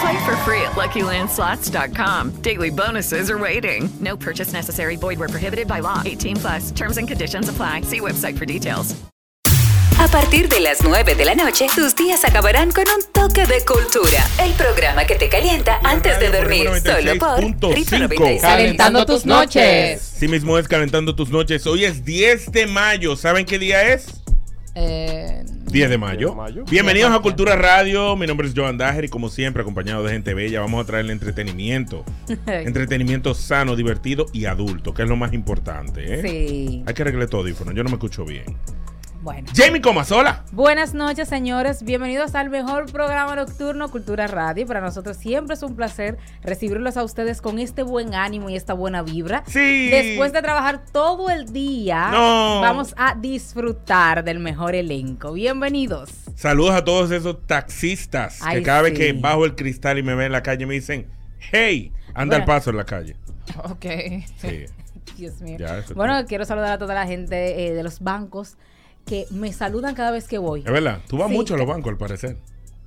Play for free at LuckyLandSlots.com. Daily bonuses are waiting. No purchase necessary. Void were prohibited by law. 18 plus. Terms and conditions apply. See website for details. A partir de las 9 de la noche, tus días acabarán con un toque de cultura. El programa que te calienta antes de dormir, solo por Ritmo 96.5. 96. Calentando tus noches. Sí mismo es calentando tus noches. Hoy es 10 de mayo. ¿Saben qué día es? Eh, 10 de mayo. Bienvenidos a Cultura Radio. Mi nombre es Joan Dajer y como siempre acompañado de gente bella vamos a traerle entretenimiento. entretenimiento sano, divertido y adulto, que es lo más importante. ¿eh? sí. Hay que arreglar tu audífono. Yo no me escucho bien. Bueno. Jamie Comasola. Buenas noches, señores. Bienvenidos al mejor programa nocturno Cultura Radio. Para nosotros siempre es un placer recibirlos a ustedes con este buen ánimo y esta buena vibra. Sí. Después de trabajar todo el día, No. vamos a disfrutar del mejor elenco. Bienvenidos. Saludos a todos esos taxistas Ay, que cada vez sí. que bajo el cristal y me ven en la calle me dicen, hey, anda al Bueno. paso en la calle. Ok. Sí. Dios mío. Ya, eso bueno, está. quiero saludar a toda la gente eh, de los bancos que me saludan cada vez que voy. Es verdad, tú vas Sí. mucho a los bancos al parecer.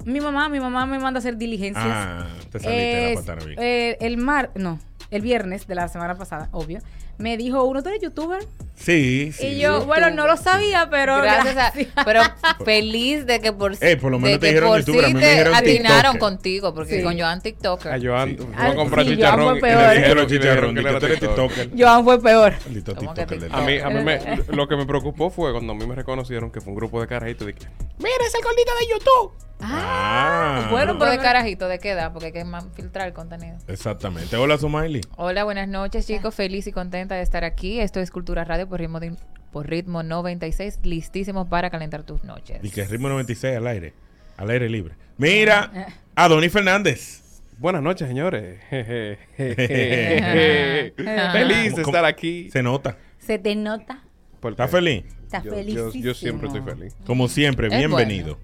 Mi mamá, mi mamá me manda a hacer diligencias. Ah, te saliste de Es- la patana bien. eh, el mar, no, el viernes de la semana pasada, obvio, me dijo uno, ¿tú eres youtuber? Sí, sí. y yo, bueno, no lo sabía, pero Gracias a- gracias. pero feliz de que por, Eh, por lo de menos te que dijeron por youtuber, a mí sí me te dijeron atinaron tiktoker. contigo, porque Sí. con Joan TikToker. Ah, A Joan, voy Ay, a comprar sí, Joan chicharrón. fue y le peor. Dijeron dijeron- chicharrón, dijeron que que era tú eres tiktoker. tiktoker. Joan fue peor. Maldito ¿Cómo tiktoker que del- A mí, a mí me, lo que me preocupó fue cuando a mí me reconocieron que fue un grupo de carajitos. Dije, Mira, es el gordito de YouTube. Ah, bueno, Grupo pero de carajito, ¿de qué edad? Porque hay que ma- filtrar el contenido. Exactamente. Hola, Somaili. Hola, buenas Ah. noches, chicos. Feliz y contenta de estar aquí. Esto es Cultura Radio por ritmo, de- por ritmo 96. Listísimos para calentar tus noches. Y que ritmo 96 al aire. Al aire libre. Ah, eh. Mira, a Donis Fernández. buenas noches, señores. Jeje, jeje. Ah. Feliz de ¿Cómo- estar aquí. Se nota. Se te nota, ¿Está feliz? estás Yo, feliz. yo- yo siempre estoy feliz. Como siempre, Es bienvenido.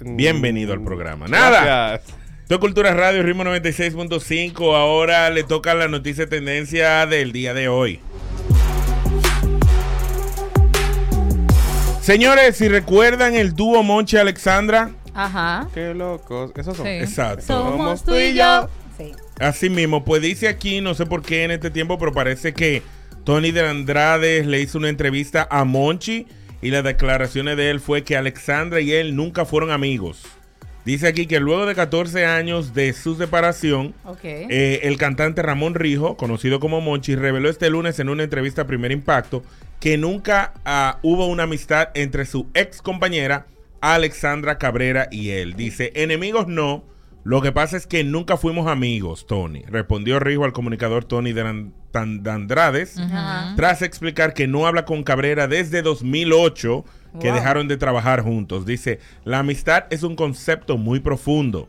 Bienvenido Mm, al programa. Nada. Nada. Esto es Cultura Radio, ritmo 96.5. Ahora le toca la noticia de tendencia del día de hoy. Señores, si recuerdan el dúo Monche Alexandra, Ajá. Qué locos. Esos son. Sí. exacto. Somos tú y yo. Sí. Así mismo, pues dice aquí, no sé por qué en este tiempo, pero parece que Tony de Andrade le hizo una entrevista a Monchi y las declaraciones de él fue que Alexandra y él nunca fueron amigos. Dice aquí que luego de 14 años de su separación, Ok. eh, el cantante Ramón Rijo, conocido como Monchi, reveló este lunes en una entrevista a Primer Impacto que nunca ah, hubo una amistad entre su ex compañera Alexandra Cabrera y él. Dice, enemigos no, lo que pasa es que nunca fuimos amigos, Tony, respondió Rijo al comunicador Tony de, An- Tan- de Andrades, Ajá. tras explicar que no habla con Cabrera desde 2008, que Wow. dejaron de trabajar juntos. Dice, la amistad es un concepto muy profundo.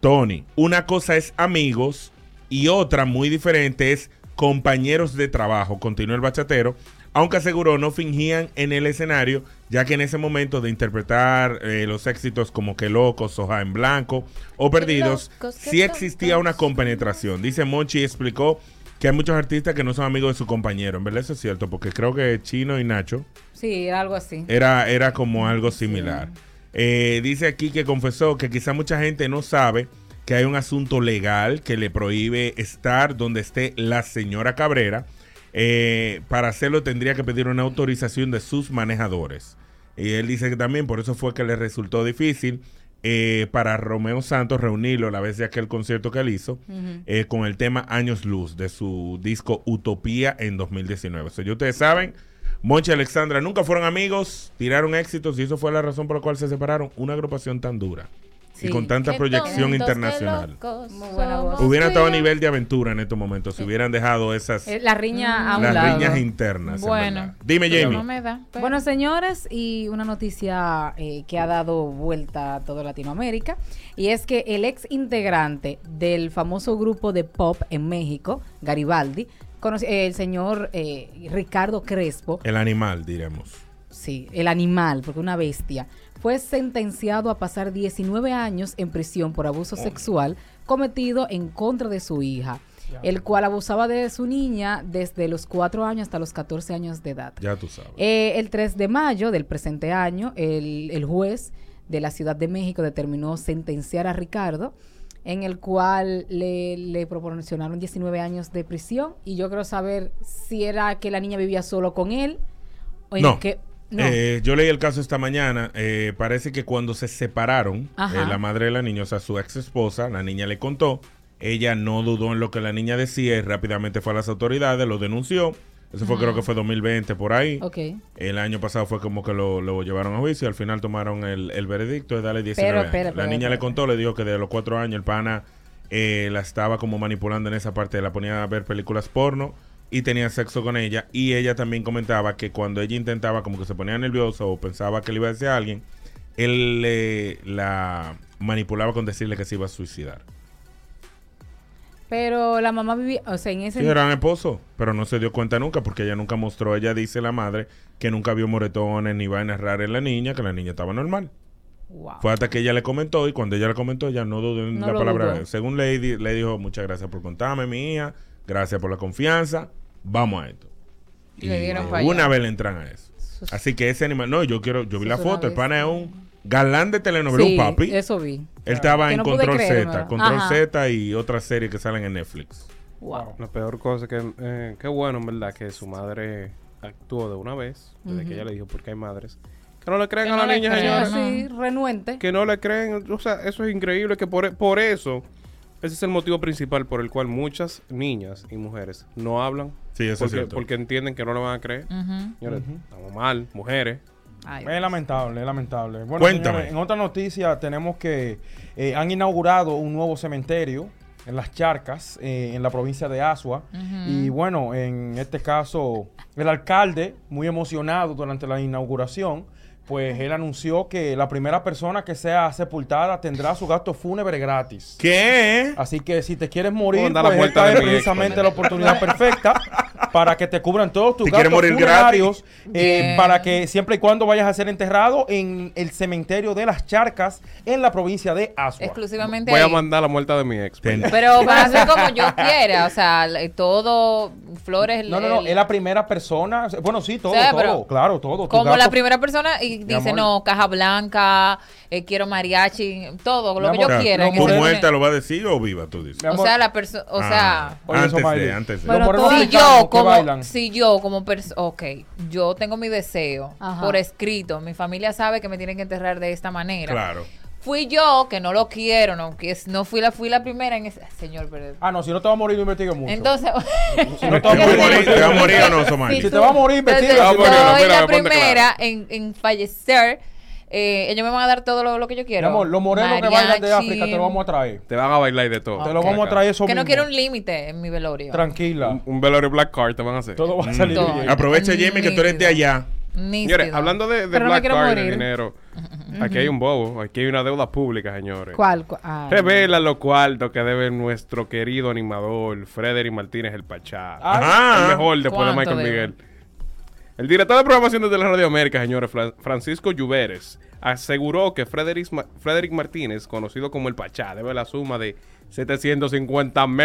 Tony, una cosa es amigos y otra muy diferente es compañeros de trabajo, continuó el bachatero, aunque aseguró no fingían en el escenario, ya que en ese momento de interpretar eh, los éxitos como Que Locos, Soja en Blanco o Perdidos, locos, qué sí existía tontos. una compenetración. Dice Monchi explicó que hay muchos artistas que no son amigos de su compañero, en verdad eso es cierto, porque creo que Chino y Nacho Sí, era algo así. era, era como algo similar. Eh, dice aquí que confesó que quizá mucha gente no sabe que hay un asunto legal que le prohíbe estar donde esté la señora Cabrera. Eh, para hacerlo tendría que pedir una autorización de sus manejadores. Y él dice que también por eso fue que le resultó difícil eh, para Romeo Santos reunirlo la vez de aquel concierto que él hizo eh, con el tema Años Luz de su disco Utopía en 2019. O sea, ya ustedes saben, Moncha y Alexandra nunca fueron amigos, tiraron éxitos y eso fue la razón por la cual se separaron. Una agrupación tan dura y con tanta proyección internacional. Muy buena voz. Hubiera estado a nivel de aventura en estos momentos si hubieran dejado esas Eh, la riña a un Mm. las lado. riñas internas. en Bueno. verdad. Dime, Jamie. No me da, pero- Bueno, señores, y una noticia eh, que ha dado vuelta a toda Latinoamérica, y es que el ex integrante del famoso grupo de pop en México, Garibaldi, conoce- eh, el señor eh, Ricardo Crespo, El animal, diremos. sí, el animal, porque una bestia, fue sentenciado a pasar 19 años en prisión por abuso sexual cometido en contra de su hija, el cual abusaba de su niña desde los 4 años hasta los 14 años de edad. Ya tú sabes. Eh, el 3 de mayo del presente año, el, el juez de la Ciudad de México determinó sentenciar a Ricardo, en el cual le, le proporcionaron 19 años de prisión. Y yo quiero saber si era que la niña vivía solo con él o en No. que- no. Eh, yo leí el caso esta mañana. eh, parece que cuando se separaron, Ajá. eh, la madre de la niña, o sea, su ex esposa, la niña le contó. Ella no dudó en lo que la niña decía y rápidamente fue a las autoridades, lo denunció. Eso fue, Ajá. creo que fue 2020 por ahí. Ok. El año pasado fue como que lo, lo llevaron a juicio. Al final tomaron el, el veredicto de darle 19 Pero, años. pero, la pero, niña pero. le contó, le dijo que de los cuatro años el pana eh, la estaba como manipulando en esa parte. La ponía a ver películas porno y tenía sexo con ella. Y ella también comentaba que cuando ella intentaba como que se ponía nerviosa o pensaba que le iba a decir a alguien, él eh, la manipulaba con decirle que se iba a suicidar. Pero la mamá vivía, o sea, en ese... Sí, eran esposo, pero no se dio cuenta nunca porque ella nunca mostró, ella dice la madre, que nunca vio moretones ni vainas raras en la niña, que la niña estaba normal. Wow. Fue hasta que ella le comentó y cuando ella le comentó ella no dudó en No la lo palabra. dudó. Según le, di- le dijo, muchas gracias por contarme, mía, gracias por la confianza, vamos a esto. Y le dieron pa' una allá. vez le entran a eso. Así que ese animal, no, yo quiero, yo vi Eso la es foto, una el pana es un galán de telenovela, Sí, un papi. eso vi. Él estaba Que en no pude Control creérmelo. Z, Control Ajá. Z y otras series que salen en Netflix. Wow. La peor cosa que... eh, qué bueno, en verdad, que su madre actuó de una vez, desde Ujú. que ella le dijo, porque hay madres que no le crean Que a la no le niña, creo, sí, señores. renuente. que no le creen. O sea, eso es increíble. Que por, e, por eso, ese es el motivo principal por el cual muchas niñas y mujeres no hablan. Sí, eso es porque, cierto. Porque entienden que no lo van a creer. Ujú. Señores, Ujú. estamos mal, mujeres. Es lamentable, es lamentable. Bueno, Cuéntame. señores, en otra noticia tenemos que eh, han inaugurado un nuevo cementerio en las charcas, eh, en la provincia de Asua. Ujú. Y bueno, en este caso, el alcalde, muy emocionado durante la inauguración, pues él anunció que la primera persona que sea sepultada tendrá su gasto fúnebre gratis. ¿Qué? Así que si te quieres morir, Anda la pues muerta esta de es mi ex, precisamente coño. la oportunidad perfecta para que te cubran todos tus ¿Te quieres gastos morir funerarios eh, Bien. para que siempre y cuando vayas a ser enterrado en el cementerio de las charcas en la provincia de Asua. Exclusivamente Voy a ahí. mandar la muerta de mi ex. Pero va a ser como yo quiera, o sea, le- todo, flores, No, no, no, el- es la primera persona. Bueno, sí, todo, O sea, pero- todo, claro, todo. tus como gastos- la primera persona y dice, amor. no, caja blanca, eh, quiero mariachi, todo, lo Mi que yo amor, quiera. en ¿Tu ese muerta lo va a decir o viva tú dices? momento. O sea, la persona, o Ah, sea... antes Oye, de, eso, antes de. Bueno, Los morenos si mexicanos yo que como bailan. si yo como persona ok yo tengo mi deseo Ajá. por escrito mi familia sabe que me tienen que enterrar de esta manera Claro. fui yo que no lo quiero no que es- no fui la fui la primera en ese señor pero Ah, no, si no te vas a morir, no investigues mucho. entonces si no te vas a ¿Te morir, vas a morir- te vas a morir o no, Somay? Si te vas a morir, investiga. entonces, Ah, bueno, soy espérame, la ponte primera en, en fallecer eh, ellos me van a dar todo lo, lo que yo Mi quiero amor, los morenos que bailan de África te lo vamos a traer. Te van a bailar y de todo. Te lo vamos a traer eso que no mismo. quiero un límite en mi velorio Tranquila. Un, un velorio black card te van a hacer. Todo va a salir Todo. bien. Mm. Aprovecha, Jamie, que tú eres de allá. Nítido. Señores, hablando de, de Pero no black quiero card morir. de dinero, aquí hay un bobo, aquí hay una deuda pública, señores. ¿Cuál? ah, ¿Cuál? Ay. Revela lo cuarto que debe nuestro querido animador, Frederick Martínez el Pachá. Ah. El mejor después de ¿Cuánto Michael debe? Miguel. El director de programación de Radio América, señores, Fra- Francisco Lluveres, aseguró que Frederick, Ma- Frederick Martínez, conocido como el Pachá, debe la suma de 750 mil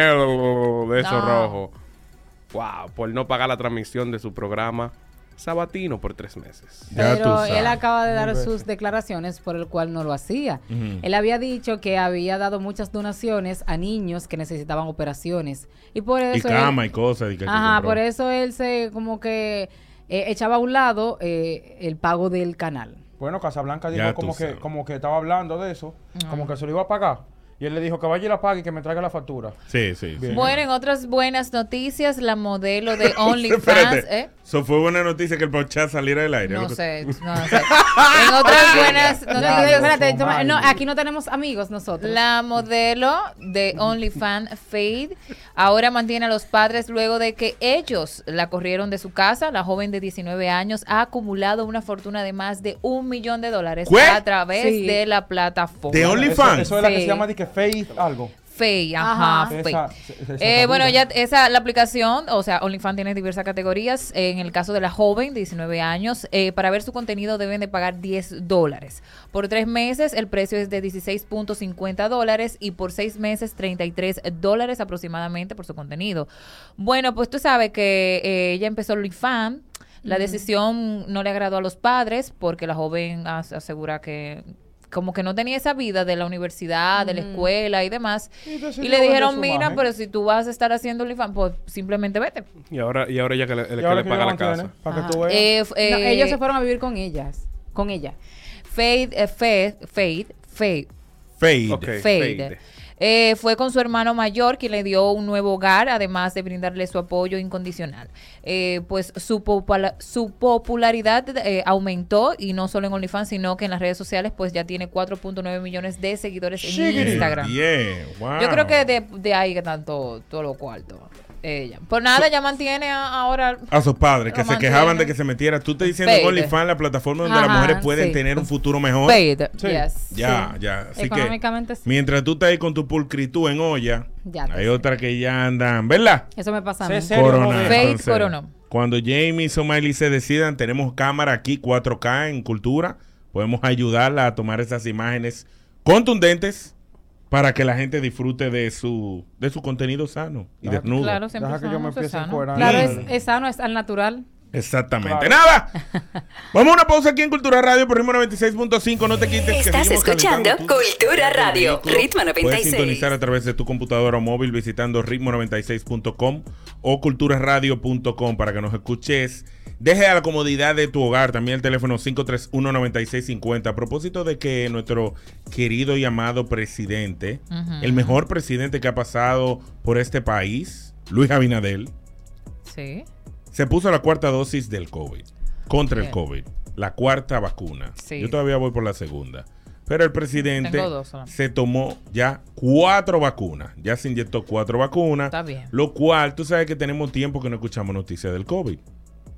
de esos No. rojos. Wow, por no pagar la transmisión de su programa Sabatino por tres meses. Pero él acaba de dar sus declaraciones por el cual no lo hacía. Ujú. Él había dicho que había dado muchas donaciones a niños que necesitaban operaciones. Y por Y eso... él- cama y cosas. Y que- que Ajá, compró. por eso él se como que eh, echaba a un lado eh, el pago del canal. Bueno, Casablanca Ya dijo tú como que, sabes. como que estaba hablando de eso, como que se lo iba a pagar. Y él le dijo que vaya y la pague y que me traiga la factura. Sí, sí. sí. Bueno, en otras buenas noticias, la modelo de OnlyFans, Espérate. ¿eh? Eso fue buena noticia que el podcast saliera del aire. No sé, no, no sé. En otras buenas No, noticias- no, espérate, toma- no, aquí no tenemos amigos nosotros. La modelo de OnlyFans, Faith, ahora mantiene a los padres luego de que ellos la corrieron de su casa. La joven de 19 años ha acumulado una fortuna de más de un millón de dólares ¿Qué? a través Sí. de la plataforma. Eso- Eso, es la que se Sí. llama de que Faith algo. Faith, ajá, Esa- Faith. se- se- se Eh, satura. bueno, ya esa la aplicación, o sea, OnlyFans tiene diversas categorías. En el caso de la joven, 19 años, eh, para ver su contenido deben de pagar 10 dólares. Por tres meses el precio es de 16.50 dólares y por seis meses 33 dólares aproximadamente por su contenido. Bueno, pues tú sabes que eh, ella empezó OnlyFans. La Ujú. decisión no le agradó a los padres porque la joven as- asegura que como que no tenía esa vida de la universidad, de la Ujú. escuela y demás. entonces Y yo le vendo dijeron, su mira, imagen". pero si tú vas a estar haciendo OnlyFans, pues simplemente vete. Y ahora, y ahora ya que le, que ahora le que ya paga la mantiene, casa. para que tú veas. Eh, f- No, eh, ellos se fueron a vivir con ellas, con ella. Faith, eh, Faith, Faith, Faith, Fade. Fade. Eh, fue con su hermano mayor quien le dio un nuevo hogar, además de brindarle su apoyo incondicional. Eh, pues su, popula- su popularidad eh, aumentó y no solo en OnlyFans, sino que en las redes sociales, pues ya tiene 4.9 millones de seguidores en Shiggity. Instagram. Yeah, wow. Yo creo que de, de ahí que tanto todo lo cuarto. Eh, Ella. Por nada, ya mantiene a- ahora. A sus padres que Lo se quejaban de que se metiera. Tú estás diciendo Fade. que OnlyFans la plataforma donde las Ajá, mujeres pueden sí. tener un futuro mejor. Fade, Sí. yes. Ya, Sí. ya. Así Económicamente que, sí. Mientras tú estás ahí con tu pulcritud en olla, Ya te hay otras que ya andan, ¿verdad? Eso me pasa a Sé mí. serio, Corona, joven. Faith Entonces, coronó. Cuando Jamie y Somaili se decidan, tenemos cámara aquí, 4K en cultura. Podemos ayudarla a tomar esas imágenes contundentes para que la gente disfrute de su, de su contenido sano y desnudo. Claro, siempre Deja que yo me eso empiece es sano. a encuerar. Claro, es, Sí. es sano, es al natural. Exactamente. ¡Nada! Vamos a una pausa aquí en Cultura Radio por ritmo 96.5. No te quites. que Estás seguimos escuchando calentando tu- Cultura Radio, Ritmo Puedes 96. sintonizar a través de tu computadora o móvil visitando ritmo96.com o culturaradio.com para que nos escuches. Deje a la comodidad de tu hogar también el teléfono 531-9650. A propósito de que nuestro querido y amado presidente, Ujú. el mejor presidente que ha pasado por este país, Luis Abinadel, Sí. se puso la cuarta dosis del COVID, contra el Bien. COVID, la cuarta vacuna. Sí. Yo todavía voy por la segunda. Pero el presidente Tengo dos solamente. se tomó ya cuatro vacunas, ya se inyectó cuatro vacunas, Está bien. lo cual tú sabes que tenemos tiempo que no escuchamos noticias del COVID.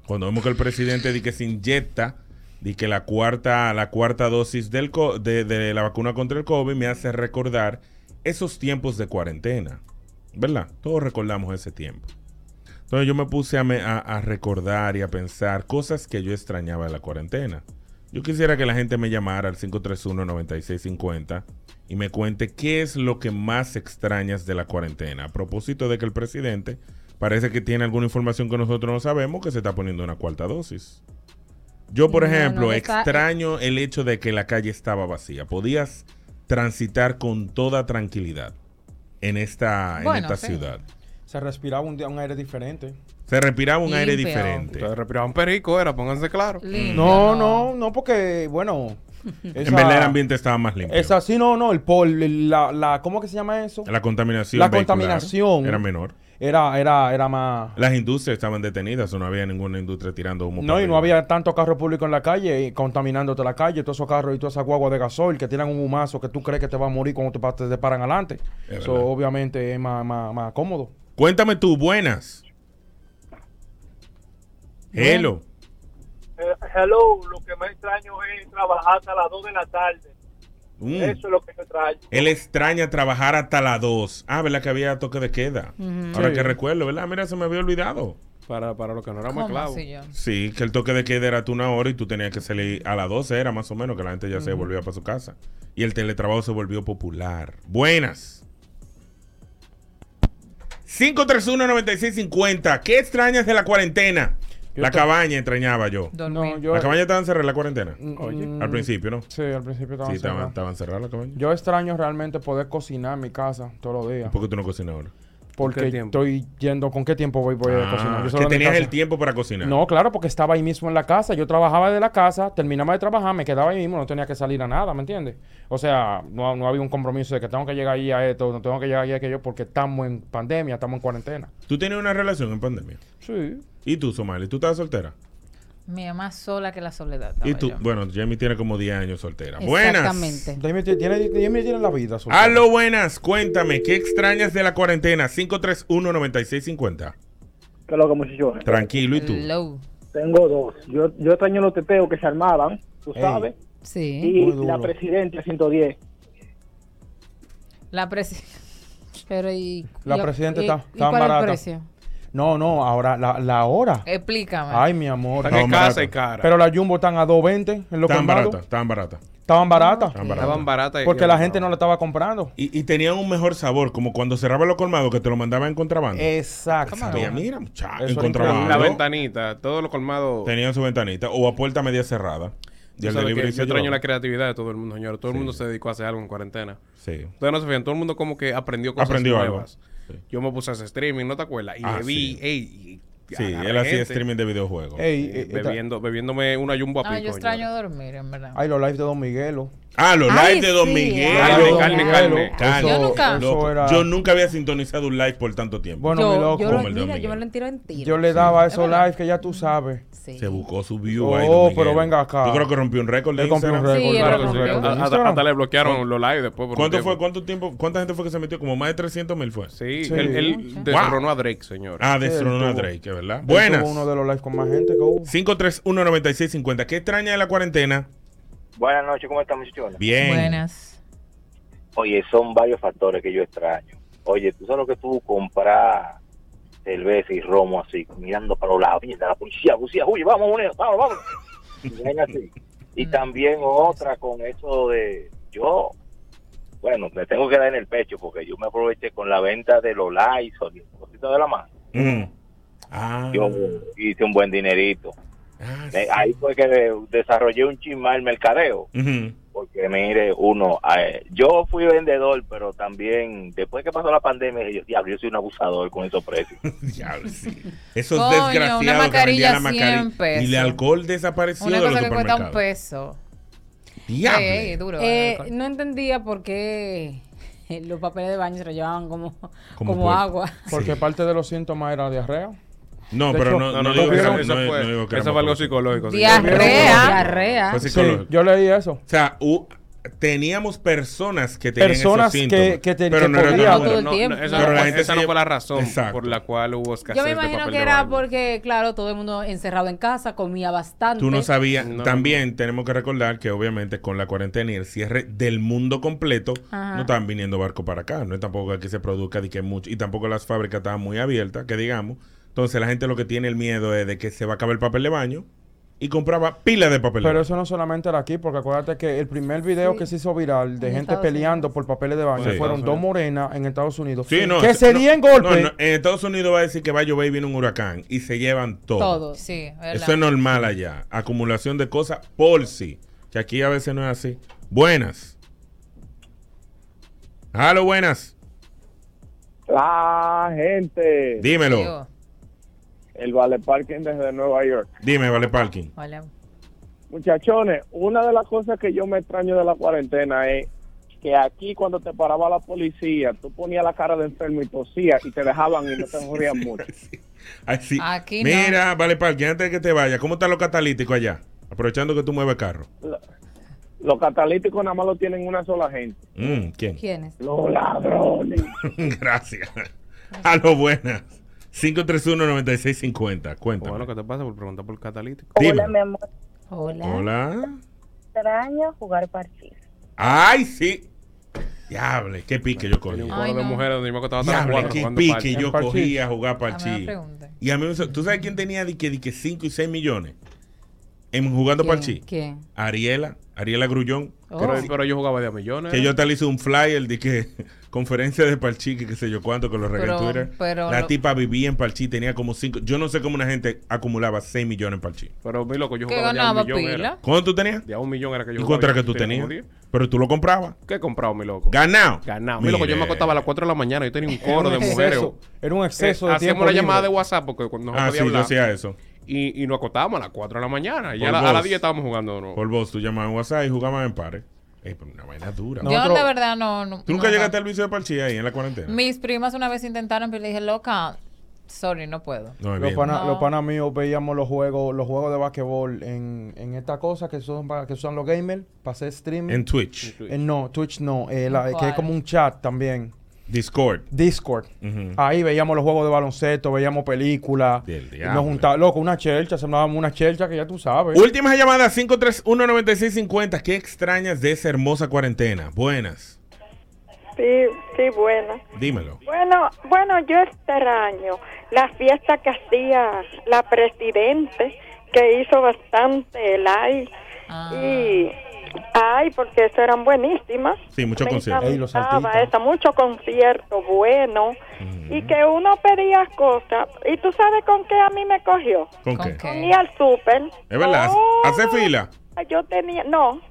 Cuando vemos que el presidente di que se inyecta, di que la cuarta, la cuarta dosis del co- de, de la vacuna contra el COVID me hace recordar esos tiempos de cuarentena, ¿verdad? Todos recordamos ese tiempo. Entonces yo me puse a, me- a- a recordar y a pensar cosas que yo extrañaba de la cuarentena. Yo quisiera que la gente me llamara al 531-9650 y me cuente qué es lo que más extrañas de la cuarentena. A propósito de que el presidente parece que tiene alguna información que nosotros no sabemos que se está poniendo una cuarta dosis. Yo, por No, no, ejemplo, no está- eh, extraño el hecho de que la calle estaba vacía. Podías transitar con toda tranquilidad en esta, en esta ciudad. Se respiraba un, un aire diferente. Se respiraba un aire Limpio. diferente. Ustedes respiraban perico, era, pónganse claro. No, no, no, porque, bueno. eh, En verdad el ambiente estaba más limpio. Es así, no, no, el pol, el- la, la, ¿cómo que se llama eso? La contaminación. La vehicular contaminación. Era menor. Era, era, era más. Las industrias estaban detenidas, o no había ninguna industria tirando humo. No, para y no arriba. había tanto carro público en la calle, y contaminándote la calle, todos esos carros y todas esas guaguas de gasol que tiran un humazo que tú crees que te va a morir cuando te, pa- te paran adelante. Es Eso verdad. obviamente es más, más, más cómodo. Cuéntame tú, buenas. Hello. Eh, hello, lo que más extraño es trabajar hasta las 2 de la tarde. Mm. Eso es lo que yo extraño. Él extraña trabajar hasta las 2. Ah, ¿verdad que había toque de queda? Ujú. Ahora Sí. que recuerdo, ¿verdad? Mira, se me había olvidado. Para, para lo que no éramos ¿Cómo esclavos. así yo? Sí, que el toque de queda era tú una hora y tú tenías que salir a las 12, era más o menos, que la gente ya se Ujú. volvía para su casa. Y el teletrabajo se volvió popular. Buenas. 531-9650. ¿Qué extrañas de la cuarentena? la te- cabaña extrañaba yo. No, yo, la cabaña estaba encerrada en la cuarentena. Mm, Al principio, ¿no? Sí, al principio estaba Sí, encerrada. estaba, estaba encerrada la cabaña. yo extraño realmente poder cocinar en mi casa todos los días. ¿Por qué tú no cocinas ahora? Porque estoy yendo, ¿con qué tiempo voy, voy a Ah, cocinar? Yo que salgo de mi tenías casa. el tiempo para cocinar. No, claro, porque estaba ahí mismo en la casa. Yo trabajaba de la casa, terminaba de trabajar, me quedaba ahí mismo, no tenía que salir a nada, ¿me entiendes? O sea, no, no había un compromiso de que tengo que llegar ahí a esto, no tengo que llegar ahí a aquello, porque estamos en pandemia, estamos en cuarentena. ¿Tú tenías una relación en pandemia? Sí. ¿Y tú, Somali? ¿Tú estabas soltera? Mi mamá sola que la soledad. ¿Y estaba tú? yo. Bueno, Jamie tiene como 10 años soltera. Buenas. Exactamente. Jamie tiene, tiene- tiene la vida. soltera. Aló, buenas. Cuéntame, ¿qué extrañas de la cuarentena? 531-9650. ¿Qué es lo que, muchachos? Tranquilo, ¿y tú? Tengo dos. Yo, yo este extraño los teteos que se armaban, tú Ey. sabes. Sí. Y Muy duro. la presidenta 110. La presi- Pero y. La y- presidenta y- está, ¿y está cuál es barata. el precio? No, no, ahora, la, la hora. Explícame. Ay, mi amor. Está que Estaban casa baratas. y cara. Pero la Jumbo están a 2.20 en lo Estaban comprado. baratas, estaban baratas. Estaban baratas. Estaban baratas. Estaban baratas y- Porque la gente no la estaba comprando. Y, y tenían un mejor sabor, como cuando cerraba los colmados que te lo mandaban en contrabando. Eh, Exacto. Sabía, mira, muchacho, en Encontraba contrabando. la ventanita, todo lo colmado. Tenían su ventanita o a puerta media cerrada. Y Tú el sabes delivery que se yo extraño llevaba. la creatividad de todo el mundo, señor. Todo Sí. el mundo se dedicó a hacer algo en cuarentena. Sí. Ustedes no se fijan, todo el mundo como que aprendió cosas Aprendió algo. nuevas. Yo me puse a hacer streaming, ¿no te acuerdas? Y Ah, me vi, sí. ey, y- y Sí, agarré él hacía gente. streaming de videojuegos. Ey, Y eh, bebiendo, bebiéndome una jumbo a pico. Ay, Ah, yo extraño dormir, en verdad. Ay, los live de Don Miguelo. Ah, los Ay, live de Don sí, Miguel. ay. Carne, Don carne, Miguel. carne. Carne. Yo nunca. Loco, Eso era- Yo nunca había sintonizado un live por tanto tiempo. Bueno, mi loco. yo, lo- Como el de Don mira, yo me Miguel. lo entero en tiro. Yo le daba a esos live que ya tú sabes. Se buscó su view Oh, ahí, Don Miguel. pero venga acá. Yo creo que rompió un récord de Él rompió un Instagram. récord, Sí, él claro que rompió sí. un récord. Hasta- Instagram. Hasta le bloquearon los live después. por un ¿Cuánto tiempo. fue? ¿Cuánto tiempo? ¿Cuánta gente fue que se metió? Como más de 300 mil fue. Sí, él, él destronó a Drake, señor. Ah, de destronó a Drake, es ¿verdad? Él Buenas. tuvo uno de los live con más gente que hubo. 5319650. ¿Qué extraña de la cuarentena? Buenas noches, ¿cómo están, muchachones? Bien. Buenas. Oye, son varios factores que yo extraño. Oye, tú sabes lo que tú comprar cerveza y romo así, mirando para los lados, mierda, la policía, policía, huye, vamos, Monero, vamos, vamos. Y vaina así. Y también otra con eso de yo, bueno, me tengo que dar en el pecho porque yo me aproveché con la venta de los Lysol y cositas de la mano. Ah. Yo hice un buen dinerito. Eh, Ahí fue que desarrollé un chisma el mercadeo. Ujú. Porque mire, uno, eh, yo fui vendedor, pero también después que pasó la pandemia, dije, yo, diablo, yo soy un abusador con esos precios. diablo, sí. Esos Coño, desgraciados una que vendían mascarilla la mascarilla. 100 pesos. Y el alcohol desapareció Una de los cosa que cuesta un supermercados. peso. Diablo. Ey, duro. Eh, alcohol. no entendía por qué los papeles de baño se lo llevaban como, como, por- agua. Porque parte de los síntomas era diarrea. No, De pero hecho, no, no, no, digo que eso no- fue- no- no digo que eso era fue algo por- psicológico, sí. Diarrea. Diarrea. Fue Sí, psicológico. yo leí eso. O sea, u- teníamos personas que tenían Personas esos síntomas. que- que te- pero que no era podían- todo el No, mundo. no, tiempo. esa, Pero no la fue- gente esa se no lleva- fue la razón Exacto. por la cual hubo escasez Yo me de imagino papel que de era baño. porque, claro, todo el mundo encerrado en casa, comía bastante. Tú no sabías. También tenemos que recordar que obviamente con la cuarentena y el cierre del mundo completo Ajá. no están viniendo barcos para acá. No es tampoco que aquí se produzca de que mucho. Y tampoco las fábricas estaban muy abiertas, que digamos. Entonces la gente lo que tiene el miedo es de que se va a acabar el papel de baño y compraba pilas de papel de Pero baño. eso no solamente era aquí, porque acuérdate que el primer video Sí. que se hizo viral de En gente Estados peleando por papeles de baño Sí. fueron dos morenas en Estados Unidos. Sí, no, que es- se no, dieron no, golpes. no, en Estados Unidos va a decir que va a llover y viene un huracán y se llevan todo. Todo. Sí, ¿verdad? Eso es normal allá. Acumulación de cosas por sí. Que aquí a veces no es así. Buenas. Halo, buenas. La gente. Dímelo. Digo. El Vale Parking desde Nueva York. Dime, vale, parking. Muchachones, una de las cosas que yo me extraño de la cuarentena es que aquí cuando te paraba la policía, tú ponías la cara de enfermo y tosías y te dejaban y no te morían mucho. Ay, sí. Aquí no. Mira, vale, parking, antes de que te vaya, ¿cómo están los catalíticos allá? Aprovechando que tú mueves carro. Lo- Los catalíticos nada más lo tienen una sola gente. Mm, ¿Quién? ¿Quiénes? Los ladrones. Gracias. Halo, buenas. 531-9650. Cuéntame. Bueno, ¿qué te pasa por preguntar por catalítico? Dime. mi este amor. Hola. Extraño jugar partido. Ay, sí. Diable, qué pique yo cogí. un coro Ay, de no. mujeres donde yo me acostaba hasta las Diable, cuatro qué jugando pique parche. yo En parche. cogí a jugar Dame parchí. la pregunta. Y a mí, me hizo- ¿tú sabes quién tenía de que, de que 5 y 6 millones en jugando parchí? ¿Quién? Ariela, Ariela Grullón. Oh. Pero, pero yo jugaba de a millones. Que yo tal hice un flyer de que conferencia de Parchí, que qué sé yo cuánto, que lo regué Pero- en Twitter. pero la lo- tipa vivía en Parchí, tenía como cinco. Yo no sé cómo una gente acumulaba 6 millones en Parchí. Pero mi loco, yo Que jugaba de a un ganaba millón. pila. era. ¿Cuánto tú tenías? De a un millón era que yo ¿Y jugaba. cuánto era yo que tú tenía tenías? como diez. Pero tú lo comprabas. ¿Qué he comprado, mi loco? Ganado. Ganado. Mi loco, yo me Mire. acostaba a las 4 de la mañana. Yo tenía un Era un coro de exceso, mujeres. Eh, era un exceso de Hacíamos tiempo una libre. llamada de WhatsApp porque cuando no Ah, podía sí, yo hablar. hacía eso. Y, y nos acostábamos a las 4 de la mañana. Y Por a, la- a las voz. 10 estábamos jugando de nuevo. Por vos, tú llamabas en WhatsApp y jugabas en pares. Ey, pero una vaina dura. Yo, la verdad, no. no- ¿Tú nunca no. llegaste al vicio de Parchí ahí en la cuarentena? Mis primas una vez intentaron, pero le dije, loca, sorry, no puedo. Los panas No. los panas míos veíamos los juegos, los juegos de básquetbol en, en esta cosa que son para- que usan los gamers para hacer streaming. En Twitch. En Twitch. Eh, no, Twitch no, eh, la- que ¿Cuál? es como un chat también. Discord. Discord. Ujú. Ahí veíamos los juegos de baloncesto, veíamos películas. Y diablo. Nos juntábamos, loco, una chelcha, sembrábamos una chelcha que ya tú sabes. Última llamada, 5319650. ¿Qué extrañas de esa hermosa cuarentena? Buenas. Sí, sí, bueno. Dímelo. Bueno, bueno, yo extraño la fiesta que hacía la presidente, que hizo bastante like. Ah. Y, ay, porque eso eran buenísimas. Sí, muchos Me conciertos. Ey, los encantaba artistas. eso, mucho concierto bueno. Y que uno pedía cosas. ¿Y tú sabes con qué a mí me cogió? ¿Con qué? Con ir al súper. Es verdad. Oh, Hace fila. yo tenía, no,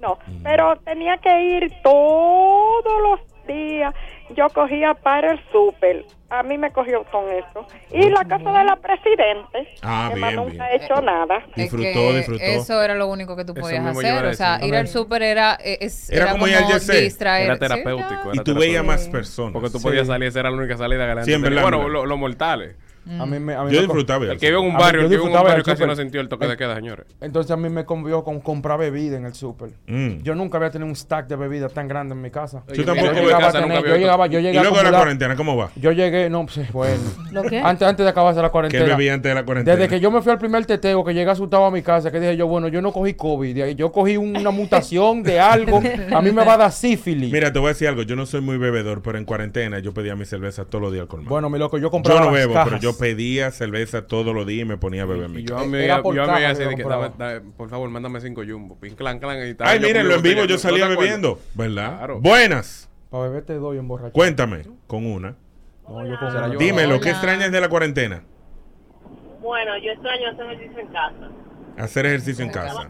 no, pero tenía que ir todos los días. Yo cogía para el súper. A mí me cogió con eso. Y la casa de la presidente. Ah, que más bien, bien. nunca he hecho nada. Eh, Es que Disfrutó, disfrutó. Eso era lo único que tú Eso podías mismo yo iba hacer. a O sea, decir. ir al súper era, eh, es- Era como ir al YC. distraer- Era sí, terapéutico. era Y tú veías terapéutico. más personas. Porque tú Sí. podías salir, esa era la única salida que la Sí, gente en tenía. verdad, en Bueno, verdad. lo- los mortales. Mm. A mí me- a mí Yo me co- disfrutaba. El que vive en un A mí- barrio, yo el que vive en un disfrutaba barrio del casi súper. no sintió el toque de Eh, queda, señores. Entonces a mí me convió con comprar bebida en el súper. Yo nunca había tenido un stack de bebidas tan grande en mi casa. Mm. Yo tampoco en llegaba a casa nunca tener- había yo visto. llegaba, yo ¿Y llegaba a luego de la acumular- cuarentena, cómo va? Yo llegué, no, pues bueno. ¿Lo qué? Antes, antes de acabarse la cuarentena. ¿Qué bebí antes de la cuarentena? Desde que yo me fui al primer teteo, que llegué asustado a mi casa, que dije yo, bueno, yo no cogí COVID, de ahí yo cogí una mutación de algo, a mí me va a dar sífilis. Mira, te voy a decir algo. Yo no soy muy bebedor, pero en cuarentena yo pedía mi cerveza todos los días al colmado. Bueno, mi loco, yo Yo compraba no las bebo, cajas. pero yo pedía cerveza todos los días y me ponía a beber en mi Yo casa. a mí, Era yo por a mí caja así que de que lo compraba. dame- dame- por favor, mándame cinco jumbo. Pin, clan, clan. Y estaba Ay, yo con mírenlo en mi botella. vivo. Yo ¿No salía te acuerdas? bebiendo, ¿verdad? Claro. Buenas. Para beber te doy en borracho. Cuéntame con una. No, yo con Será yo. Dímelo, ¿qué Hola. extrañas de la cuarentena? Bueno, yo este extraño hacer ejercicio en casa. Hacer ejercicio en casa.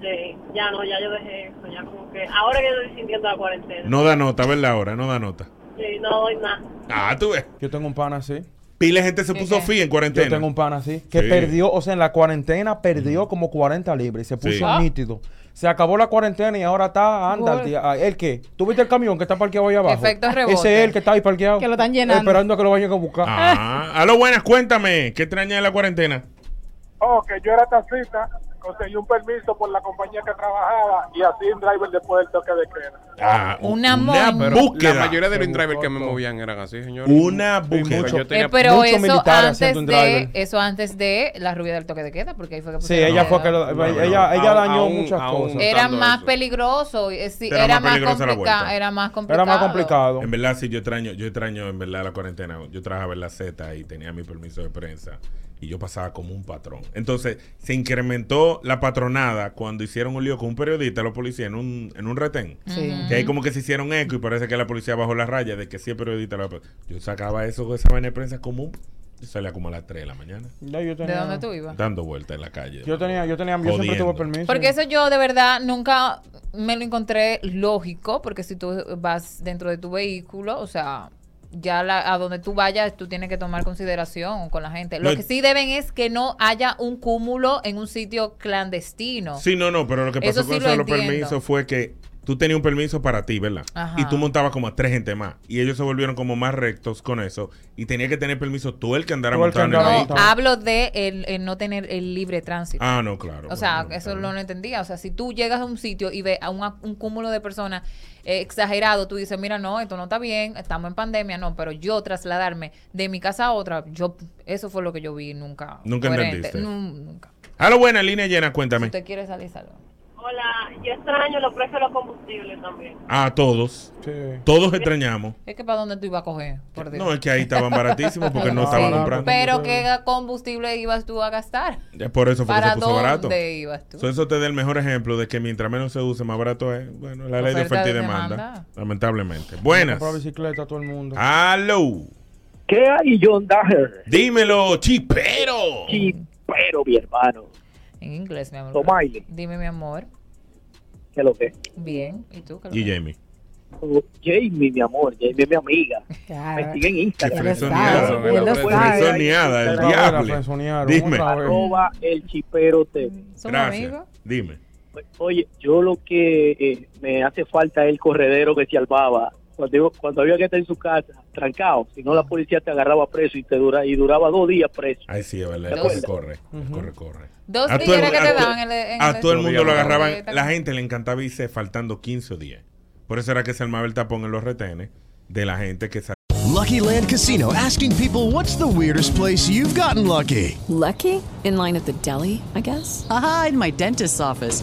Sí, ya no, ya yo dejé eso, ya como que ahora que estoy sintiendo la cuarentena. No da nota, ¿verdad? Ahora no da nota. Sí, no doy nada. Ah, tú ves. Yo tengo un pan así. Pile gente se puso qué? fía en cuarentena. Yo tengo un pan así. Que Sí. perdió, o sea, en la cuarentena perdió como 40 libras y se puso Sí. Ah. nítido. Se acabó la cuarentena y ahora está, anda, Cool. el, día- ah, ¿el qué? ¿Tú viste el camión que está parqueado ahí abajo? Efecto rebote. Ese es el que está ahí parqueado. Que lo están llenando. Esperando a que lo vayan a buscar. Ah, aló, buenas, cuéntame. ¿Qué extrañas de la cuarentena? Oh, que yo era taxista, conseguí un permiso por la compañía que trabajaba y así un driver después del toque de queda. Ah, Una mon- pero búsqueda. La mayoría de los drivers que me movían eran así, señores. Una Sí, búsqueda. porque yo tenía- Eh, pero muchos eso militares haciendo antes un de driver. eso antes de la rubia del toque de queda porque ahí fue que Sí, pusieron ella la- fue que lo- no, no. ella, ella Aún- dañó aún- muchas aún cosas. era más peligroso eh, sí, Era era, más más peligrosa la complicado vuelta. era más complicado Era más complicado. En verdad, sí, yo extraño, yo extraño en verdad la cuarentena. Yo trabajaba en la Z y tenía mi permiso de prensa y yo pasaba como un patrón. Entonces, se incrementó la patronada cuando hicieron un lío con un periodista, los policías, en un, en un retén. Sí. Que ahí como que se hicieron eco y parece que la policía bajó la raya de que sí el periodista. lo- Yo sacaba eso, esa vaina de prensa común. Yo salía como a las 3 de la mañana. Ya yo tenía- de dónde tú ibas Dando vueltas en la calle. Yo tenía, yo tenía, yo siempre Jodiendo. tuve permiso. Porque eso yo de verdad nunca me lo encontré lógico, porque si tú vas dentro de tu vehículo, o sea, ya la- a donde tú vayas, tú tienes que tomar consideración con la gente. Lo No. que sí deben es que no haya un cúmulo en un sitio clandestino. Sí, no, no, pero lo que pasó Eso sí lo con eso de los entiendo. permisos fue que tú tenías un permiso para ti, ¿verdad? Ajá. Y tú montabas como a tres gente más. Y ellos se volvieron como más rectos con eso. Y tenía que tener permiso tú el que andara Tú el que montado en el andara vehículo. montado. Hablo de el, el no tener el libre tránsito. Ah, no, claro. O sea, bueno, eso claro. lo no entendía. O sea, si tú llegas a un sitio y ves a un, un cúmulo de personas eh, exagerado, tú dices, mira, no, esto no está bien, estamos en pandemia, no, pero yo trasladarme de mi casa a otra, yo eso fue lo que yo vi nunca. Nunca entendiste. Nu- nunca. A lo buena, línea llena, cuéntame. Si usted quiere salir, salga. Hola, yo extraño los precios de los combustibles también. A todos. Todos extrañamos. Es que para dónde tú ibas a coger, por Dios. No, es que ahí estaban baratísimos porque no estaban comprando. Pero qué combustible ibas tú a gastar. Ya Por eso fue que ¿Para se puso dónde barato. ibas tú? So, eso te da el mejor ejemplo de que mientras menos se use, más barato es. Bueno, la ley de Oferta oferta y de demanda. demanda. Lamentablemente. Comprar Buenas. bicicleta a todo el mundo. Aló. ¿Qué hay, John Daher? Dímelo, chipero. Chipero, mi hermano. En inglés, mi amor. Tomaile. Dime, mi amor. ¿Qué es lo que? Bien. ¿Y tú? qué lo Y Jamie. Oh, Jamie, mi amor. Jamie es mi amiga. Me sigue en Instagram. frenzoneada, Él lo sabe, él lo sabe. frenzoneada, el Otra diable. vez la frenzonearon, Dime. otra vez. Arroba el chipero TV. Gracias. Dime. Oye, yo lo que eh, me hace falta es el corredero que se albaba. Cuando, iba- cuando había que estar en su casa, trancado, si no la policía te agarraba preso y te dura, y duraba dos días preso. Ay, sí, es verdad. ¿Te el acuerdas? Corre, corre, el corre, corre. Dos A todo tijeras el- que te a todo- daban en el- en A el- todo el mundo lo Los agarraban. días. La gente le encantaba irse faltando 15 o 10. Por eso era que se armaba el tapón en los retenes de la gente que salía. Lucky Land Casino asking people what's the weirdest place you've gotten lucky? Lucky? In line at the deli, I guess? Aha, in my dentist's office.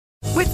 With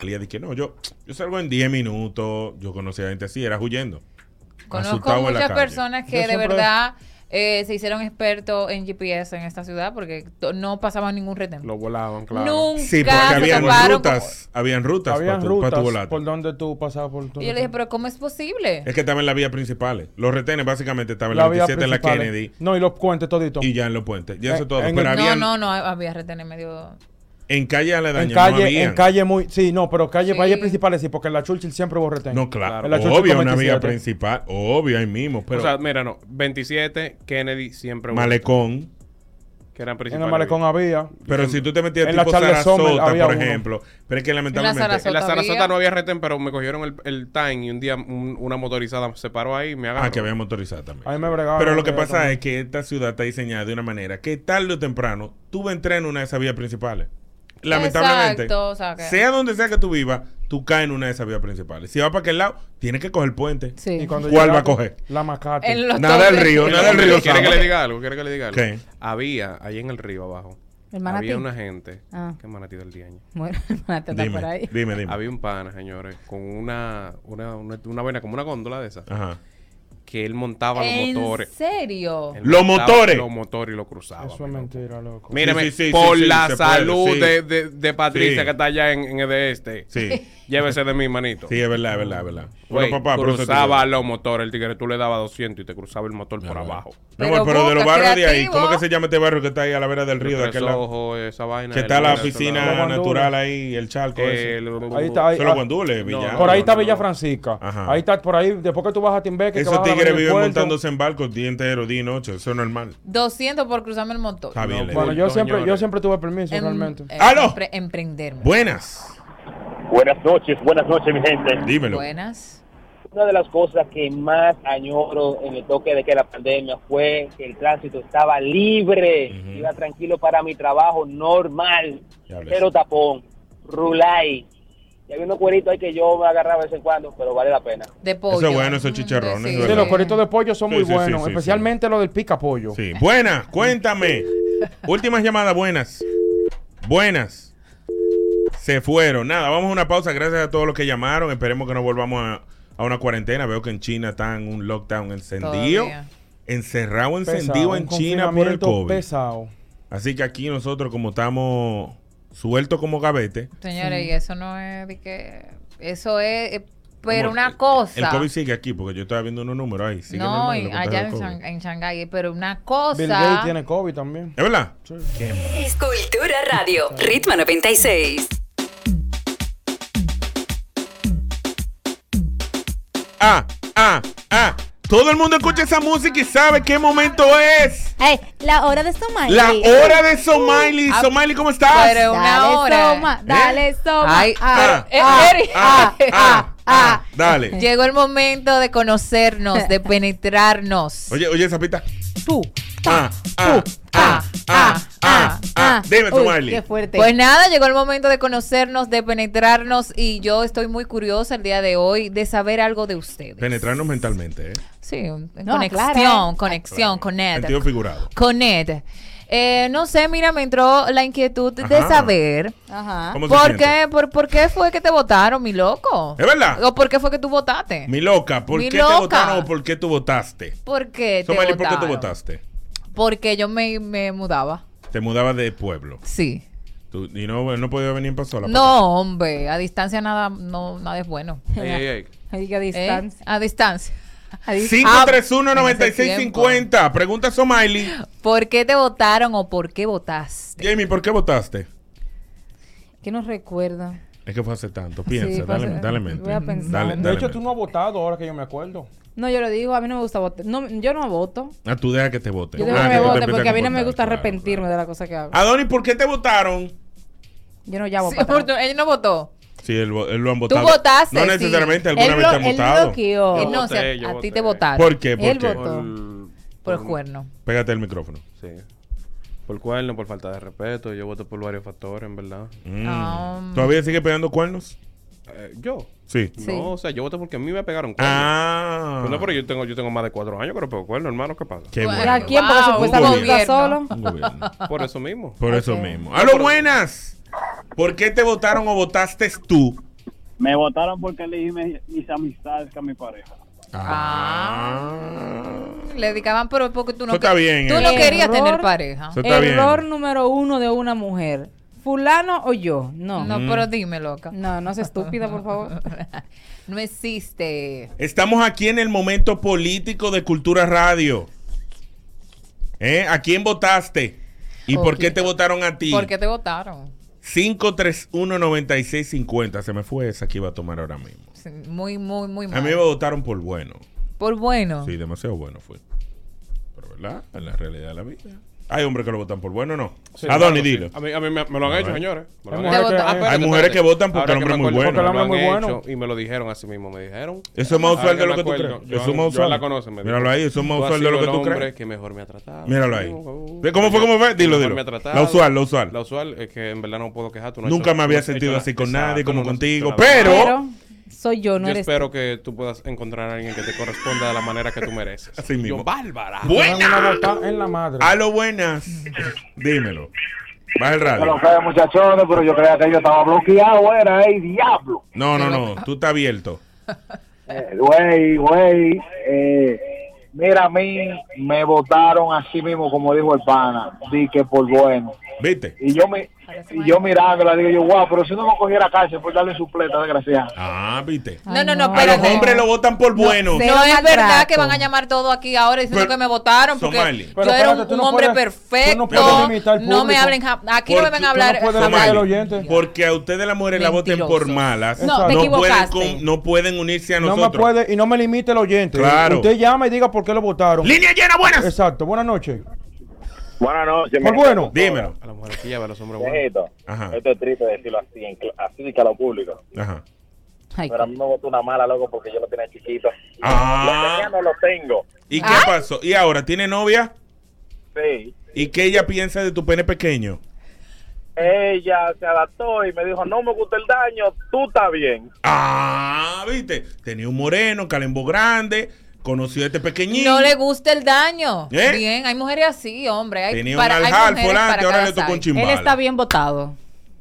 de que no, yo, yo salgo en 10 minutos. Yo conocí a gente así, era huyendo. Conozco Asustado en la muchas calle. personas que Yo de siempre- verdad eh, se hicieron expertos en GPS en esta ciudad porque to- no pasaban ningún retén. Lo volaban, claro. Nunca Sí, porque se habían toparon con- rutas. Habían rutas Habían para tu, pa' tu rutas volar. por donde tú pasabas por tu Y yo le dije, pero ¿cómo es posible? Es que estaban en las vías principales. Los retenes básicamente estaban en La la vía 27 en la principal, Kennedy. No, y los puentes todito. Y ya en los puentes. Ya eso Eh, todo. en Pero el- habían, No, no, había retenes medio... en calle aledaña En calle, no habían. en calle muy, sí, no, pero calle, calle principales sí, porque en la Churchill siempre hubo retén. No, claro. En la Churchill Obvio, con una vía 27. principal. Obvio, ahí mismo. Pero o sea, mira, no. 27, Kennedy siempre. hubo. malecón. Que eran En el principales. malecón había. Pero si tú te metías En la tipo Charles Sommer Sarasota, había por uno. ejemplo. Pero es que lamentablemente. En la Sarasota no había retén, pero me cogieron el, el time y un día un- una motorizada se paró ahí y me agarró. Ah, que había motorizada también. A mí me bregaba. Pero lo que me pasa bregaba. es que esta ciudad está diseñada de una manera que tarde o temprano tú vas a entrar en una de esas vías principales. Lamentablemente. Exacto, o sea que- Sea donde sea que tú vivas, tú caes en una de esas vías principales. Si vas para aquel lado, tienes que coger el puente. Sí. Y cuando ¿Cuál llega va a la- coger? La Macate. En los Nada del toques. río, nada del río. ¿Quiere que Samba. le diga algo? ¿Quiere que le diga algo? ¿Qué? Había, ahí en el río abajo. ¿El manatí? Había una gente. Ah. ¿Qué manatí del día? Bueno, el manatí está Dime, por ahí. dime, dime. Había un pana, señores, con una, una, una, una vaina, como una góndola de esas. Ajá. Que él montaba los ¿En motores. serio? Él Los montaba motores. Los motores y los cruzaba. Eso es mentira, loco. Míreme, Sí, sí, sí, por sí, sí, la se puede, salud sí. de, de, de Patricia Sí. que está allá en, en el de este. Sí. Llévese de mi manito. Sí, es verdad, es verdad, es verdad. Güey, Bueno, papá, por eso te cruzaba digo. los motores, el tigre. Tú le dabas 200 y te cruzaba el motor por abajo. Mi amor, pero de los barrios de ahí, ¿cómo es que se llama este barrio que está ahí a la vera del río de Tres aquel lado? Ojos, esa vaina, que el está la lugar, ese lado. piscina natural ahí, el charco ese. El- Ahí está, ahí, Son los ah, guandules, no, Villa. Por ahí está Villa Francisca. Ahí está, por ahí, después que tú vas a Timbeque. que Ah. vas Esos a la tigres Avenida viven Puerto. montándose en barcos día entero, día y noche. Eso es normal. 200 por cruzarme el motor. Está bien, Bueno, yo Bulto, siempre, yo señores. siempre tuve permiso, Em- realmente. ¡Ah, em- empre- emprenderme. Buenas. Buenas noches, buenas noches, mi gente. Dímelo. Buenas. Una de las cosas que más añoro en el toque de que la pandemia fue que el tránsito estaba libre. Iba tranquilo para mi trabajo normal. Cero tapón. Rulay. Y había unos cueritos ahí que yo me agarraba de vez en cuando, pero vale la pena. De Eso es bueno, esos chicharrones. Sí, es verdad. los cueritos de pollo son Sí, muy sí, sí, buenos, sí, sí. especialmente los del pica pollo. Sí. Buenas, cuéntame. Últimas llamadas, buenas. Buenas. Se fueron. Nada, vamos a una pausa. Gracias a todos los que llamaron. Esperemos que no volvamos a, a una cuarentena. Veo que en China están en un lockdown encendido. Todavía. Encerrado, Pesado, encendido en un China por el confinamiento COVID. pesado. Así que aquí nosotros, como estamos sueltos como gavete, Señores, y eso no es de que... Eso es eh, Pero Amor, una El cosa. COVID sigue aquí porque yo estaba viendo unos números ahí. Sigue no, normal, en- los contagios allá de en, COVID. Shang- en Shanghái. Pero una Bill Gates cosa. tiene COVID también. ¿Es verdad? Cultura Radio, Ritmo 96. Ah, ah, ah. Todo el mundo escucha esa música y sabe qué momento es. Ay, la hora de Somali. La hora Uh, de Somaili. ah, Somaili, ¿cómo estás? Pero una Dale, hora. Soma, dale, Soma. Ay, ¿Eh? Ah, pero- ah, eh, Eri- ah, ah, ah. Dale. Llegó el momento de conocernos, de penetrarnos. Oye, oye, Zapita. Tú. Ah, ah, ah, ah, ah, ah. Dime, Uy, Somaili. qué fuerte. Pues nada, llegó el momento de conocernos, de penetrarnos y yo estoy muy curiosa el día de hoy de saber algo de ustedes. Penetrarnos mentalmente, ¿eh? Sí, un- No, conexión, claro, ¿eh? conexión, connect. Sentido figurado. Connect. Eh, no sé, mira, me entró la inquietud de Ajá. saber Ajá. ¿Cómo se por siente? qué, por, por qué fue que te votaron, mi loco. ¿Es verdad? ¿O por qué fue que tú votaste? Mi loca, ¿por Mi qué loca. te votaron o por qué tú votaste? ¿Por qué te Somaili, ¿por qué tú votaron? votaste? Porque yo me, me mudaba. Te mudabas de pueblo. Sí. Tú- y no, no podías venir para sola. No, hombre, a distancia nada, no, nada es bueno. ¿Eh? Diga distancia. A distancia. Ah, en ese 531-9650. Pregunta a Somaili. tiempo. ¿Por qué te votaron o por qué votaste? Jamie, ¿por qué votaste? ¿Qué nos recuerda? Es que fue hace tanto. Piensa, Sí, fue dale, hace- dale mente. voy a pensar. Dale, De dale De hecho, mente. tú no has votado ahora que yo me acuerdo. No, yo lo digo, a mí no me gusta votar. No, yo no voto. Ah, tú deja que te voten. Yo dejo que me vote porque a mí no me gusta arrepentirme de la cosa que hago. Adonis, ¿por qué te votaron? Yo no llamo Sí, para por tu- él no votó. Sí, él, vo- él lo han Tú votado. votaste. No sí. necesariamente alguna vez te han votado. Él no, o sea, voté, yo a ti voté. te votaron. ¿Por qué? ¿Por él qué? votó. Por el cuerno. Pégate el micrófono. Sí. Por cuerno, por falta de respeto. Yo voto por varios factores, en verdad. Mm. Ah, Um, um, ¿Todavía sigue pegando cuernos? Eh, ¿Yo? Sí. Sí. No, o sea, yo voté porque a mí me pegaron cuernos. Ah. Pero no, pero yo tengo, yo tengo más de cuatro años que no pego cuernos, hermano. ¿Qué pasa? Qué bueno. ¿A quién? Porque Wow. supuestamente Un está solo. gobierno. Por eso mismo. Por eso mismo. ¡Aló, buenas! ¿Por qué te votaron o votaste tú? Me votaron porque elegí mi- mis amistades con mi pareja. Ah. Le dedicaban, pero porque tú no, Eso está que- bien, tú eh. no querías Error. tener pareja. Eso está bien. Error número uno de una mujer. ¿Fulano o yo? No. No, Mm. pero dime, loca. No, no seas estúpida, por favor. No existe. Estamos aquí en el momento político de Cultura Radio. ¿Eh? ¿A quién votaste? ¿Y por qué te votaron a ti? ¿Por qué te votaron? 531-9650. Se me fue esa que iba a tomar ahora mismo. Sí, Muy, muy, muy mal. A mí me votaron por bueno. Ah. Por bueno. Sí, demasiado bueno fue. Pero, ¿verdad? En la realidad de la vida. Hay hombres que lo votan por bueno, ¿no. Sí, Adonis, claro, sí. dilo. A mí, a mí me, me lo han hecho, señores. Me lo Hay han mujeres hecho. que- Ah, espérate, hay mujeres que espérate. votan porque Ahora el que hombre es me muy acuerdo, bueno. Porque el me lo hombre es han muy hecho Y me lo dijeron así mismo, me dijeron. Eso es más Ahora usual de me lo que tú acuerdo, crees. yo- Eso es más usual. Yo la conozco. me Míralo ahí, eso es más Tú has usual de lo sido que tú el hombre crees. que mejor me ha tratado. Míralo ahí. Uh, Ve, ¿Cómo fue? ¿Cómo fue? Dilo, Mejor dilo. me ha tratado. La usual, la usual. La usual es que en verdad no puedo quejar. tú no has Nunca hecho- me había no has hecho sentido nada. así con nadie Exacto, como no has contigo, hecho nada. pero- Pero soy yo, no Yo eres espero que tú puedas encontrar a alguien que te corresponda de la manera que tú mereces. Así mismo. Bárbara. Buena. Una votada en la madre. A lo buenas. Dímelo. Baja el radio. muchachones, pero yo creía que yo estaba bloqueado, era, ey, diablo. No, no, no. Tú estás abierto. Eh, Güey, güey, eh, mira, a mí me votaron así mismo, como dijo el pana, di que por bueno. ¿Viste? Y yo, mi- y yo mirándola, digo yo, wow, pero si no me cogiera cárcel por darle su pleta, desgraciado. Ah, viste. No, no, no, A los espérate. hombres lo votan por bueno. No es verdad que van a llamar todo aquí ahora diciendo Pero- que me votaron porque Somali. yo Pero era un, espérate, tú un no hombre puedes- perfecto. tú No, no puedes limitar al me público. hablen, ja- aquí no me Porque- vengan a hablar. Somali, Somali. Porque a ustedes las mujeres la voten por malas. No, te pueden, equivocaste. con- no pueden unirse a No nosotros. me puede y no me limite el oyente. Claro. Usted llama y diga por qué lo votaron. Línea llena, buenas. Exacto, buenas noches. Buenas noches. Muy bueno. Dímelo. A las mujeres que lleva, a los hombres Viejito, Ajá. Esto es triste decirlo así, en cl- así de que a lo público. Ajá. Pero a mí me votó una mala, loco, porque yo lo tenía chiquito. Ah. Lo tenía, no lo tengo. ¿Y Ah. qué pasó? ¿Y ahora tiene novia? Sí. ¿Y qué ella piensa de tu pene pequeño? Ella se adaptó y me dijo, no me gusta el daño, tú estás bien. Ah, viste. Tenía un moreno, calembo grande. Conoció a este pequeñito. No le gusta el daño. ¿Eh? Bien, hay mujeres así, hombre. Hay, Tenía para, un hay aljal mujeres volante, para ahora cada le tocó un size. chimbal. Él está bien votado.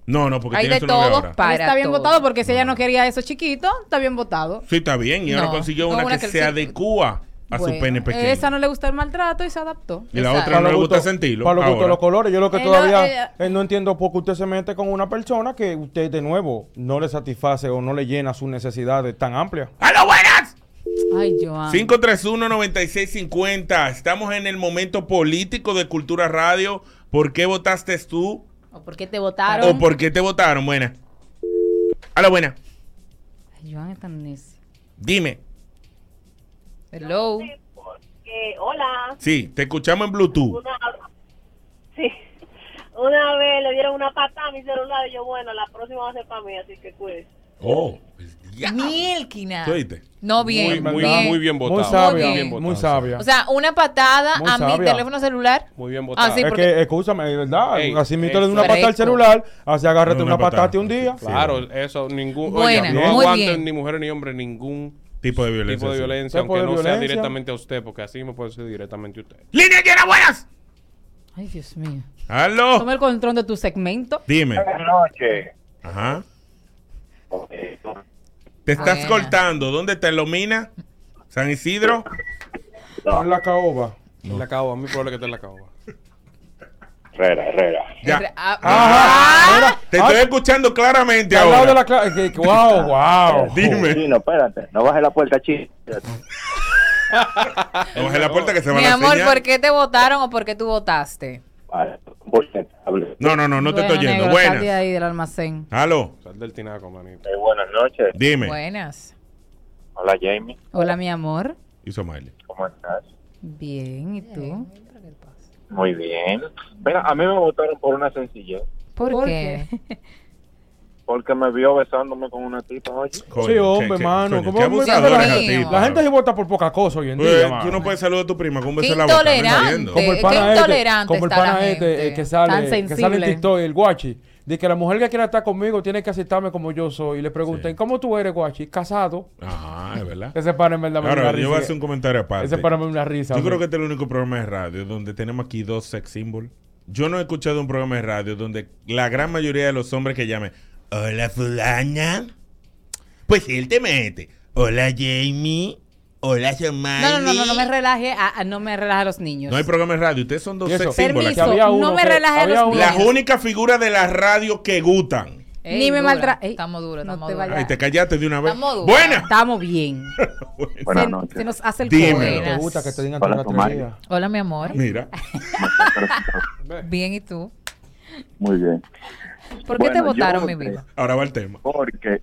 No, no, porque Hay tiene de su novia todo ahora. para está bien todo. votado porque si ella no quería eso chiquito, está bien votado. Sí, está bien. Y ahora No, consiguió no, una una que que se sí. adecua a su Bueno, pene pequeño. Esa no le gusta el maltrato y se adaptó. Y la otra no Para le los gusta gustos- sentirlo. Para los gustos ahora. de los colores. Yo lo que Eh, no, todavía eh, eh, no, entiendo por qué usted se mete con una persona que usted, de nuevo, no le satisface o no le llena sus necesidades tan amplias. Ay, Ah. Joan. 531-9650. Estamos en el momento político de Cultura Radio. ¿Por qué votaste tú? ¿O por qué te votaron? ¿O por qué te votaron? Buena. A la buena. Ay, Joan es tan necio. Dime. Hello. Eh, hola. Sí, te escuchamos en Bluetooth. Una, sí. Una vez le dieron una patada a mi celular y yo, bueno, la próxima va a ser para mí, así que cuídese. Oh. Mielquina. ¿Tú oíste? Ah. No, bien. Muy, muy, bien. muy bien votado. Muy sabia, Muy bien votado. muy sabia. O sea, una patada Muy a mi sabia. teléfono celular. Muy bien votado. Ah, sí, es porque- que, escúchame, de verdad. Ey, así mismo ey, le da una fresco. patada al celular, así agárrate Una una, patada. patada un día. Claro, eso, ningún. Buena, oiga, no muy aguanten bien. ni mujer ni hombre ningún Tipo de violencia, Tipo de sí. violencia, Tipo aunque de no sea violencia. directamente a usted, porque así me puede ser directamente a usted. ¡Línea llena, buenas! Ay, Dios mío. ¡Aló! Toma el control de tu segmento. Dime. noches. Ajá. Te Buena. estás cortando. ¿Dónde te ilumina? ¿San Isidro? En la caoba. En la caoba, a mí probable que esté en la caoba. Herrera, Herrera. Ya. Ah, Te estoy escuchando claramente Ah. Al lado de ahora. la cla- que- que- wow, wow. Dime. Chino, espérate. No bajes la puerta, chino. No bajes la puerta que se van Mi a amor, enseñar. ¿por qué te votaron o por qué tú votaste? No, no, no, no te Bueno, estoy oyendo. negro, Buenas. sal de ahí del almacén. Aló. Sal del tinaco, manito. Eh, buenas noches. Dime. Buenas. Hola, Jamie. Hola, mi amor. Y Somalia. ¿Cómo estás? Bien, ¿y tú? Muy bien. pues. Mira, a mí me votaron por una sencillez. ¿Por, qué? Porque me vio besándome con una tipa, oye. Sí, hombre, mano. ¿cómo qué vamos a- abusadora la, es la gente- tipa. la gente se vota por poca cosa hoy en Eh, día, tú mano. no puedes saludar a tu prima con un Qué beso en la boca. me está intolerante. viendo. Como el Qué pana este, intolerante como el está la pana este, eh, gente. que Tan sale, que sale en sensible. TikTok, el guachi, de que la mujer que quiera estar conmigo tiene que aceptarme como yo soy. Y le pregunten, ¿cómo tú eres, guachi? ¿Casado? Ajá, es verdad. Ese pana en verdad me da una Ahora, yo risa voy a que- hacer un comentario aparte. Ese pana me da una risa. Yo hombre. creo que este es el único programa de radio donde tenemos aquí dos sex symbols. Yo no he escuchado un programa de radio donde la gran mayoría de los hombres que llamen, hola fulana, pues él te mete. Hola Jamie, hola Somali. No, no, no, no, no me relaje, a, a- no me relaje a los niños. No hay programa de radio, ustedes son dos Y eso, sex symbols. permiso, Que había no uno me que- relaje a había los uno- Las niños. únicas figuras de la radio que gustan. Ey, Ni me dura. maltra... Ey, Estamos duros, no estamos te duros. vayas. Ay, te callaste de una vez. Estamos duros. Buena. Estamos bien. Buenas se, noches. se nos hace el Dímelo. coro. ¿Te gusta que te digan Hola, tu Tomás. atrevido? Hola, mi amor. Mira. Bien, ¿y tú? Muy bien. ¿Por qué te Bueno, yo votaron, mi voté vida? Ahora va el tema. Porque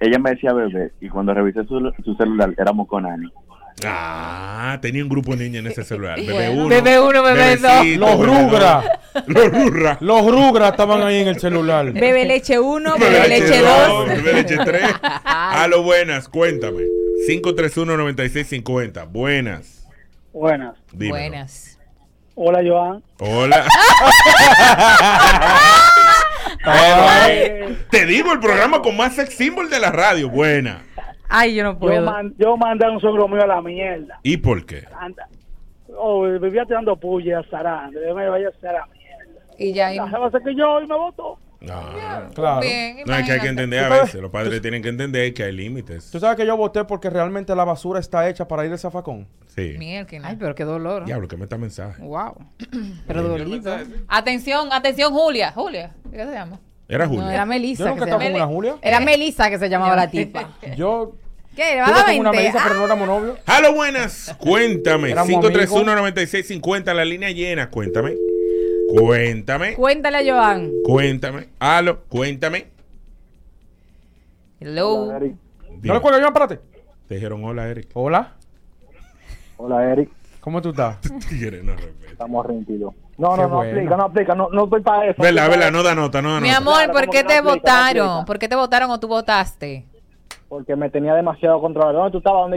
ella me decía bebé y cuando revisé su, su celular éramos con Ani. Ah, tenía un grupo de niñas en ese celular. Bebé Bueno. uno. Bebé uno, bebé dos. bebecito, Los bebé dos. rugras. Los rugras. Los rugras estaban ahí en el celular. Bebe leche 1, bebe leche dos, 2. bebé leche tres. A lo buenas, cuéntame. 531-9650. Buenas. Buenas. Dímelo. Buenas. Hola, Joan. Hola. Bueno, eh, te digo el programa con más sex symbol de la radio. Buena. Ay, yo no Yo, puedo. man- yo mandé a un suegro mío a la mierda. ¿Y por qué? Anda. Oh, vivía tirando puya a Sarán. Yo me vaya a hacer a la mierda. Y ya. La jeva se que yo hoy me votó. Ah, Claro. no, es que hay que entender a Tú sabes- veces. Los padres tienen que entender que hay límites. Tú sabes que yo voté porque realmente la basura está hecha para ir al zafacón. Sí. Ay, pero qué dolor. Diablo, que me está mensaje. Wow. Pero dolido. Atención, atención, Julia. Julia, ¿qué se llama? Era Julia. No, era Melissa. Yo que nunca se estaba con llamaba. una Julia. Era Melissa que se llamaba la tipa. Yo ¿Qué? ¿Le va a tuve dar con una 20? Melissa, pero no éramos novios. Halo, buenas. Cuéntame. Éramos 531-9650, la línea llena. Cuéntame. Cuéntame. Cuéntale a Joan. Cuéntame. Halo, cuéntame. Hello. No le cuelgo, Joan, párate. Te dijeron hola, Eric. Hola. Hola, Eric. ¿Cómo tú estás? Tigre, no respeta. Estamos rendidos. No, Qué no, no bueno. aplica, no aplica. No, no estoy para eso. Vela, Estoy pa' vela, eso. no da nota, no da Mi nota. amor, Claro, ¿por como qué que no te aplica, no votaron? aplica. ¿Por qué te votaron o tú votaste? Porque me tenía demasiado controlado. ¿Dónde tú estabas? ¿Dónde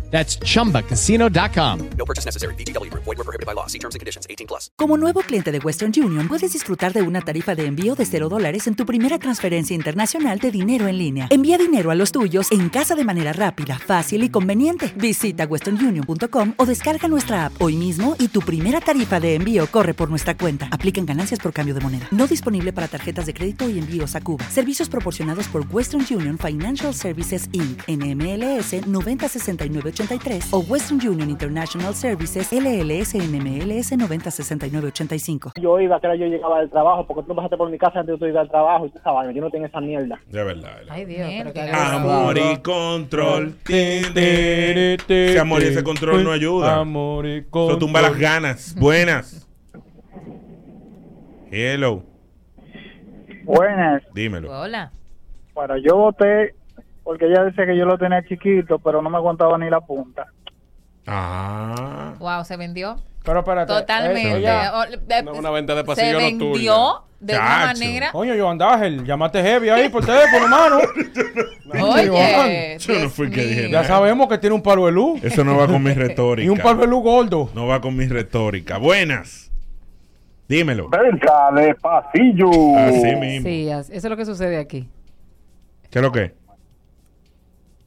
That's chumbacasino.com. No purchase necessary. VGW Group. Void were prohibited by law. See terms and conditions. 18 plus. Como nuevo cliente de Western Union, puedes disfrutar de una tarifa de envío de 0 dólares en tu primera transferencia internacional de dinero en línea. Envía dinero a los tuyos en casa de manera rápida, fácil y conveniente. Visita westernunion.com o descarga nuestra app hoy mismo y tu primera tarifa de envío corre por nuestra cuenta. Aplican ganancias por cambio de moneda. No disponible para tarjetas de crédito y envíos a Cuba. Servicios proporcionados por Western Union Financial Services Inc. NMLS 906983 o Western Union International Services LLS NMLS 906985. Yo iba, creo yo llegaba del trabajo, porque tú no pasaste por mi casa antes de tú ir al trabajo y tú sabes, yo no tengo esa mierda. De verdad. Ay, Dios. pero qué Amor y control. Si amor y ese control no ayuda. Amor y Eso tumba las ganas. Buenas. Hello. Buenas. Dímelo. Hola. Bueno, yo voté porque ella dice que yo lo tenía chiquito, pero no me contaba ni la punta. Ah. Eh, Wow, se vendió. Pero espérate. Totalmente. Ella- O- de- No, una venta de se pasillo vendió nocturna. de una manera. Coño, yo andaba, llámate heavy ahí por teléfono, mano. Oye, Joan. Yo no fui que dije Ya nada. sabemos que tiene un palo de luz. Eso no va con mi retórica. Y un palo de luz gordo. No va con mi retórica. Buenas. Dímelo. Cerca de pasillo. Así mismo. Sí, as- eso es lo que sucede aquí. ¿Qué es lo que?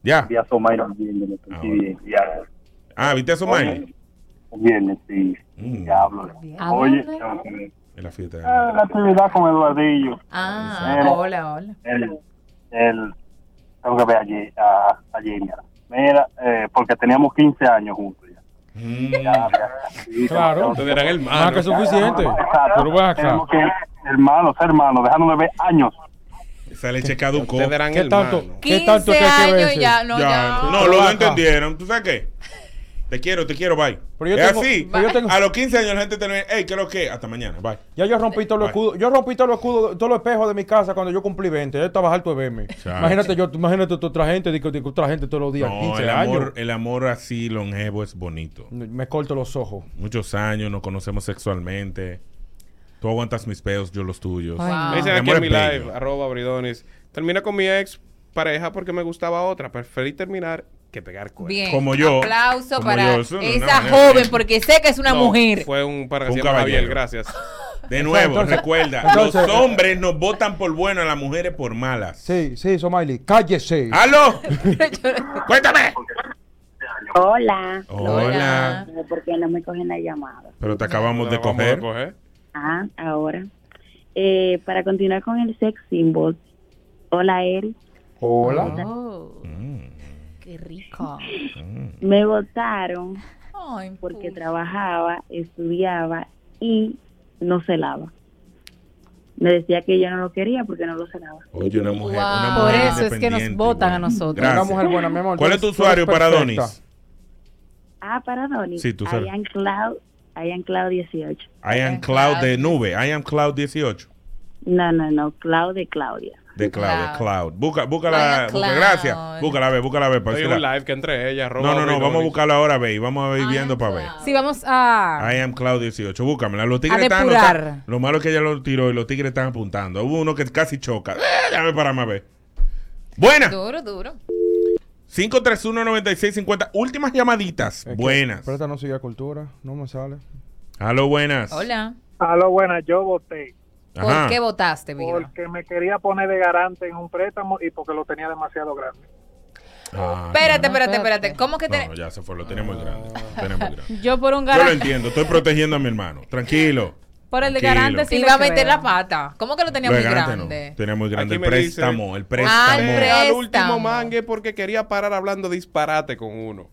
Ya. Ya asomaron bien, bien, ya. Ah, ¿viste a Somalia? Oye, Viernes, sí. Diablo. ¿A Oye, dónde? Mm. En la fiesta. ah, la actividad con Eduardillo. Ah, Mira, hola, hola. El, el- tengo que ver allí, a, a Jenny. Mira, eh, porque teníamos 15 años juntos ya. Mm. Ya, ya, sí, Claro. tenemos- Ustedes eran hermanos. Más que suficiente. Exacto. Pero ven acá. Tenemos que, hermanos, hermanos, dejándonos de ver años. Esa leche caducó. ¿Qué tanto? ¿Qué 15 tanto que hay que años verse? ya, no, ya. No, lo entendieron. ¿Tú sabes qué? Te quiero, te quiero, bye. yo es tengo- así. pero yo tengo- A los 15 años la gente te hey, ¿qué es lo que? Hasta mañana, bye. Ya yo rompí todos los escudos, yo rompí todos los escudos, todos los espejos de mi casa cuando yo cumplí 20. Yo estaba harto de verme. Imagínate yo, imagínate tú, otra gente, digo, digo, otra gente todos los días, No, 15 el amor, años. el amor así longevo es bonito. Me corto los ojos. Muchos años, nos conocemos sexualmente. Tú aguantas mis pedos, yo los tuyos. Ay, no. Me dicen El aquí amor en mi es bello. live, arroba bridones. Termina con mi ex pareja porque me gustaba otra. Preferí terminar que pegar cuernos. Bien. Como yo. Aplauso Como para yo, eso no es esa una manera. joven, porque sé que es una No, mujer. Fue un para Fue un siempre, Javier, caballero. gracias. De nuevo, Entonces- recuerda, entonces- los hombres nos votan por buenas, las mujeres por malas. Sí, sí, Somaili, cállese. ¡Aló! ¡Cuéntame! Hola. Hola. ¿Por qué no me cogen la llamada? Pero te acabamos de coger. Ah, ahora. Eh, para continuar con el sex symbol. Hola, Eri. Hola. Oh. Mm. Qué rico. Mm. Me votaron porque trabajaba, estudiaba y no celaba. Me decía que yo no lo quería porque no lo celaba. Oye, una mujer, una Por mujer eso es que nos independiente, votan a güey. nosotros. Gracias. Una mujer buena, mi amor, ¿Cuál tú es tu eres- tú usuario eres para perfecta. Donis? Ah, para Donny. Sí, tú celas. I am Cloud, I am Cloud 18. I am Cloud de nube. I am Cloud 18. No, no, no. Cloud de Claudia. De Cloud, Cloud. de Cloud. Busca, I búscala, am busca- Cloud. gracias. Búscala, ve, búscala, ve. para Hay decirla. un live que entre ella, arroba No, no, no, Bridones. vamos a buscarlo ahora, ve. y Vamos Ah, a ir viendo para ver. Sí, vamos a. I am Cloud 18, búscamela. Los tigres están. Lo, depurar. lo malo es que ella lo tiró y los tigres están apuntando. Hubo uno que casi choca. Eh, déjame pararme a ver. Buena. Duro, duro. 531-9650. Últimas llamaditas. Es que- buenas. Pero esta no sigue cultura, no me sale. Aló, buenas. Hola. Aló, buenas, yo voté. ¿Por Ajá. qué votaste, Viro? Porque me quería poner de garante en un préstamo y porque lo tenía demasiado grande. Ah, Espérate, espérate, espérate. ¿Cómo que tenés? No, ya se fue, lo tenemos grande. lo tenemos grande. Yo por Ah. un Yo lo garante. entiendo, estoy protegiendo a mi hermano. Tranquilo. Por el de Tranquilo. garante sí Iba a lo meter creo. la pata. ¿Cómo que lo tenía Lo muy de garante no. grande? Tenía muy grande Aquí el me dice- préstamo. el préstamo. Ah, el Era el último préstamo. mangue porque quería parar hablando disparate con uno.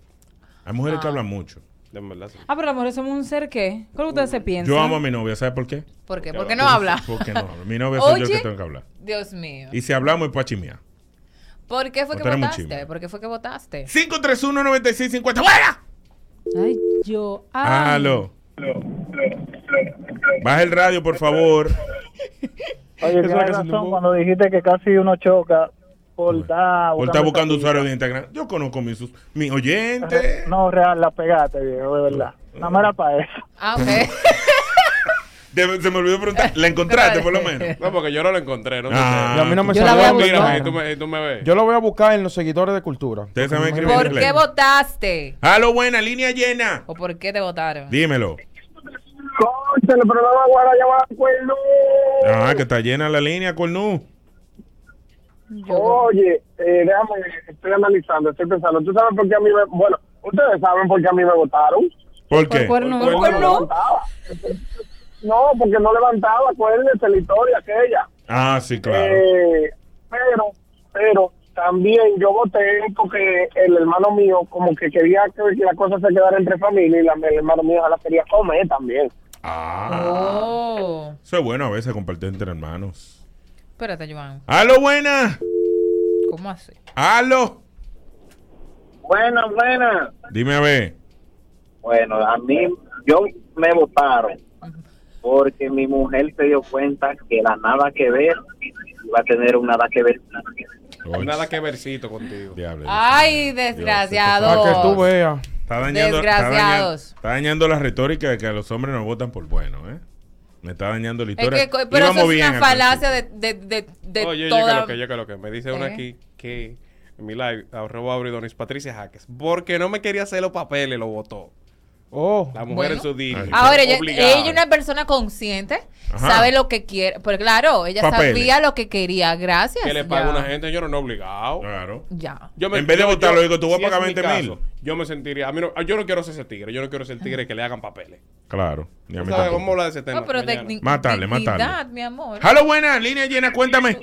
Hay mujeres que hablan mucho. En verdad, sí. Ah, pero las mujeres somos un ser qué. ¿Cómo ustedes se piensan? Yo amo a mi novia, ¿sabes por qué? ¿Por qué? Porque ¿Por qué no habla? Porque no habla. Mi novia soy yo Oye. que tengo que hablar. Dios mío. Y si hablamos es para chimear. ¿Por qué fue que Votar es muy votaste? chisme. ¿Por qué fue que votaste? 531-9650. ¡Buena! Ay, yo. amo. Aló. Baja el radio, por favor. Oye, Eso tienes es lo que se nos razón cuando dijiste que casi uno choca por estar Por estar buscando usuarios de Instagram. Yo conozco mis, sus- mis oyentes. No, real, la pegaste, viejo, de verdad. No me era para eso. Ah, ok. Te- se me olvidó preguntar. ¿La encontraste por lo menos? No, porque yo no lo encontré. No sé. Ah. Y a mí no me Yo la salió. voy a Mírame, buscar. tú me- tú me ves. Yo lo voy a buscar en los seguidores de cultura. Ustedes saben escribir ¿Por qué votaste? Halo, buena, línea llena. ¿O por qué te votaron? Dímelo. Concha, el programa Guara ya va a cuerno. Ah, que está llena la línea, Cornú. Oye, eh, déjame, estoy analizando, estoy pensando. ¿Tú sabes por qué a mí me... Bueno, ustedes saben por qué a mí me votaron. ¿Por qué? Porque no levantaba. No, porque no levantaba, acuérdense la historia aquella. Ah, sí, claro. Oh. Eh, pero, pero también yo voté porque el hermano mío como que quería que la cosa se quedara entre familia y la- el hermano mío la quería comer también. Ah. Eso es bueno a veces compartir entre hermanos. Espérate, Joan. ¡Halo, buena! ¿Cómo así? ¡Halo! Buena, buena. Dime a ver. Bueno, a mí, yo me votaron porque mi mujer se dio cuenta que la nada que ver iba a tener un nada que ver. Nada que vercito contigo. Ay, desgraciado. veas. Está dañando, está dañando- Desgraciados. Está dañando, la retórica de que a los hombres nos votan por bueno, ¿eh? Me está dañando la Es historia. que, co- pero Íbamos eso es bien una al falacia de, de, de, de Oye, yo que toda... lo que, yo que lo que. Me dice una ¿Eh? aquí que en mi live, arroba Abridonis Patricia Jaques, porque no me quería hacer los papeles, lo votó. Oh. La mujer Bueno. en su día. Ah, Ahora, ella, ella es una persona consciente, Ajá. sabe lo que quiere. Pero claro, ella Papeles. sabía lo que quería. Gracias. Que le paga ya. una gente, yo no, no obligado. Claro. Ya. En vez de votarlo, digo, tú vas a pagar 20.000. Yo me sentiría. A mí no, yo no quiero ser ese tigre. Yo no quiero ser el tigre que le hagan papeles. Claro. Ni a ¿Tú mí sabes tampoco. cómo hablar de ese tema? No, pero mañana? de- Mátale, dignidad, mátale. mi amor. ¡Halo, buena! Línea llena, cuéntame.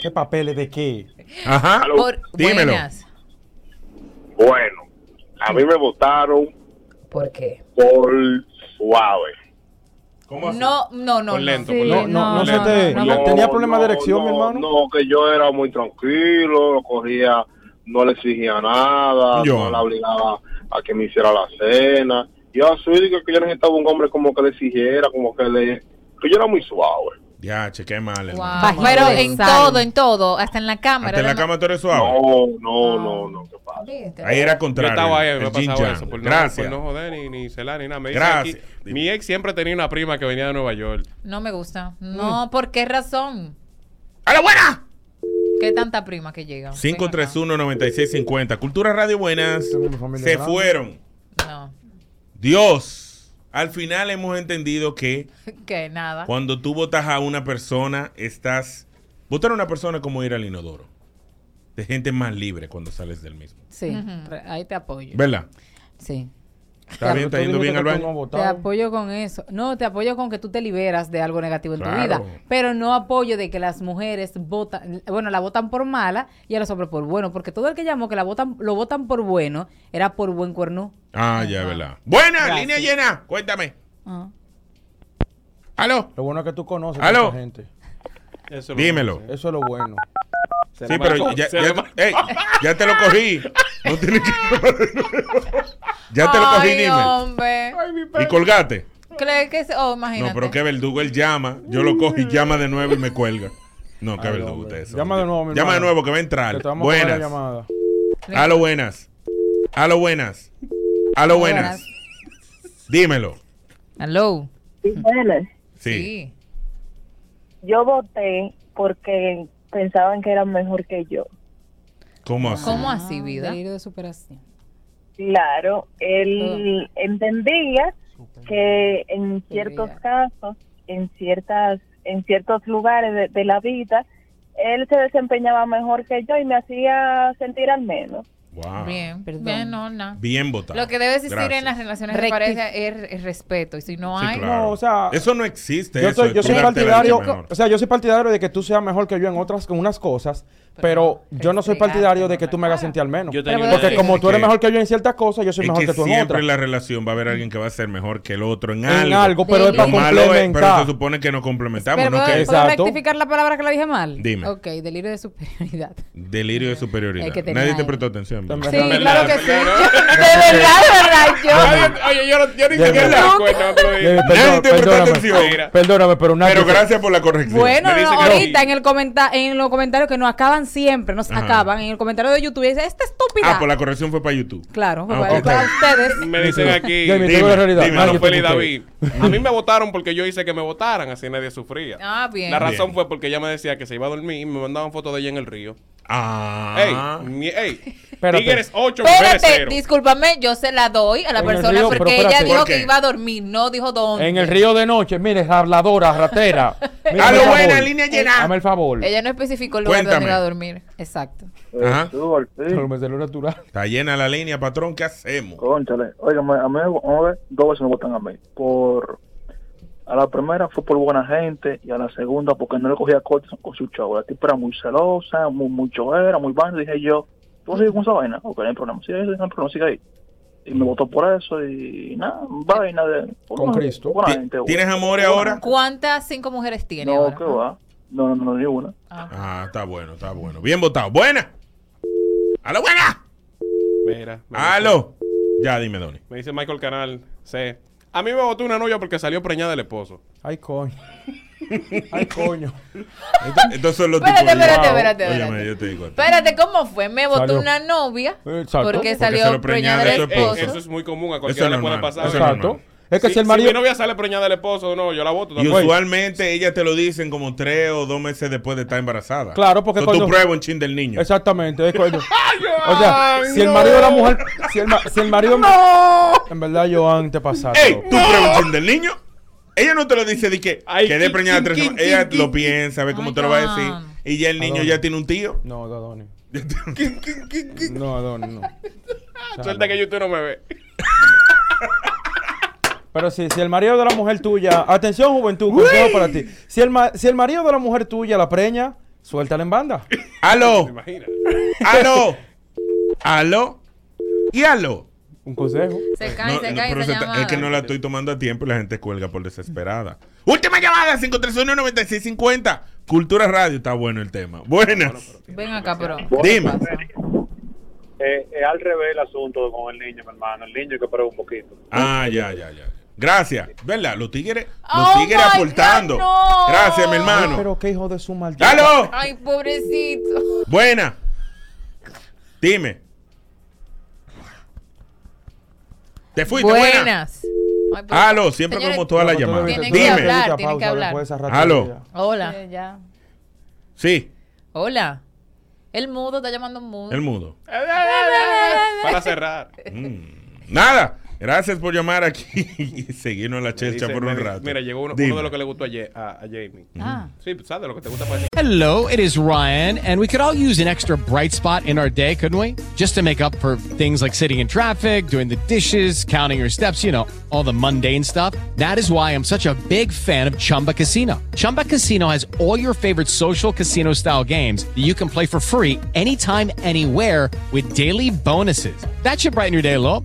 ¿Qué papeles de qué? Ajá. Por- Dímelo. buenas. Bueno, a mí me votaron ¿Por qué? por suave. No, no, no. Por lento, no. por lento. No, no, se te- no, tenía problemas de erección, mi hermano. No, que yo era muy tranquilo, lo cogía, no le exigía nada, Yo. no la obligaba a que me hiciera la cena. Yo así digo que yo necesitaba un hombre como que le exigiera, como que le... Que yo era muy suave. Ya, che, qué mal. hermano. Ah, Wow. Pero en todo, en todo, hasta en la cámara. Hasta en la además. cama tú eres suave. No, no, no, no. Ahí era contrario. Yo estaba ahí, el me ha yin pasado yang. eso. Por no, Gracias. por no joder ni, ni celar ni nada. Me Gracias. Gracias. mi ex siempre tenía una prima que venía de Nueva York. No me gusta. Mm. No, ¿por qué razón? ¡A la buena! ¿Qué tanta prima que llega? 531-9650. Cultura Radio Buenas. Se grande. fueron. No. Dios. Al final hemos entendido que Que nada. cuando tú votas a una persona, estás. Votar a una persona es como ir al inodoro. De gente más libre cuando sales del mismo. Sí, re- ahí te apoyo. ¿Verdad? Sí. ¿Está bien? tú ¿Está yendo dijiste bien que al tú baño? no Te apoyo con eso. No, te apoyo con que tú te liberas de algo negativo en Claro. tu vida. Pero no apoyo de que las mujeres votan, bueno, la votan por mala y a los hombres por bueno. Porque todo el que llamó que la votan, lo votan por bueno, era por buen cuerno. Ah, ya, ¿verdad? Buena, Gracias. línea llena. Cuéntame. ¿Aló? Lo bueno es que tú conoces a ¿Aló? mucha gente. Eso Dímelo. Eso es lo bueno. Sí, pero ya, ya- ey, ya te lo cogí. No tienes que- ya te lo cogí, Ay, dime. hombre. Y colgate. ¿Crees que se- Oh, No, imagínate. pero qué verdugo. Él llama, yo lo cojo y llama de nuevo y me cuelga. No, qué verdugo ustedes son. Llama de nuevo, mi Llama de hermano. nuevo que va a entrar. Que te vamos a coger la Buenas. llamada. A lo buenas. A lo buenas. A lo buenas. Dímelo. Hello. Sí. Yo voté porque pensaban que eran mejor que yo. ¿Cómo así? ¿Cómo así, vida? Delirio de superación. Claro, él entendía que en ciertos casos, en ciertas, en ciertos lugares de, de la vida, él se desempeñaba mejor que yo y me hacía sentir al menos. Wow. Bien, bien, no, no. Bien votado. Lo que debe existir Gracias. en las relaciones Recti- de pareja es el- el respeto. Y si no Sí, hay. claro. eso no existe. Yo eso soy, de yo tú soy darte la partidario, leche mejor. o sea, yo soy partidario de que tú seas mejor que yo en otras en unas cosas, pero yo no soy partidario de que tú me hagas sentir al menos. tenía una Porque idea. como tú eres Que- mejor que yo en ciertas cosas, yo soy Es mejor que, que, tú en siempre otras. en la relación va a haber alguien que va a ser mejor que el otro en, En algo, pero es Lo para malo pero complementar. se supone que nos complementamos, Pero ¿no? ¿puedo, Que puedo rectificar la palabra que la dije mal? Dime. Ok, delirio de superioridad. Delirio de Es que superioridad. tenía Nadie te él. prestó atención, también. Sí, claro que sí. De verdad, de verdad, yo. Oye, yo, no- yo ni siquiera me Nunca. doy cuenta. pero- Eh, Nadie perdón- te prestó perdóname, atención. Perdóname, pero una Pero gracias por la corrección. Bueno, Me dice que no. ahorita en el comenta en los comentarios que nos acaban siempre, nos Ajá. acaban en el comentario de YouTube dice, "Esta estúpida." Ah, pues la corrección fue para YouTube. Claro, fue Ah, para- ok. para ustedes. Me dicen aquí. Yo, mi tengo la realidad. dime, Nadie no, te Feli votó. David. A mí me votaron porque yo hice que me votaran, así nadie sufría. Ah, bien. La razón fue porque ella me decía que se iba a dormir y me mandaban fotos de ella en el río. Ah. Ey, mi- ey. Espérate. Tigres 8, mujeres Espérate, 0. discúlpame, yo se la doy a la En el persona río, pero porque ella espérate. dijo ¿Por que qué? iba a dormir, no dijo dónde. En el río de noche, mire, habladora, ratera. Ah, Mira, A lo hazme el buena, favor. línea llena. Hazme el favor. Ella no especificó el lugar donde Cuéntame. iba a dormir. Exacto. Ajá. natural. Está llena la línea, patrón. ¿Qué hacemos? Conchale, oigan, a mí, vamos a ver, dos veces me votan a mí. Por, a la primera fue por buena gente y a la segunda porque no le cogía cortes con su chavo. La tipa era muy celosa, muy, muy era muy vaina. Dije yo, ¿tú sigues con esa vaina? Ok, no hay problema. Sí, no hay problema, sigue ahí. Y Mm. me votó por eso y nada, vaina de... Con Cristo. buena Ti- gente, ¿Tienes buena- amores buena ahora? gente. ¿Cuántas cinco mujeres tiene No, ahora? que va. No, no, no, ni una. Ah, está bueno, está bueno. Bien votado. Buena. ¡A la buena! Mira, ¡Aló! Ya dime, Donny. me dice Michael Canal C. A mí me votó una novia porque salió preñada del esposo. Ay, coño. Ay, coño. Entonces son los Espérate, tipos de- espérate, espérate, Óyeme, espérate. yo te digo. Espérate, ¿cómo fue? Me votó Salió. una novia Exacto. porque Porque salió se lo preñada del Eh, eh, esposo. Eso es muy común, a Eso cualquiera es le puede normal, pasar. eso es Exacto. normal. Es que si el Si marido- mi novia sale preñada del esposo, no, yo la voto. Y también. usualmente ellas te lo dicen como tres o dos meses después de estar embarazada. Claro, porque So, tú cuando- pruebas un chin del niño. Exactamente, es coño. O sea, si el marido de la mujer. Si el, ma- si el marido. En verdad, yo antes pasado. ¡Ey! Tú pruebas un chin del niño. Ella no te lo dice de que quedé chin, preñada chin, tres chin, semanas. Ella chin, lo chin, piensa, ve cómo te lo va a decir. Y ya el niño Adonis. ya tiene un tío. No, Adonis. No, Adonis, no. Suelta que YouTube no me ve. Pero si, si el marido de la mujer tuya. Atención, juventud, consejo para ti. Si el, ma- si el marido de la mujer tuya la preña, suéltala en banda. ¡Aló! Ah, ¡Aló! ¡Aló! ¡Y aló! Eh, Un consejo. Se cae, se cae pero esa se ta- llamada. es que no la estoy tomando a tiempo y la gente cuelga por desesperada. Última llamada, 531-9650. Cultura Radio, está bueno el tema. Buenas. Ven acá, pero. Dime. Eh, es al revés el asunto con el niño, mi hermano. El niño hay que prueba un poquito. Ah, ya, ya, ya. Gracias. ¿Verdad? Los tigres, los Oh tigres my God, aportando. no. Gracias, mi Ay, hermano. pero qué hijo de su maldita. ¡Aló! Ay, pobrecito. Buena. Dime. Te fuiste, buena. Buenas. Ay, pero- Aló, siempre Señores, como todas las tienen llamadas. que Dime. hablar, tienen que hablar. Aló. Hola. Sí, Hola. El mudo está llamando un mudo. el mudo. Para cerrar. Mm. Nada. Gracias por llamar aquí y seguirnos en la chelcha Dice, por me un dice- rato. Mira, llegó uno, Dime. uno de los que le gustó a, Ye- a- a Jamie. Mm. Ah. Sí, pues, ¿sabes lo que te gusta para Hello, it is Ryan, and we could all use an extra bright spot in our day, couldn't we? Just to make up for things like sitting in traffic, doing the dishes, counting your steps, you know, all the mundane stuff. That is why I'm such a big fan of Chumba Casino. Chumba Casino has all your favorite social casino style games that you can play for free anytime, anywhere with daily bonuses. That should brighten your day, a little.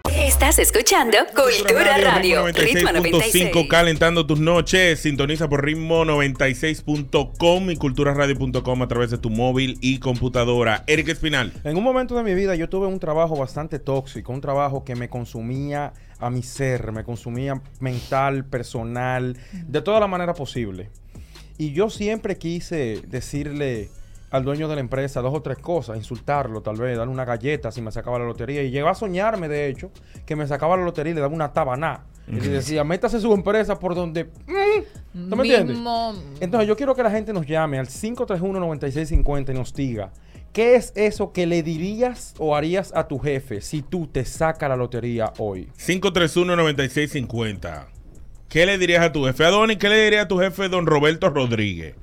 Estás escuchando Cultura Radio, Ritmo 96.5 96. calentando tus noches. Sintoniza por ritmo96.com y culturaradio.com a través de tu móvil y computadora. Eric Espinal. En un momento de mi vida yo tuve un trabajo bastante tóxico, un trabajo que me consumía a mi ser, me consumía mental, personal, de toda la manera posible. Y yo siempre quise decirle al dueño de la empresa dos o tres cosas, insultarlo tal vez, darle una galleta si me sacaba la lotería. Y llegó a soñarme, de hecho, que me sacaba la lotería y le daba una tabaná. Y le decía, métase su empresa por donde ¿Tú me entiendes? Mismo- Entonces yo quiero que la gente nos llame al 531-9650 y nos diga, ¿qué es eso que le dirías o harías a tu jefe si tú te sacas la lotería hoy? 531-9650. ¿Qué le dirías a tu jefe? Adonis, ¿qué le dirías a tu jefe, don Roberto Rodríguez?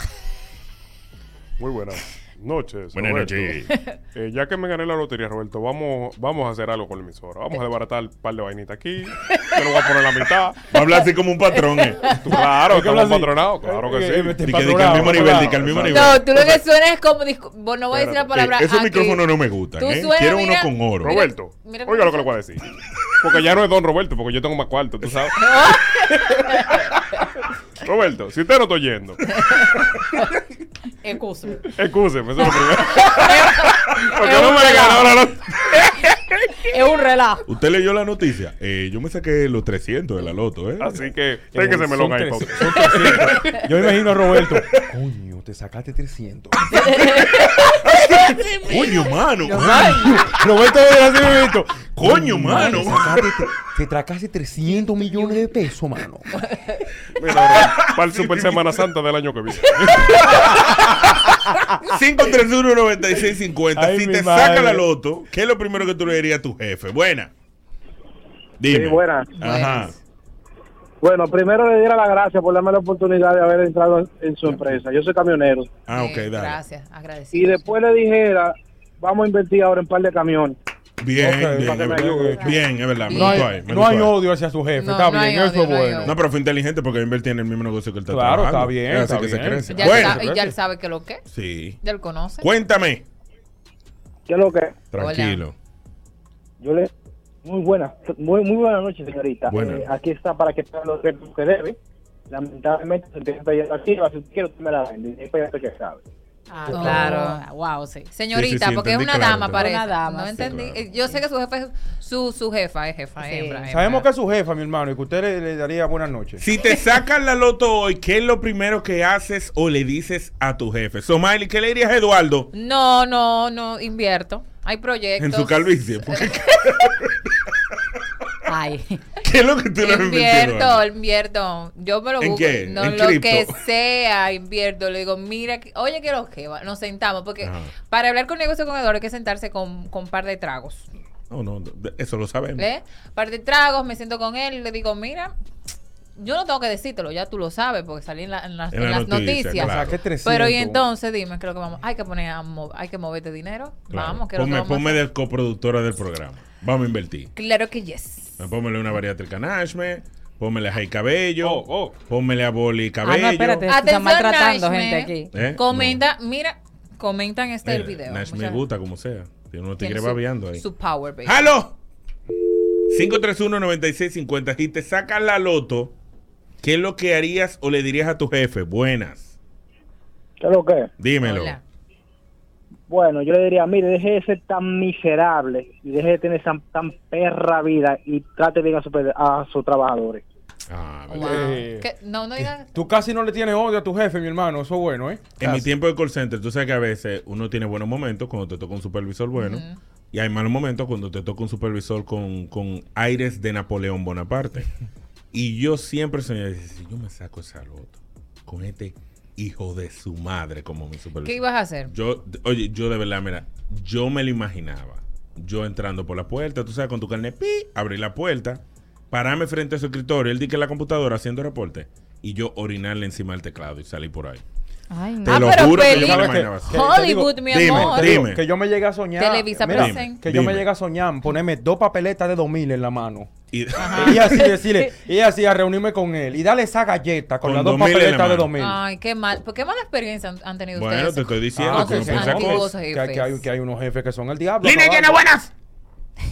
Muy buena. noches. Buenas Roberto. noches. Eh, ya que me gané la lotería, Roberto, vamos, vamos a hacer algo con la emisora. Vamos a desbaratar un par de vainitas aquí. Te lo voy a poner la mitad. Va a hablar así como un patrón, ¿eh? Tú, Claro, Es que habla estamos así. patronados. Claro que sí. Eh, eh, este Di que- di que al mismo nivel, di que al mismo nivel. No, tú lo que suena es como. discu- Bueno, no voy a decir la palabra. Espérate, eh, esos aquí. micrófonos no me gustan, Tú ¿eh? suena, Quiero uno mira- con oro. mira- Roberto, mira cómo Oiga lo que le voy a decir. Porque ya no es don Roberto, porque yo tengo más cuarto, tú sabes. Roberto, si usted no está oyendo, Excusa. excúseme, eso es lo primero. porque no me ganó la lotería. Es un relajo. Usted leyó la noticia. Eh, yo me saqué los 300 de la loto, ¿eh? Así que, téngase me lo ahí, tres- Pau. son 300. Yo me imagino a Roberto. Coño, te sacaste 300. Coño, mano. Roberto así mismito. Coño, mano. Te, sacaste, tre- te tracaste 300 millones de pesos, mano. Mira, bro, para el Super Semana Santa del año que viene. 531 9650 Ay, Si mi te madre. saca la loto, ¿qué es lo primero que tú le dirías a tu jefe? Buena. Dime. Sí, buenas. Ajá. Bueno, primero le diera las gracias por darme la oportunidad de haber entrado en- en su empresa. Yo soy camionero. Ah, ok, dale. Gracias, agradecido. Y después le dijera, vamos a invertir ahora en par de camiones. Bien, Ok, bien, para que es me verdad. ayude. bien, es verdad. Me No hay- gustó ahí, me no gustó hay ahí. odio hacia su jefe, No, está no hay bien, eso odio, es no hay bueno. odio. No, pero fue inteligente porque invertí en el mismo negocio que él está Claro, está trabajando. bien, Así está que se bien. crece. Ya, él Bueno, sabe- ya él sabe que lo que. sí. Ya él conoce. Cuéntame. ¿Qué es lo que? Tranquilo. Yo le... Muy buena, muy, muy buena noche, señorita. Buenas. Eh, aquí está para que pague lo que, lo que debe. Lamentablemente, se empieza a pedir activa. Si quiero, usted me la vende. Y después ya sé que sabe. Ah, Oh. claro. Wow, sí. Señorita, Sí, sí, sí, porque es entendí una claro, dama, entendí. parece. Una dama, no sí. entendí. Claro. Eh, Yo sé que su jefa es su, su jefa, es jefa, hembra. hembra. Sabemos que es su jefa, mi hermano, y que usted le, le daría buenas noches. Si te sacan la loto hoy, ¿qué es lo primero que haces o le dices a tu jefe? Somaili, ¿qué le dirías a Eduardo No, no, no, invierto. Hay proyectos. en su calvicie? Porque, Ay. ¿Qué es lo que tú le has invertido, Invierto, Eduardo? invierto. Yo me lo ¿En busco. qué? No, ¿En lo cripto? que sea, invierto. Le digo, mira, que- oye, que lo que va. Nos sentamos, porque Ajá. para hablar con negocio con Eduardo hay que sentarse con, con un par de tragos. No, no, de- eso lo sabemos. ¿eh? Par de tragos, me siento con él y le digo, mira, yo no tengo que decírtelo, ya tú lo sabes, porque salí en, la- en las, En en la las noticia, noticias. claro. Saqué 300. Pero y entonces, dime, ¿qué es lo que vamos? Hay que poner a mo- hay que moverte dinero. Claro. Vamos, que es lo que ponme vamos a ponme hacer? de coproductora del programa. Vamos a invertir. Claro que yes. Pues Pónmele una variedad del canashme. Pónmele a Jai Cabello. Pónmele a Boli Ah, Cabello. no, espérate, se está Atención, maltratando Nashme. gente aquí. pues. ¿Eh? Comenta, mira, comentan este el Eh, video. Nash me Muchas- gusta como sea. Tiene unos tiene tigres su- babeando ahí. Su power, baby. ¡Halo! 531-9650. Y te sacas la loto. ¿Qué es lo que harías o le dirías a tu jefe? Buenas. ¿Qué es lo que? Dímelo. Hola. Bueno, yo le diría, mire, deje de ser tan miserable y deje de tener tan, tan perra vida y trate bien a, su, a sus trabajadores. Ah, Wow. Eh, Que- No, no digan. Tú casi no le tienes odio a tu jefe, mi hermano. Eso es bueno, ¿eh? En mi tiempo de call center, tú sabes que a veces uno tiene buenos momentos cuando te toca un supervisor bueno. Y hay malos momentos cuando te toca un supervisor con, con aires de Napoleón Bonaparte. y yo siempre soñé, decía, si yo me saco esa loto con este hijo de su madre como mi supervisor. ¿Qué ibas a hacer? Yo, oye, yo de verdad, mira, yo me lo imaginaba. Yo entrando por la puerta, tú sabes, con tu carnet, pi, abrí la puerta, pararme frente a su escritorio, él di que la computadora haciendo reporte, y yo orinarle encima del teclado y salí por ahí. Ay, Te Ah, lo juro que yo me lo imaginaba así. Hollywood, mi Dime, amor. dime. Que yo me llegué a soñar. Televisa mira, present. Que yo me Dime. llegué a soñar, ponerme dos papeletas de 2000 en la mano. Y, y así decirle, y así a reunirme con él. Y darle esa galleta con, Con las dos 2000 en la papeletas de mano. 2000. Ay, Ah, qué mal. ¿Por qué mala experiencia han, han tenido Bueno, ustedes? te estoy diciendo que uno con sus piensa antiguos cosas. Que, jefes. que hay, que hay unos jefes que son el diablo. ¡Línea caballo. llena, buenas!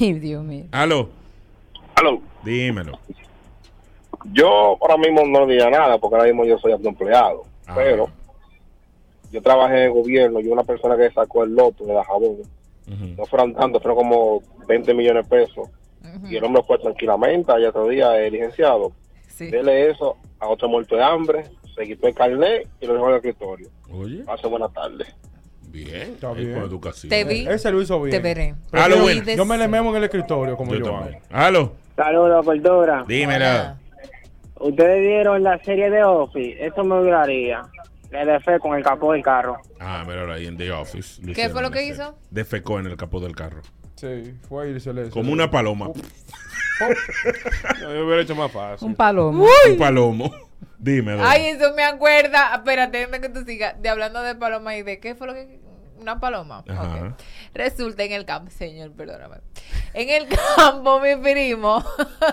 Ay, Dios mío. Aló. Aló. Dímelo. Yo ahora mismo no diría nada porque ahora mismo yo soy autoempleado. Pero yo trabajé en el gobierno. Yo, una persona que sacó el loto de la jabón, no fueron tantos, fueron como 20 millones de pesos. Y el hombre fue tranquilamente allá otro día, el licenciado. Dele eso a otro muerto de hambre, se quitó el carnet y lo dejó en el escritorio. Oye. Pase buenas tardes. Bien. Está bien. Con educación. Te vi. Ese Eh, lo hizo bien. Te veré. Pero Aló, yo- buenas. Yo me le memo en el escritorio como yo, Yo hago. Aló. Saludos, Cordura. Dímelo. Ustedes vieron la serie de Office. Eso me duraría. Le dejé con el capó del carro. Ah, mira ahí en The Office. ¿Qué fue lo que hizo? Defecó en el capó del carro. Sí, fue y se le. Como una paloma. Yo hubiera hecho más fácil. Un palomo. Un palomo. Dime, Eduardo. Ay, eso me acuerda. Espérate, déjame que tú sigas. De hablando de Paloma y de qué fue lo que. una paloma. Ajá. Resulta en el campo, señor, perdóname. En el campo, mi primo.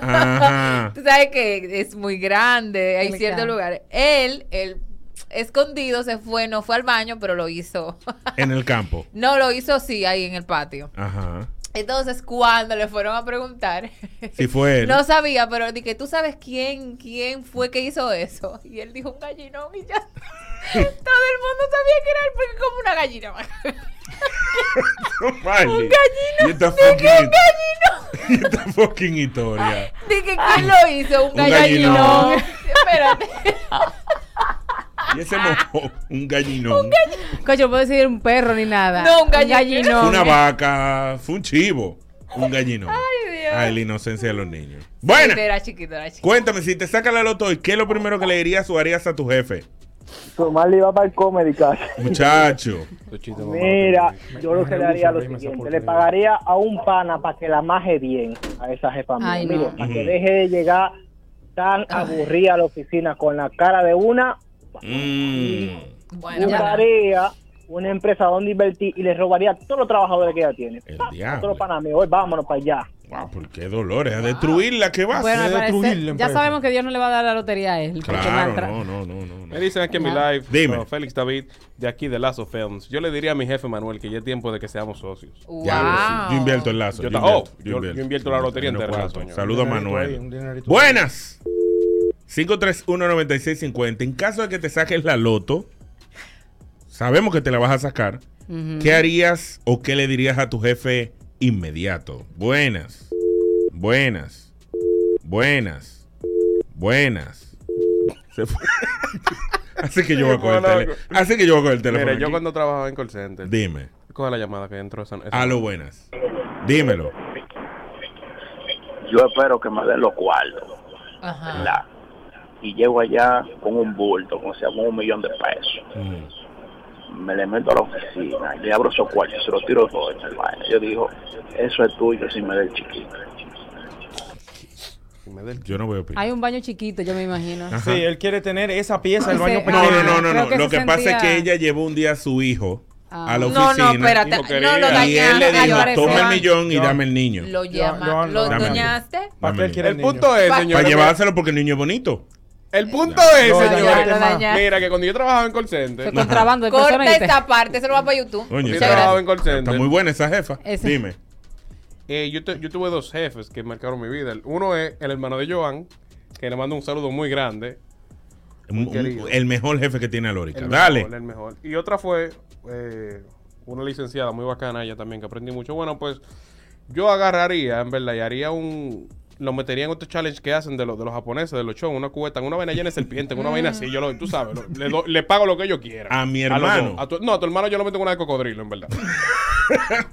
Ah. Ajá. Tú sabes que es muy grande, hay El ciertos campo. lugares. Él, él escondido, se fue, no fue al baño, pero lo hizo. En el campo. no, lo hizo sí, ahí en el patio. Ajá. Entonces, cuando le fueron a preguntar, Si fue él. no sabía, pero dije, ¿tú sabes quién, quién fue que hizo eso? Y él dijo un gallinón y ya. Todo el mundo sabía que era él porque como una gallina. Un gallino. Esta Dije, un fucking, gallino. esta fucking historia. Dije, ¿quién lo hizo? Un Un gallinón. gallinón. Espérate. Y ese mojón, un gallinón. Coño, puedo decir un perro ni nada. No, un gallin- Fue una gallinón. vaca, fue un chivo, un gallinón. Ay, Dios. Ay, la inocencia de los niños. Bueno, Era chiquito, era chiquito. cuéntame, si te saca la loto hoy, ¿qué es lo primero que le dirías o harías a tu jefe? Tomás le iba para el comedy casi. Muchacho. Mira, yo lo que le haría lo siguiente, le pagaría a un pana para que la maje bien a esa jefa mía. Ay, no. Mire, para que Ujú. deje de llegar tan aburrida a la oficina con la cara de una, Mm, Bueno, buscaría una empresa donde invertir y le robaría a todos los trabajadores que ella tiene. Pa, diablo. a Todos los panas míos, hoy vámonos para allá. Wow, por qué dolores. A destruirla, ¿qué va a Bueno, al hacer? parecer, ya sabemos que Dios no le va a dar la lotería a él. porque maltra- Claro, no, no, no, no. Me dicen aquí en mi Ajá. live, Dime. oh, Félix David, de aquí de Lazo Films. Yo le diría a mi jefe Manuel que ya es tiempo de que seamos socios. Ya, Yo invierto el lazo. Yo, ta- oh, yo- yo invierto la lotería entera, lazo, señor. Saludos a Un dinerito ahí, Manuel. un dinerito ahí. Buenas. 5319650. En caso de que te saques la loto, sabemos que te la vas a sacar. Ujú. ¿Qué harías o qué le dirías a tu jefe inmediato? Buenas. Buenas. Buenas. Buenas. Se fue. Así que yo voy a coger el teléfono. Así que yo voy a coger el teléfono. Mira, yo aquí. cuando trabajaba en call center. Dime. Coge la llamada que entró. Esa, esa- A lo buenas. Dímelo. Yo espero que me den los cuartos. ¿verdad? Y llego allá con un bulto, con sea, con un millón de pesos. Mm. Me le meto a la oficina, le abro esos cuartos, se los tiro todo en el baño. Yo digo, eso es tuyo si me da el chiquito. Yo no voy a opinar. Hay un baño chiquito, yo me imagino. Sí, él quiere tener esa pieza del Ese- baño ah, pequeño. no, No, Creo no, no. que Lo se que pasa es sentía- que ella llevó un día a su hijo a la No, no, oficina. espérate, no lo Y dañaste, él le dijo, al toma el parecer. millón y dame el niño. Lo llama. yo- ¿Lo Dame algo. doñaste? Dame él quiere el punto es, señor. Para llevárselo porque el niño es bonito. El punto es, Lo dañaste, señores, lo dañaste. mira que cuando yo trabajaba en call center, Fue contrabando de Corta personas y te- esta parte, se lo va para YouTube. Coño, yo está- trabajaba en call center. Está muy buena esa jefa. Ese. Dime. Eh, yo, tu- yo tuve dos jefes que marcaron mi vida. El- Uno es el hermano de Joan, que le mando un saludo muy grande. Un- un- querido. el mejor jefe que tiene Alórica. El Dale. mejor, el mejor. Y otra fue eh, una licenciada muy bacana, ella también, que aprendí mucho. Bueno, pues yo agarraría, en verdad, y haría un. Lo metería en otro challenge que hacen de, los de los japoneses, de los shows, una cubeta, en una vaina llena de serpiente, en una vaina así. Yo lo, tú sabes, lo- le, do- le pago lo que yo quiera. A mi los hermano. dos. A tu- no, a tu hermano yo lo meto en una de cocodrilo, en verdad.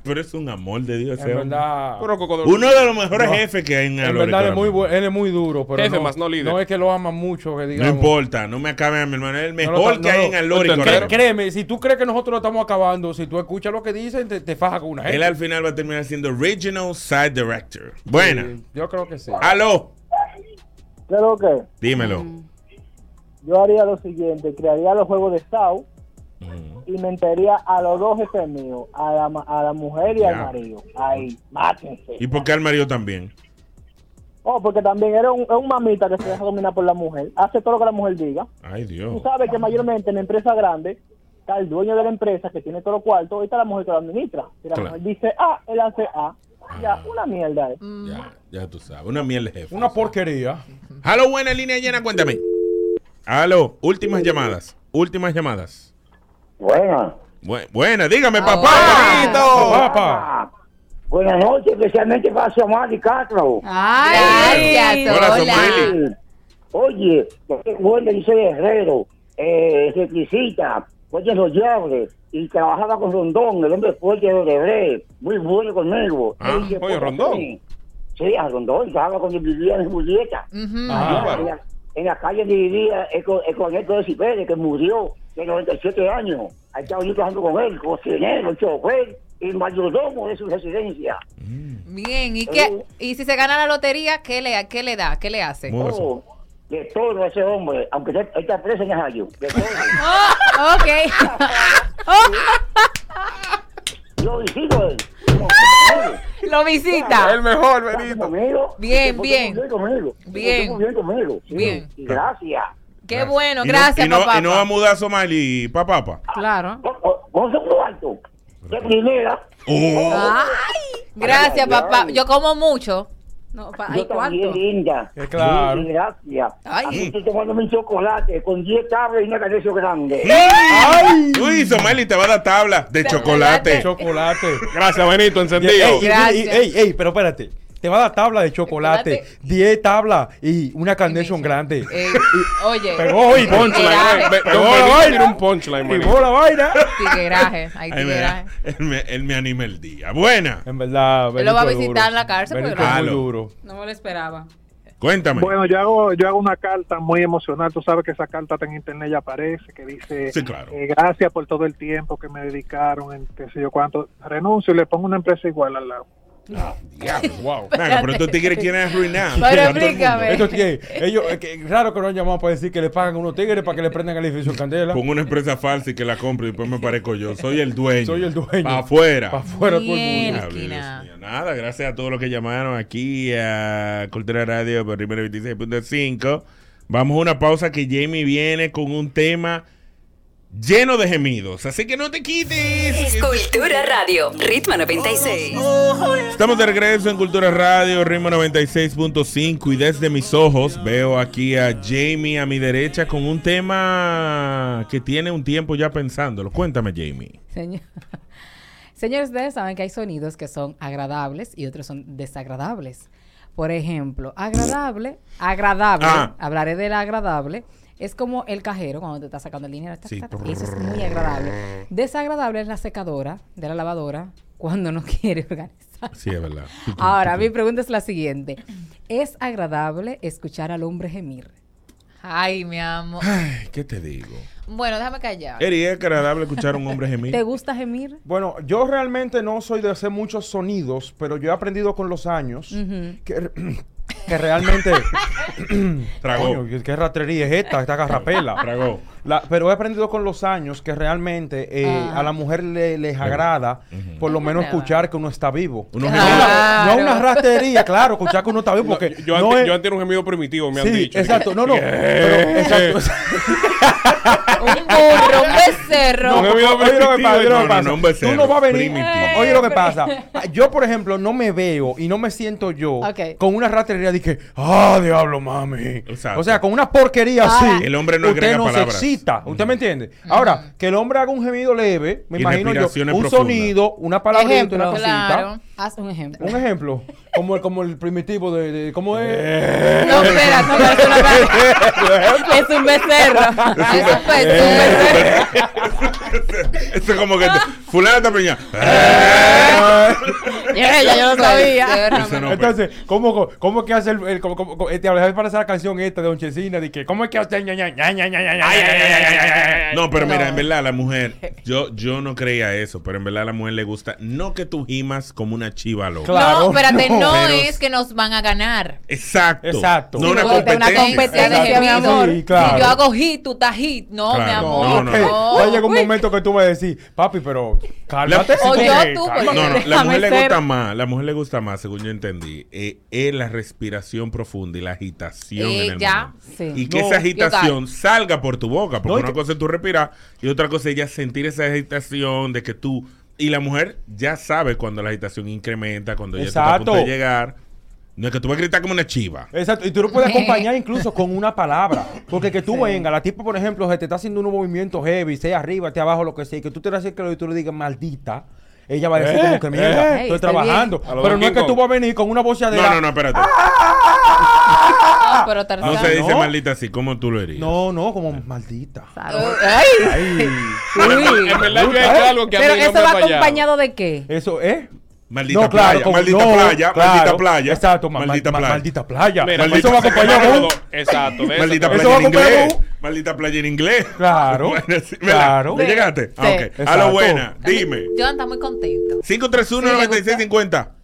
Pero es un amor de Dios. En ese hombre. verdad. Pero cocodrilo- Uno de los mejores No. jefes que hay en En Alórica. verdad, él es, ahora muy, mismo. bu- él es muy duro. Pero Jefe no, más no líder. No es que lo ama mucho. Que No digamos. importa, no me acabe a mi hermano. Es el No mejor lo está- no, que hay no. en Alórica. Cre- ahora mismo. Créeme, si tú crees que nosotros lo estamos acabando, si tú escuchas lo que dicen, te, te fajas con una gente. Él al final va a terminar siendo Regional Side Director. Buena. Sí, yo creo que sí. Aló. ¿Qué es lo que? Dímelo. Yo haría lo siguiente, crearía los juegos de Sao y mentiría a los dos jefes míos, a la, ma- a la mujer y al Ya. marido. Ahí, mátense. ¿Y por qué al marido también? Oh, porque también era un, es un mamita que se deja dominar por la mujer. Hace todo lo que la mujer diga. Ay, Tú Dios. sabes que mayormente en la empresa grande está el dueño de la empresa que tiene todos los cuartos y está la mujer que lo administra. Si la Claro. Ah. mujer dice A, él hace A. Ya, una mierda. eh. es. Mm, Ya tú sabes. Una miel de jefe. Una porquería. Aló, buena línea llena, cuéntame. Aló, últimas llamadas. Últimas llamadas. Buena. Bu- buena, dígame, papá. Papá. papá. Buenas noches, especialmente para Somali Castro. Ay, gracias, Hola, hola. Somali. Oye, bueno, yo soy herrero, eh, requisita, oye, los llaves, y trabajaba con Rondón, el hombre fuerte de Odebrecht, muy bueno conmigo. Ah, Oye, oye, por Rondón. aquí. Sí, a Rondón, trabajaba con él, vivía en Julieta. Allá, Ah, bueno. en, la, en la calle donde vivía el, co- el conecto de Cipérez, que murió de 97 años. Ahí estaba yo trabajando con él, cocinero, chofer y mayordomo de su residencia. Bien, ¿y qué? ¿Y si se gana la lotería, qué le, qué le da? ¿Qué le hace? Oh, de todo ese hombre, aunque está, está preso en el año. De todo. Oh, ok. Lo visito él. Lo visita. El mejor, Benito. Conmigo, Bien, se portó bien. Muy bien conmigo. Se portó Bien. Muy bien conmigo. sí. Bien. Y Gracias. Qué bueno, Y no- gracias, y no, papá. Y no va a mudar a Somali, papá. Ah, Claro. Con su cuarto. De primera. Oh. Ah. Ay, gracias, Ay, ay, papá. ay. Yo como mucho. No, pa- Yo ¿hay también, cuánto? linda. Eh, claro. Sí, sí, gracias. Ay. Aquí estoy tomando mi chocolate con 10 tablas y una canción grande. ¡Ay! Uy, Somali te va a dar tabla de chocolate. Chocolate. Gracias, Benito, encendido. Ey, ey, Gracias. ey, ey, pero espérate. Te va a dar tabla de chocolate, 10 tablas y una carnation grande. Eh, oye. Pegó hoy. tigueraje, Punchline. Pegó la vaina. un punchline, manito. Pegó la vaina. Tigueraje. Hay Ay, me da- tigueraje. él, me, él me anima el día. Buena. En verdad, Él lo va a visitar en la cárcel. porque lo- duro. No me lo esperaba. Cuéntame. Bueno, yo hago, yo hago una carta muy emocional. Tú sabes que esa carta está en internet ya aparece, que dice, Sí, claro. eh, gracias por todo el tiempo que me dedicaron, en qué sé yo cuánto. Renuncio y le pongo una empresa igual al lado. Ah, Diablo, wow. Venga, pero estos tigres quieren arruinar. Pero a todo el explícame. mundo. Esto tiene- ellos, es que, raro que no han llamado para decir que le pagan a unos tigres para que le prendan el edificio en candela. Pongo una empresa falsa y que la compro y después me parezco yo. Soy el dueño. Soy el dueño. Para afuera. Pa' afuera todo el mundo. Diablo, Dios mío. Nada, gracias a todos los que llamaron aquí a Cultura Radio por Primero 26.5. Vamos a una pausa que Jamie viene con un tema lleno de gemidos. Así que no te quites. Escultura Radio, Ritmo 96. Estamos de regreso en Cultura Radio, ritmo 96.5 y desde mis ojos veo aquí a Jamie a mi derecha con un tema que tiene un tiempo ya pensándolo. Cuéntame, Jamie. Señor- Señores, ustedes saben que hay sonidos que son agradables y otros son desagradables. Por ejemplo, agradable, agradable, Ah. hablaré del agradable, es como el cajero cuando te está sacando el dinero. tac, Sí. tac, Eso es muy agradable. Desagradable es la secadora de la lavadora cuando no quiere organizar. Sí, es verdad. Ahora, mi pregunta es la siguiente. ¿Es agradable escuchar al hombre gemir? Ay, mi amor. ¿Qué te digo? Bueno, déjame callar. Eri, es agradable escuchar a un hombre gemir. gusta gemir? Bueno, yo realmente no soy de hacer muchos sonidos, pero yo he aprendido con los años Mm. que, que realmente... Tragó. Coño, ¿Qué ratrería es esta? Esta garrapela. Tragó. La- pero he aprendido con los años que realmente eh, Ah. a la mujer le- les agrada por lo menos agrada. escuchar que uno está vivo. Unos No, gemidos. no una ratería, claro, escuchar que uno está vivo porque Yo, no antes, es- yo antes era un gemido primitivo, me han Sí, dicho. exacto, no, no, ¿Qué? pero exacto. Un burro, un becerro. No, oye, oye lo que pasa, oye lo que pasa. no, un becerro, Tú no vas a venir. primitivo. Oye lo que pasa. Ah, Yo, por ejemplo, no me veo y no me siento yo Ok. con una ratería de que, ah, diablo, mami. O sea, con una porquería Ah. Ahora- así. El hombre no usted agrega no palabras. se excita. ¿Usted me entiende? Ahora, que el hombre haga un gemido leve, me Y imagino yo, un respiraciones profundas. sonido, una palabrita, una cosita. Haz un ejemplo. Un ejemplo, como el, como el primitivo de, de- ¿cómo es? No, espera, no, espera, Es un becerro. Es un becerro. Esto es como que te- fulana está preñada. Ya, ya yo lo sabía. Eso no, pues. Entonces, ¿cómo, cómo, cómo que hace el, el- cómo- cómo- cómo- eh, te hablaba para esa canción esta de Don Chesina de que cómo es que hace ña, ña, ña, ña, ña, ña, ña, ña, ña, ña, ña, ña? No, pero mira, en verdad la mujer, yo, yo no creía eso, pero en verdad a la mujer le gusta, no que tú gimas como una chiva loca. no, espérate, no Pero- es que nos van a ganar. Exacto. Exacto. No una Porque es competencia. competencia de Exacto. gemidos. Sí, claro. Si yo hago hit, tú estás hit. No, mi Claro. amor. No, No, no, no. Va a llegar un momento que tú vas a decir, papi, pero cálmate. La- si tú O yo quieres, tú, cálmate". No, no, la Déjame mujer le ser. gusta más, la mujer le gusta más, según yo entendí, eh, es la respiración profunda y la agitación Eh, en el ya. momento. Sí. Y que No, esa yo agitación salga por tu boca, porque No, y una que- cosa es tú respirar y otra cosa es ya sentir esa agitación de que tú y la mujer ya sabe cuando la agitación incrementa, cuando ya está a punto de Exacto. llegar. No es que tú vas a gritar como una chiva. Exacto, y tú lo puedes acompañar incluso con una palabra. Porque que tú Sí. vengas, la tipa, por ejemplo, se te está haciendo un movimiento heavy, sea arriba, esté abajo, lo que sea, y que tú te le acerques y tú le digas, maldita, ella va a decir Eh, como que eh. mierda, Ey, estoy estoy bien. trabajando. A lo Pero Don no es King que tú Kong. vas a venir con una boceadera. No, no, no, espérate. Ah, pero No Tarzán. se dice no. maldita así, ¿cómo tú lo dirías? No, no, como maldita. Ay. En verdad yo he hecho algo que a mí Pero no eso me va ha fallado. acompañado de qué? Eso ¿eh? es. Maldita playa, maldita playa, maldita playa. Exacto, ma- Maldita ma- playa. maldita playa. Mira, eso maldita- va acompañado con- Exacto. de Maldita eso. playa Eso va en acompañado inglés. con- Maldita playa en inglés. Claro. Bueno, sí, ¿verdad? Claro. ¿Ya llegaste? Ah, Sí. ok. A Exacto. lo buena, dime. Joan está muy contento. 531-9650.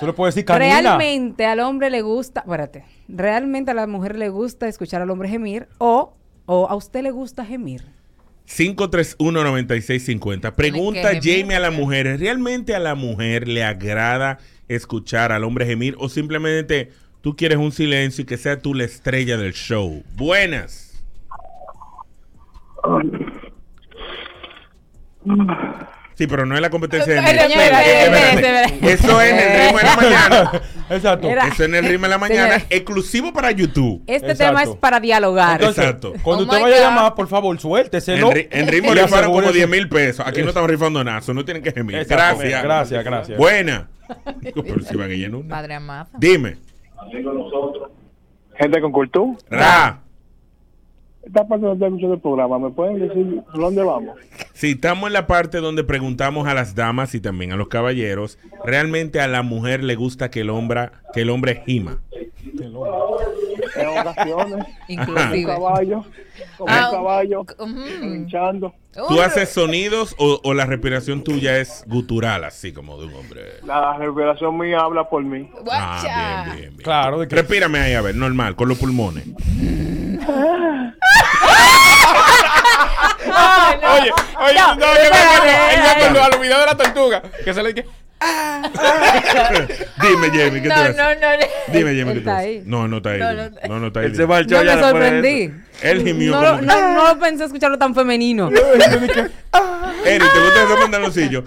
Tú le puedes decir Realmente al hombre le gusta, espérate, realmente a la mujer le gusta escuchar al hombre gemir o, o a usted le gusta gemir. 531-9650. Pregunta Me quedé Jamie a la mujer, ¿realmente a la mujer le agrada escuchar al hombre gemir o simplemente tú quieres un silencio y que sea tú la estrella del show? Buenas. Sí, pero no es la competencia de mí. Espera, espera, espera, espera. Espérate. Eso es en el ritmo de la mañana. Exacto. Mira. Eso es en el ritmo de la mañana, Señores. exclusivo para YouTube. Este tema es para dialogar. Entonces, Exacto. Cuando Oh usted my vaya a God. llamar, por favor, suélteselo. En, ri- en ritmo Y rifaron asegúrese- como 10 mil pesos. Aquí no estamos rifando nada. Eso no tienen que gemir. Exacto. Gracias. Gracias, gracias. Buena. Pero si van a llenar una. Padre amado. Dime. Gente con cultura. Ra. Esta parte no está escuchando el programa. ¿Me pueden decir dónde vamos? Si estamos en la parte donde preguntamos a las damas y también a los caballeros, ¿realmente a la mujer le gusta que el hombre, que el hombre gima? En ocasiones. Inclusive. Como un caballo. Como Ah, un caballo. Hinchando. ¿Tú haces sonidos o, o la respiración tuya es gutural, así como de un hombre? La revelación mía habla por mí. Ah, bien, bien, bien. Claro. Respírame ahí, a ver, normal, con los pulmones. Oye, oye, No, no, yo me acuerdo, espérate, yo me acuerdo espérate. a los videos de la tortuga, que se le dije, Dime, Jamie, ¿qué tú No, haces? no, no. Dime, Jamie, ¿qué Él tú está haces? ahí. No, no está ahí. No, Jamie. no No, no está ahí. Él se marchó No, ya me después de sorprendí. eso. Él gimió No, como lo- que- no, no lo pensé escucharlo tan femenino. Eri, ¿te gustan esos pantaloncillos?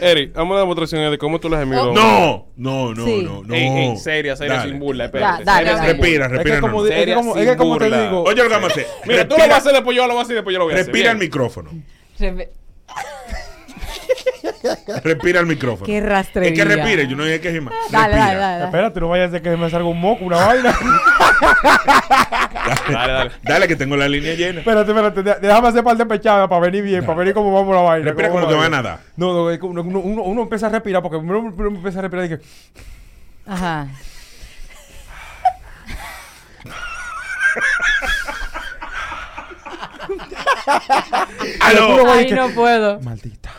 Eri, vamos a las demostraciones de cómo tú las gemido. No, no, no, Sí. no, no. Ey, ey, seria, seria, Dale. sin burla, Da- espérate. dale, dale. Seria, sin Respira, burla. respira, Es que como- normal. es que como- Seria, es que sin como te burla. digo- Oye, lo que vamos a hacer. Mira, tú lo vas a Respira. hacer, después yo lo voy a hacer, después yo lo voy a hacer. Respira el Bien. micrófono. Rebe- Respira el micrófono. Qué rastrería. Es que respire, yo no dije que gima. Dale, Respira. dale, dale. Espérate, no vaya a ser que me salga un moco, una vaina. Dale, dale. Dale, que tengo la línea llena. espérate, espérate. de- Déjame hacer par de pechadas para venir bien, para venir como vamos la vaina. Respira cómo como vamos que va a la vaina. nadar. No, no, es que uno, uno- uno- uno empieza a respirar porque primero, primero empieza a respirar y que... Ajá. Aló. Uno va y Ay, que- no puedo. Maldita.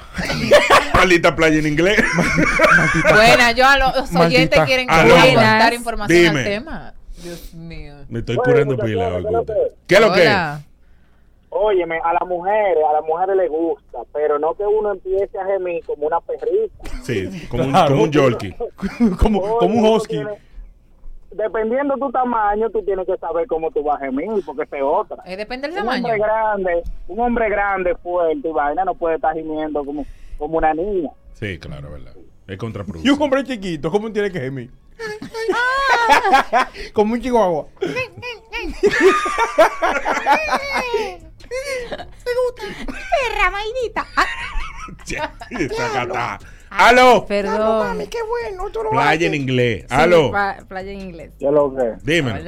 Maldita playa en inglés. Buena, yo a los oyentes Maldita. quieren Aló. dar información Ah, Dime. al tema. Dios mío. Me estoy curando pila. Olga. ¿Qué es lo que es? Hola. Óyeme, a las mujeres, a las mujeres les gusta, pero no que uno empiece a gemir como una perrita. Sí, como un, Claro. como un yorkie. como, como un husky. Dependiendo tu tamaño, tú tienes que saber cómo tú vas a gemir, porque esa es otra. Eh, depende del un tamaño. hombre grande, un hombre grande, fuerte y vaina, no puede estar gimiendo como, como una niña. Sí, claro, verdad. Es contraproducente. Y un hombre chiquito, ¿cómo tiene que gemir? como un chihuahua. Perra maldita. Zacatá. Aló. Perdón. qué bueno. Tú Playa en inglés. Aló. playa en inglés. Ya lo que. Dime.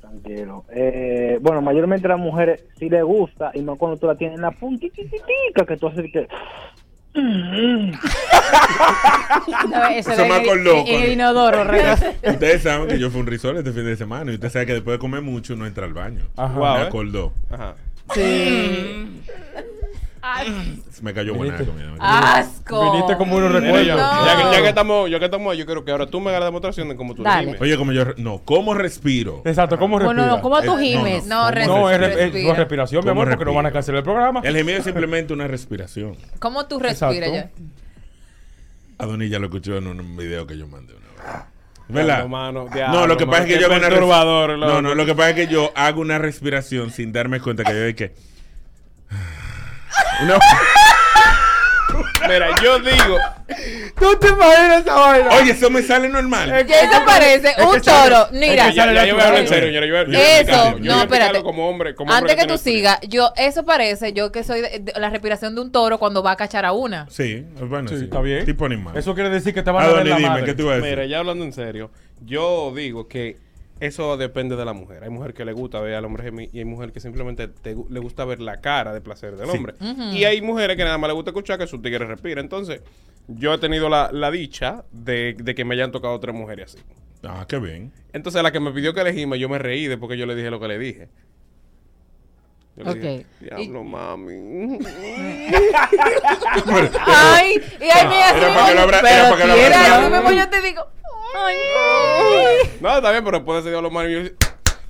Tranquilo. Eh, bueno, mayormente a las mujeres sí les gusta y no cuando tú la tienes en la puntititita que tú haces que... No, eso era Eso me en el- acordó En cuando- el inodoro, re. Ustedes saben que yo fui a un risol este fin de semana y usted sabe que después de comer mucho uno entra al baño. Ajá. Me Wow, ¿eh? acordó. Mm. Sí. Ay, Se Me cayó buena la comida. me cayó Asco. Viniste como uno Mira, recuerdo. yo- No. ya, que- ya que estamos, ya que estamos, ahí, yo creo que ahora tú me hagas la demostración de cómo tú Dale. gimes. Oye, como yo. re- No, ¿cómo respiro? Exacto, ¿cómo Bueno, respira? no, ¿cómo tú Eh, no, gimes? no, No, no, res- No, es, re- es- respira. no es respiración, mi ¿Cómo amor, porque no respiro? van a cancelar el programa. El gemido es simplemente una respiración. ¿Cómo tú respiras ya? Exacto. Adonis ya lo escuchó en un video que yo mandé una vez. Diablo, ¿Verdad? mano, no, diablo, lo que mano, pasa es que qué yo hago una res- perturbador, loco. No, no, lo que pasa es que yo hago una respiración sin darme cuenta que yo de que Una- Mira, yo digo, ¿Tú te imaginas esa vaina? Oye, eso me sale normal. que eso parece un toro. Mira. Es que ya- ya yo voy a hablar en serio, yo- yo- yo- yo voy a Eso, explicarlo, no, yo voy a explicarlo espérate. Como hombre, como hombre Antes que tú tiene- sigas, yo eso parece yo que soy de- de- la respiración de un toro cuando va a cachar a una. Sí, bueno, sí, está bien. Tipo animal. Eso quiere decir que te van a dar Adonis, la Ah, dime, madre. ¿qué te iba a decir? Mira, ya hablando en serio, yo digo que eso depende de la mujer. Hay mujer que le gusta ver al hombre gemir y hay mujer que simplemente te gu- le gusta ver la cara de placer del Sí. hombre. Ujú. Y hay mujeres que nada más le gusta escuchar que su tigre respira. Entonces, yo he tenido la, la dicha de, de que me hayan tocado tres mujeres así. Ah, qué bien. Entonces, a la que me pidió que le gime, yo me reí de porque yo le dije lo que le dije. Yo le Ok. dije, Diablo, mami. Ay, y ahí me Era para que lo abra- era para que lo abra- yo te digo. Ay. No, está bien, pero después de ese diablo, mami, yo-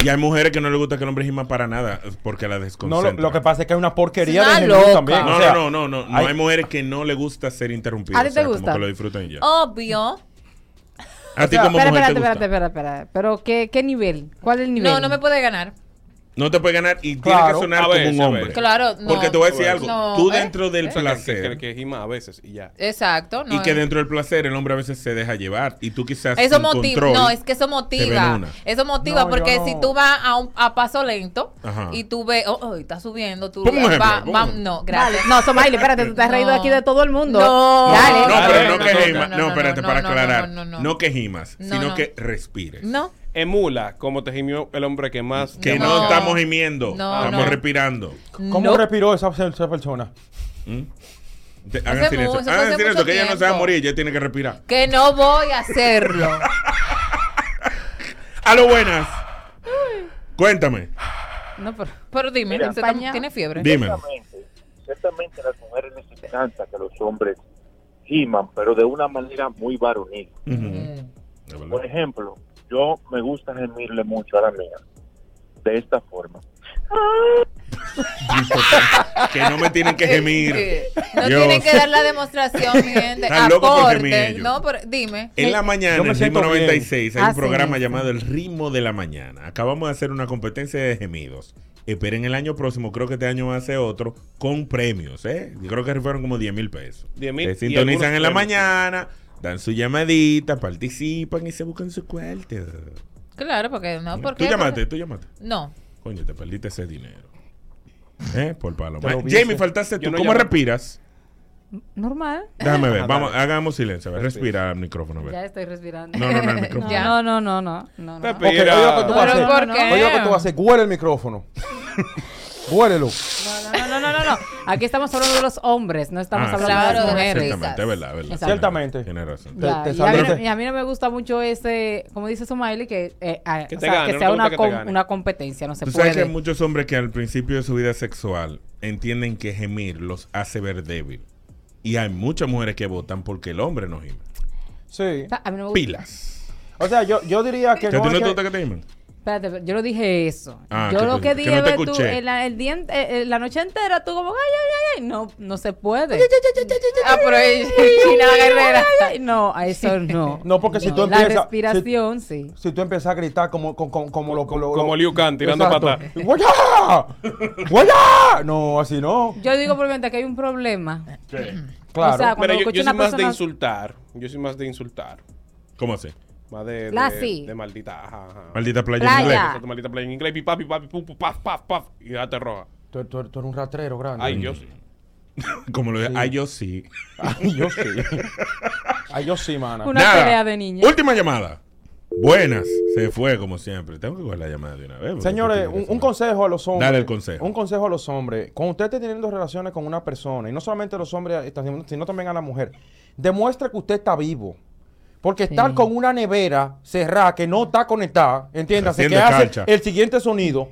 Y hay mujeres que no les gusta que el hombre gima para nada porque la No, desconcentra. lo, lo que pasa es que hay una porquería Es una de loca. genio también. No, o sea, no, no, no, no. hay- hay mujeres que no le gusta ser interrumpidas. ¿A ti o te sea, como gusta? Oh, que lo disfrutan y ya. Obvio. A ti O sea, como espera, mujer espérate, te gusta. espérate, espérate, espérate. Pero ¿qué, qué nivel? ¿Cuál es el nivel? No, no me puede ganar. No te puede ganar y tiene Claro. que sonar A como veces, a un hombre. veces. Claro, no. Porque te voy a decir algo. No, Tú ¿eh? dentro del ¿eh? placer. Que, que, que gima a veces y ya. Exacto. No y que es- dentro del placer el hombre a veces se deja llevar y tú quizás Eso sin motiva. control, No, es que eso te ven motiva. una. Eso motiva No, porque yo no. si tú vas a, un, a paso lento Ajá. y tú ves, oh, oh, está subiendo, tú Ponme un ejemplo, va- ponme va- un- no, gracias. Vale. No, Somaili, espérate, tú te has reído No. aquí de todo el mundo. No. Dale. No, Dale. pero no No, que no, gimas. no, No, no, espérate, no, para no, aclarar. no, No, no, no. que gimas, No, sino no. que respires. No. Emula como te gimió el hombre que más. Que no, estamos gimiendo, No, estamos no. respirando. ¿Cómo respiró esa, esa persona? Te- Hagan mu- silencio. eso fue Hagan hace silencio, mucho que ella no se va a tiempo. morir, ella tiene que respirar. Que no voy a hacerlo. A lo buenas. Cuéntame. No, pero, pero dime, Mira. ¿usted tam- ¿tiene fiebre? Dime. Ciertamente, ciertamente las mujeres les encanta que los hombres giman, pero de una manera muy varonil. Por ejemplo, yo me gusta gemirle mucho a la mía, de esta forma. que no me tienen que gemir. No Dios. tienen que dar la demostración, mi gente. Están locos por gemir Aporten. ellos. No, pero dime. En la mañana, en Ritmo 96, Pues, hay Ah, un sí, programa sí. llamado El Ritmo de la Mañana. Acabamos de hacer una competencia de gemidos. Esperen el año próximo, creo que este año va a hacer otro, con premios, ¿eh? Yo creo que fueron como 10 mil pesos. 10 Se mil. y algunos sintonizan en la premios. mañana, dan su llamadita, participan y se buscan su cuarto. Claro, porque no, Tú porque. llamaste, tú llamaste. No. Coño, te perdiste ese dinero. ¿Eh? Por palo. Te lo vi Jamie, ese. faltaste Yo tú. no ¿Cómo llamé. respiras? Normal. Déjame ver. Ah, Vamos, hagamos silencio. A ver, respira al micrófono. a ver. Ya estoy respirando. No, no, no, el micrófono. Ya. no, no, no, no, no, no. Ok, oye lo que tú vas a No, hacer. no, no, Oye lo que tú vas a hacer. Huele el micrófono. Huélelo. No, no, no, no, no. Aquí estamos hablando de los hombres, no estamos Ah, hablando sí, de las claro, mujeres. Ciertamente, es verdad, es verdad. Exacto. Ciertamente. Tienes razón. Ya, y, a mí no, y a mí no me gusta mucho ese, como dice Sumaili, que, eh, a- Que o te sea, gane, que no sea te gusta una, que te com- gane. una competencia, no se Tú sabes que puede. hay muchos hombres que al principio de su vida sexual entienden que gemir los hace ver débil. Y hay muchas mujeres que votan porque el hombre no gime. Sí. a mí no me gusta. Pilas. O sea, yo, yo diría que. O sea, ¿a ti es no te que- gusta que te gimen? Espérate, pero yo no dije eso. Ah, yo que lo tú- que que dije no te es tú, escuché. en la, el día en- eh, eh, la noche entera, tú como, ay, ay, ay, ay, no, no se puede. Ah, pero ella es China la guerrera. No, a eso no. No, porque si No, tú la empiezas. respiración, si, sí. Si tú empiezas a gritar como, como, como, como lo, como, como Liu Kang tirando patas. patada. ¡Guayá! ¡Guayá! No, así no. Yo digo por mi mente que hay un problema. Mm. Claro. O sea, cuando Pero yo, escucho yo una soy más de persona- insultar. Yo soy más de insultar. ¿Cómo así? Más de, La de, sí. de maldita. Ajá, ajá. Maldita playa en Playa. inglés. Exacto, maldita playa en inglés. Pi, papi, papi, pum, pum, paf, paf, paf. Y date roja. Tú, tú- tú eres un ratrero grande. Ay, yo sí. Como lo dije, ay, yo sí. Ay, yo sí. Ay, yo sí, mana. Una pelea de niños. Última llamada. Buenas. Se fue, como siempre. Tengo que coger la llamada de una vez. porque Señores, esto tiene un, que un consejo a los hombres. Dale el consejo. Un consejo a los hombres. Cuando usted esté teniendo relaciones con una persona, y no solamente a los hombres, eh, está- sino también a la mujer, demuestre que usted está vivo. Porque estar con una nevera cerrada que no está conectada, entiéndase, que Haciendo hace calcha. el siguiente sonido,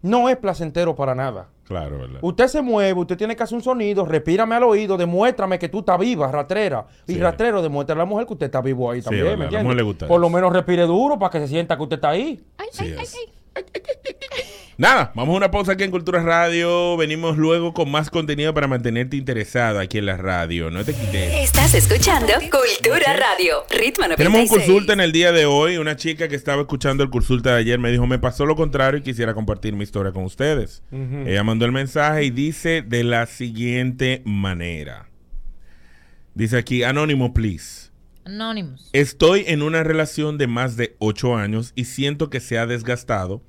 no es placentero para nada. ser- Claro, ¿verdad? Usted se mueve, usted tiene que hacer un sonido, respírame al oído, demuéstrame que tú estás viva, ratrera. Y ratrero, demuestra a la mujer que usted está vivo ahí también, verdad, ¿me a la entiende? mujer le gusta Por lo menos respire duro para que se sienta que usted está ahí. Sí es. Nada, vamos a una pausa aquí en Cultura Radio. Venimos luego con más contenido para mantenerte interesado aquí en la radio. No te quites. Estás escuchando Cultura Radio, Ritmo 96. Tenemos un consulta en el día de hoy. Una chica que estaba escuchando el consulta de ayer me dijo, me pasó lo contrario y quisiera compartir mi historia con ustedes. Ujú. Ella mandó el mensaje y dice de la siguiente manera. Dice aquí, anónimo, please. Anonymous. Estoy en una relación de más de 8 años y siento que se ha desgastado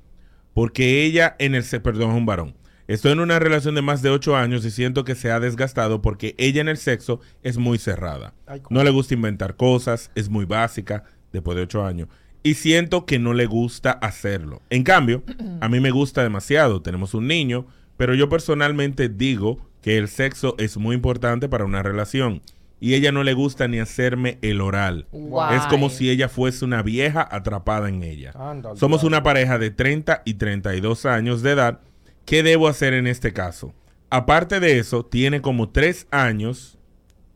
porque ella en el se- perdón, es un varón. Estoy en una relación de más de 8 años y siento que se ha desgastado porque ella en el sexo es muy cerrada. Ay, cómo. No le gusta inventar cosas, es muy básica después de 8 años y siento que no le gusta hacerlo. En cambio, a mí me gusta demasiado, tenemos un niño, pero yo personalmente digo que el sexo es muy importante para una relación y ella no le gusta ni hacerme el oral. Guay. Es como si ella fuese una vieja atrapada en ella. Ándale. Somos una pareja de 30 y 32 años de edad. ¿Qué debo hacer en este caso? Aparte de eso, tiene como tres años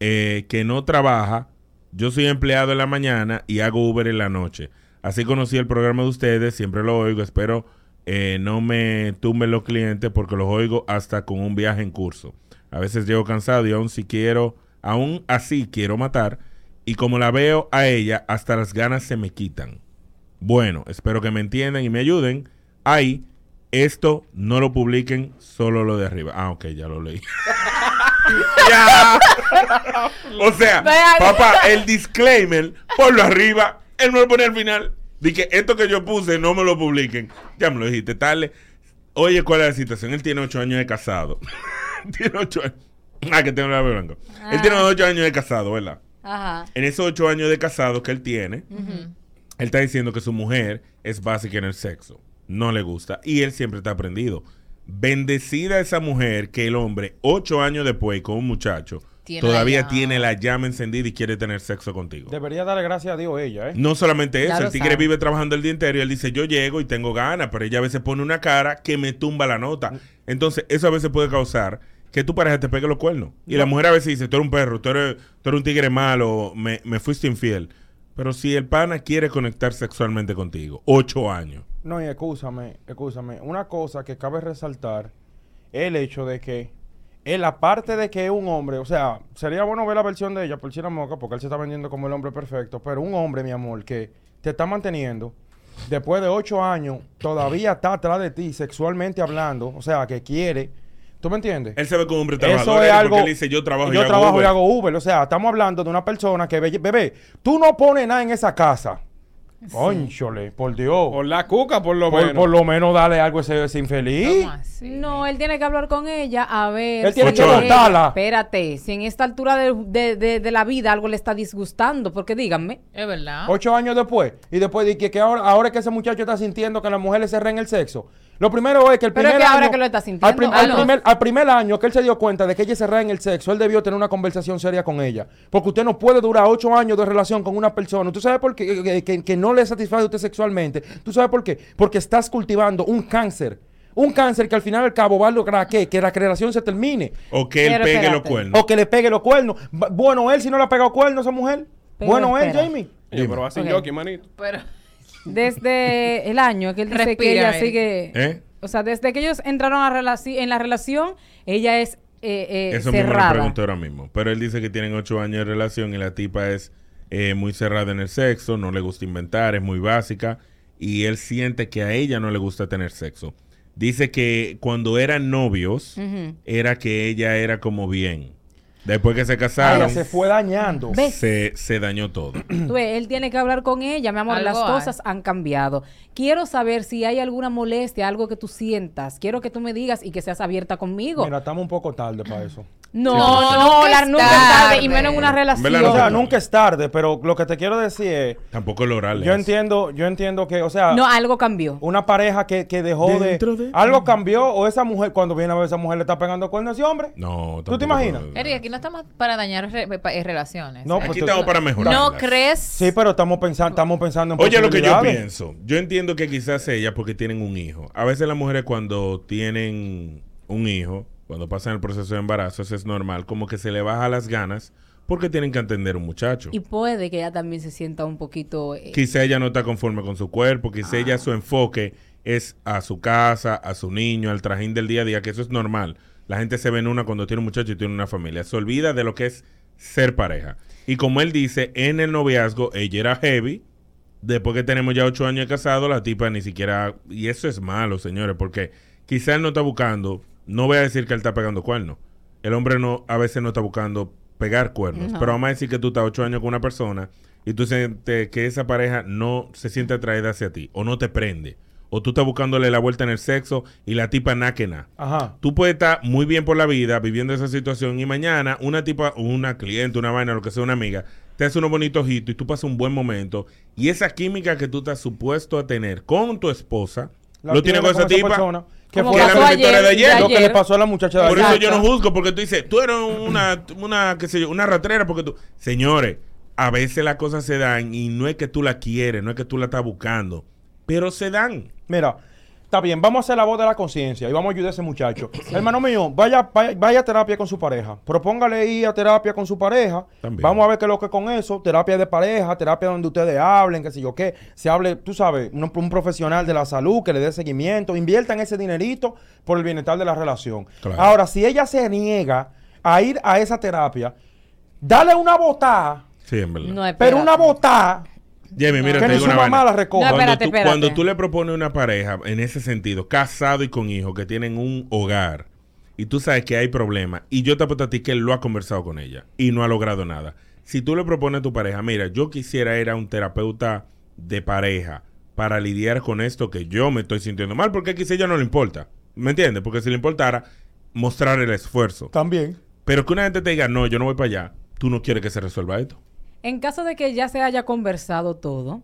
eh, que no trabaja. Yo soy empleado en la mañana y hago Uber en la noche. Así conocí el programa de ustedes, siempre lo oigo, espero eh, no me tumben los clientes porque los oigo hasta con un viaje en curso. A veces llego cansado y aún si quiero, aún así quiero matar y como la veo a ella, hasta las ganas se me quitan. Bueno, espero que me entiendan y me ayuden. Ahí, esto no lo publiquen, solo lo de arriba. Ah, ok, ya lo leí. ya. O sea, Vean. papá, el disclaimer, ponlo arriba, él me lo pone al final. Dije, esto que yo puse, no me lo publiquen. Ya me lo dijiste, tal. Oye, ¿cuál es la situación? Él tiene ocho años de casado. tiene ocho años. Ah, que tengo el labio blanco. Él tiene Ah. ocho años de casado, ¿verdad? Ajá. En esos ocho años de casado que él tiene, él está diciendo que su mujer es básica en el sexo. No le gusta. Y él siempre está aprendido. Bendecida esa mujer que el hombre, ocho años después, con un muchacho, Tiene la todavía llama. tiene la llama encendida y quiere tener sexo contigo. Debería darle gracias a Dios ella, ¿eh? No solamente Ya eso, lo el tigre sabe. vive trabajando el día entero y él dice, yo llego y tengo ganas, pero ella a veces pone una cara que me tumba la nota. Entonces, eso a veces puede causar que tu pareja te pegue los cuernos. Y la mujer a veces dice, tú eres un perro, tú eres, tú eres un tigre malo, me, me fuiste infiel. Pero si el pana quiere conectar sexualmente contigo, ocho años. No, y escúchame, escúchame. Una cosa que cabe resaltar el hecho de que él, aparte de que es un hombre, o sea, sería bueno ver la versión de ella por si la moca, porque él se está vendiendo como el hombre perfecto, pero un hombre, mi amor, que te está manteniendo, después de ocho años, todavía está atrás de ti sexualmente hablando, o sea, que quiere. ¿Tú me entiendes? Él se ve como un hombre Eso trabajador, es ¿eh? Porque algo. él dice, yo trabajo y hago trabajo Uber. y hago Uber. O sea, estamos hablando de una persona que, belle- bebé, tú no pones nada en esa casa. Cónchole, por Dios. Por la cuca, por lo por, menos. Por lo menos dale algo a ese, ese infeliz. No, él tiene que hablar con ella a ver. Él tiene si que ella- botarla. Espérate, si en esta altura de, de- de- de la vida algo le está disgustando, porque díganme. Es verdad. Ocho años después. Y después de que, que ahora, ahora es que ese muchacho está sintiendo que las mujeres se reen el sexo. Lo primero es que el Pero primer es que ahora año- que lo está Al, sintiendo. prim- al primer, al primer año que él se dio cuenta de que ella se reen el sexo, él debió tener una conversación seria con ella. Porque usted no puede durar ocho años de relación con una persona. ¿Tú sabes por qué? Que, que- que no le satisface a usted sexualmente. ¿Tú sabes por qué? Porque estás cultivando un cáncer. Un cáncer que al final y al cabo va a lograr ¿qué? que la creación se termine. O que él Pero pegue espérate. los cuernos. O que le pegue los cuernos. Va- Bueno, él si no le ha pegado cuernos a esa mujer. Pero bueno, él, espera. ¿eh, Jamie. Oye, pero va sin Ok. jockey, manito. Pero. Desde el año que él dice que Respira, ella Eric. sigue. ¿Eh? O sea, desde que ellos entraron a relaci- en la relación, ella es eh, eh, Eso mismo le cerrada. pregunté ahora mismo. Pero él dice que tienen ocho años de relación y la tipa es eh, muy cerrada en el sexo, no le gusta inventar, es muy básica y él siente que a ella no le gusta tener sexo. Dice que cuando eran novios Ujú. era que ella era como bien. Después que se Ella casaron se fue dañando. se, se dañó todo. Tú ves, él tiene que hablar con ella, mi amor, Algo las hay. cosas han cambiado. Quiero saber si hay alguna molestia, algo que tú sientas. Quiero que tú me digas y que seas abierta conmigo. Mira, estamos un poco tarde para eso. No, Sí, no, no, nunca la- es nunca es tarde, tarde. y menos en una relación. O sea, nunca es tarde, pero lo que te quiero decir es... Tampoco el oral. Yo es. entiendo, yo entiendo que, o sea... No, algo cambió. Una pareja que, que dejó de, Dentro de- Algo cambió o esa mujer, cuando viene a ver esa mujer, le está pegando cuernos a ese hombre. No, ¿Tú te imaginas? Eric, aquí no estamos para dañar re- pa- eh, relaciones. No, pues tú- ¿No crees? Sí, pero estamos pensando, estamos pensando en Oye, lo que yo posibilidades. pienso. Yo entiendo que quizás ellas porque tienen un hijo. A veces las mujeres cuando tienen un hijo, cuando pasan el proceso de embarazo, eso es normal, como que se le baja las ganas porque tienen que atender a un muchacho. Y puede que ella también se sienta un poquito... eh, Quizá ella no está conforme con su cuerpo, quizá ella su enfoque es a su casa, a su niño, al trajín del día a día, que eso es normal. La gente se ve en una cuando tiene un muchacho y tiene una familia. Se olvida de lo que es ser pareja. Y como él dice, en el noviazgo ella era heavy. Después que tenemos ya ocho años de casado, la tipa ni siquiera... Y eso es malo, señores, porque quizá él no está buscando... No voy a decir que él está pegando cuernos. El hombre no a veces no está buscando pegar cuernos. No. Pero vamos a decir que tú estás ocho años con una persona y tú sientes que esa pareja no se siente atraída hacia ti o no te prende. O tú estás buscándole la vuelta en el sexo y la tipa na que na. Ajá. Tú puedes estar muy bien por la vida viviendo esa situación y mañana una tipa, una cliente, una vaina, lo que sea, una amiga, te hace unos bonitos ojitos y tú pasas un buen momento y esa química que tú estás supuesto a tener con tu esposa, La lo tienes con esa tipa. persona, que que fue- es la pasó misma ayer, historia de ayer. de Lo que ayer. le pasó a la muchacha de Por ayer. eso yo no Exacto. juzgo, porque tú dices, tú eres una, una, qué sé yo, una ratrera, porque tú... Señores, a veces las cosas se dan y no es que tú la quieres, no es que tú la estás buscando, pero se dan. Mira, Está bien, vamos a hacer la voz de la conciencia y vamos a ayudar a ese muchacho. Hermano mío, vaya, vaya, vaya a terapia con su pareja. Propóngale ir a terapia con su pareja. También. Vamos a ver qué es lo que con eso. Terapia de pareja, terapia donde ustedes hablen, qué sé yo qué. Se hable, tú sabes, un, un profesional de la salud que le dé seguimiento. Inviertan ese dinerito por el bienestar de la relación. Claro. Ahora, si ella se niega a ir a esa terapia, dale una botada, Sí, en verdad. pero una botada Jamie, mira, Que te ni digo su una mamá vaina. la recoge. No, Cuando, espérate, tú, espérate. cuando tú le propones una pareja en ese sentido, casado y con hijos, que tienen un hogar, y tú sabes que hay problemas, y yo te apuesto a ti que él lo ha conversado con ella y no ha logrado nada. Si tú le propones a tu pareja, mira, yo quisiera ir a un terapeuta de pareja para lidiar con esto que yo me estoy sintiendo mal, porque quizá a ella no le importa. ¿Me entiendes? Porque si le importara, mostrar el esfuerzo. También. Pero que una gente te diga, no, yo no voy para allá, tú no quieres que se resuelva esto. En caso de que ya se haya conversado todo,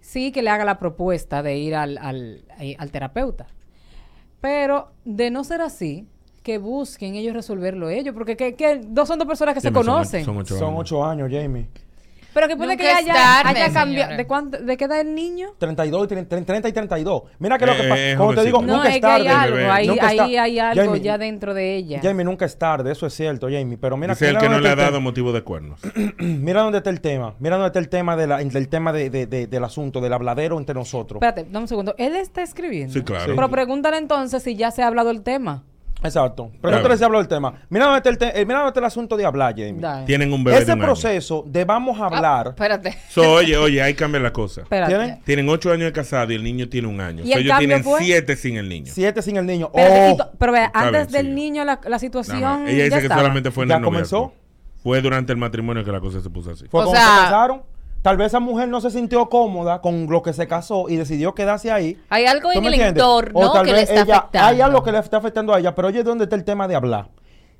sí que le haga la propuesta de ir al, al- eh, al terapeuta. Pero de no ser así, que busquen ellos resolverlo ellos, porque que, que dos son dos personas que se Jamie, son conocen. ocho- son ocho años. Jamie. Pero que puede que Nunca es haya, tarde, haya cambiado. señora. ¿De, cuánto, ¿De qué edad el niño? 32 y 30, 30 y 32. Mira que lo que Eh, pasa. eh, Como te jovencito. digo, No, nunca es es que hay tarde. algo, ahí, Nunca ahí está- hay algo Jamie, ya dentro de ella. Jamie, nunca es tarde, eso es cierto, Jamie. Pero mira Dice el mira que no dónde le ha está el dado motivo de cuernos. tema. este Mira dónde está el tema. Mira dónde está el tema, de la, del, tema de, de- de- del asunto, del habladero entre nosotros. Espérate, dame un segundo. Él está escribiendo. Sí, claro. Sí. Pero pregúntale entonces si ya se ha hablado el tema. Exacto. Pregúntale si hablo del tema. Mira dónde está el, te- eh, mira dónde está el asunto de hablar, Jamie. Dale. Tienen un bebé de Ese un año. proceso de vamos Ah. a hablar. Espérate. So, oye, oye, ahí cambia la cosa. Espérate. ¿Tienen? Tienen ocho años de casado y el niño tiene un año. ¿Y So, el ellos cambio tienen fue? siete sin el niño. Siete sin el niño. Espérate, Oh. y to- pero vea, Está antes bien, del niño la, la situación. Ajá. Ella ya dice que estaba. solamente fue en ¿Ya el noviazgo. comenzó? Fue durante el matrimonio que la cosa se puso así. Fue O cuando sea- se casaron. Tal vez esa mujer no se sintió cómoda con lo que se casó y decidió quedarse ahí. Hay algo ¿Tú en me el entiendes? O entorno tal que le vez está ella- afectando. Hay algo que le está afectando a ella, pero oye, ¿dónde está el tema de hablar?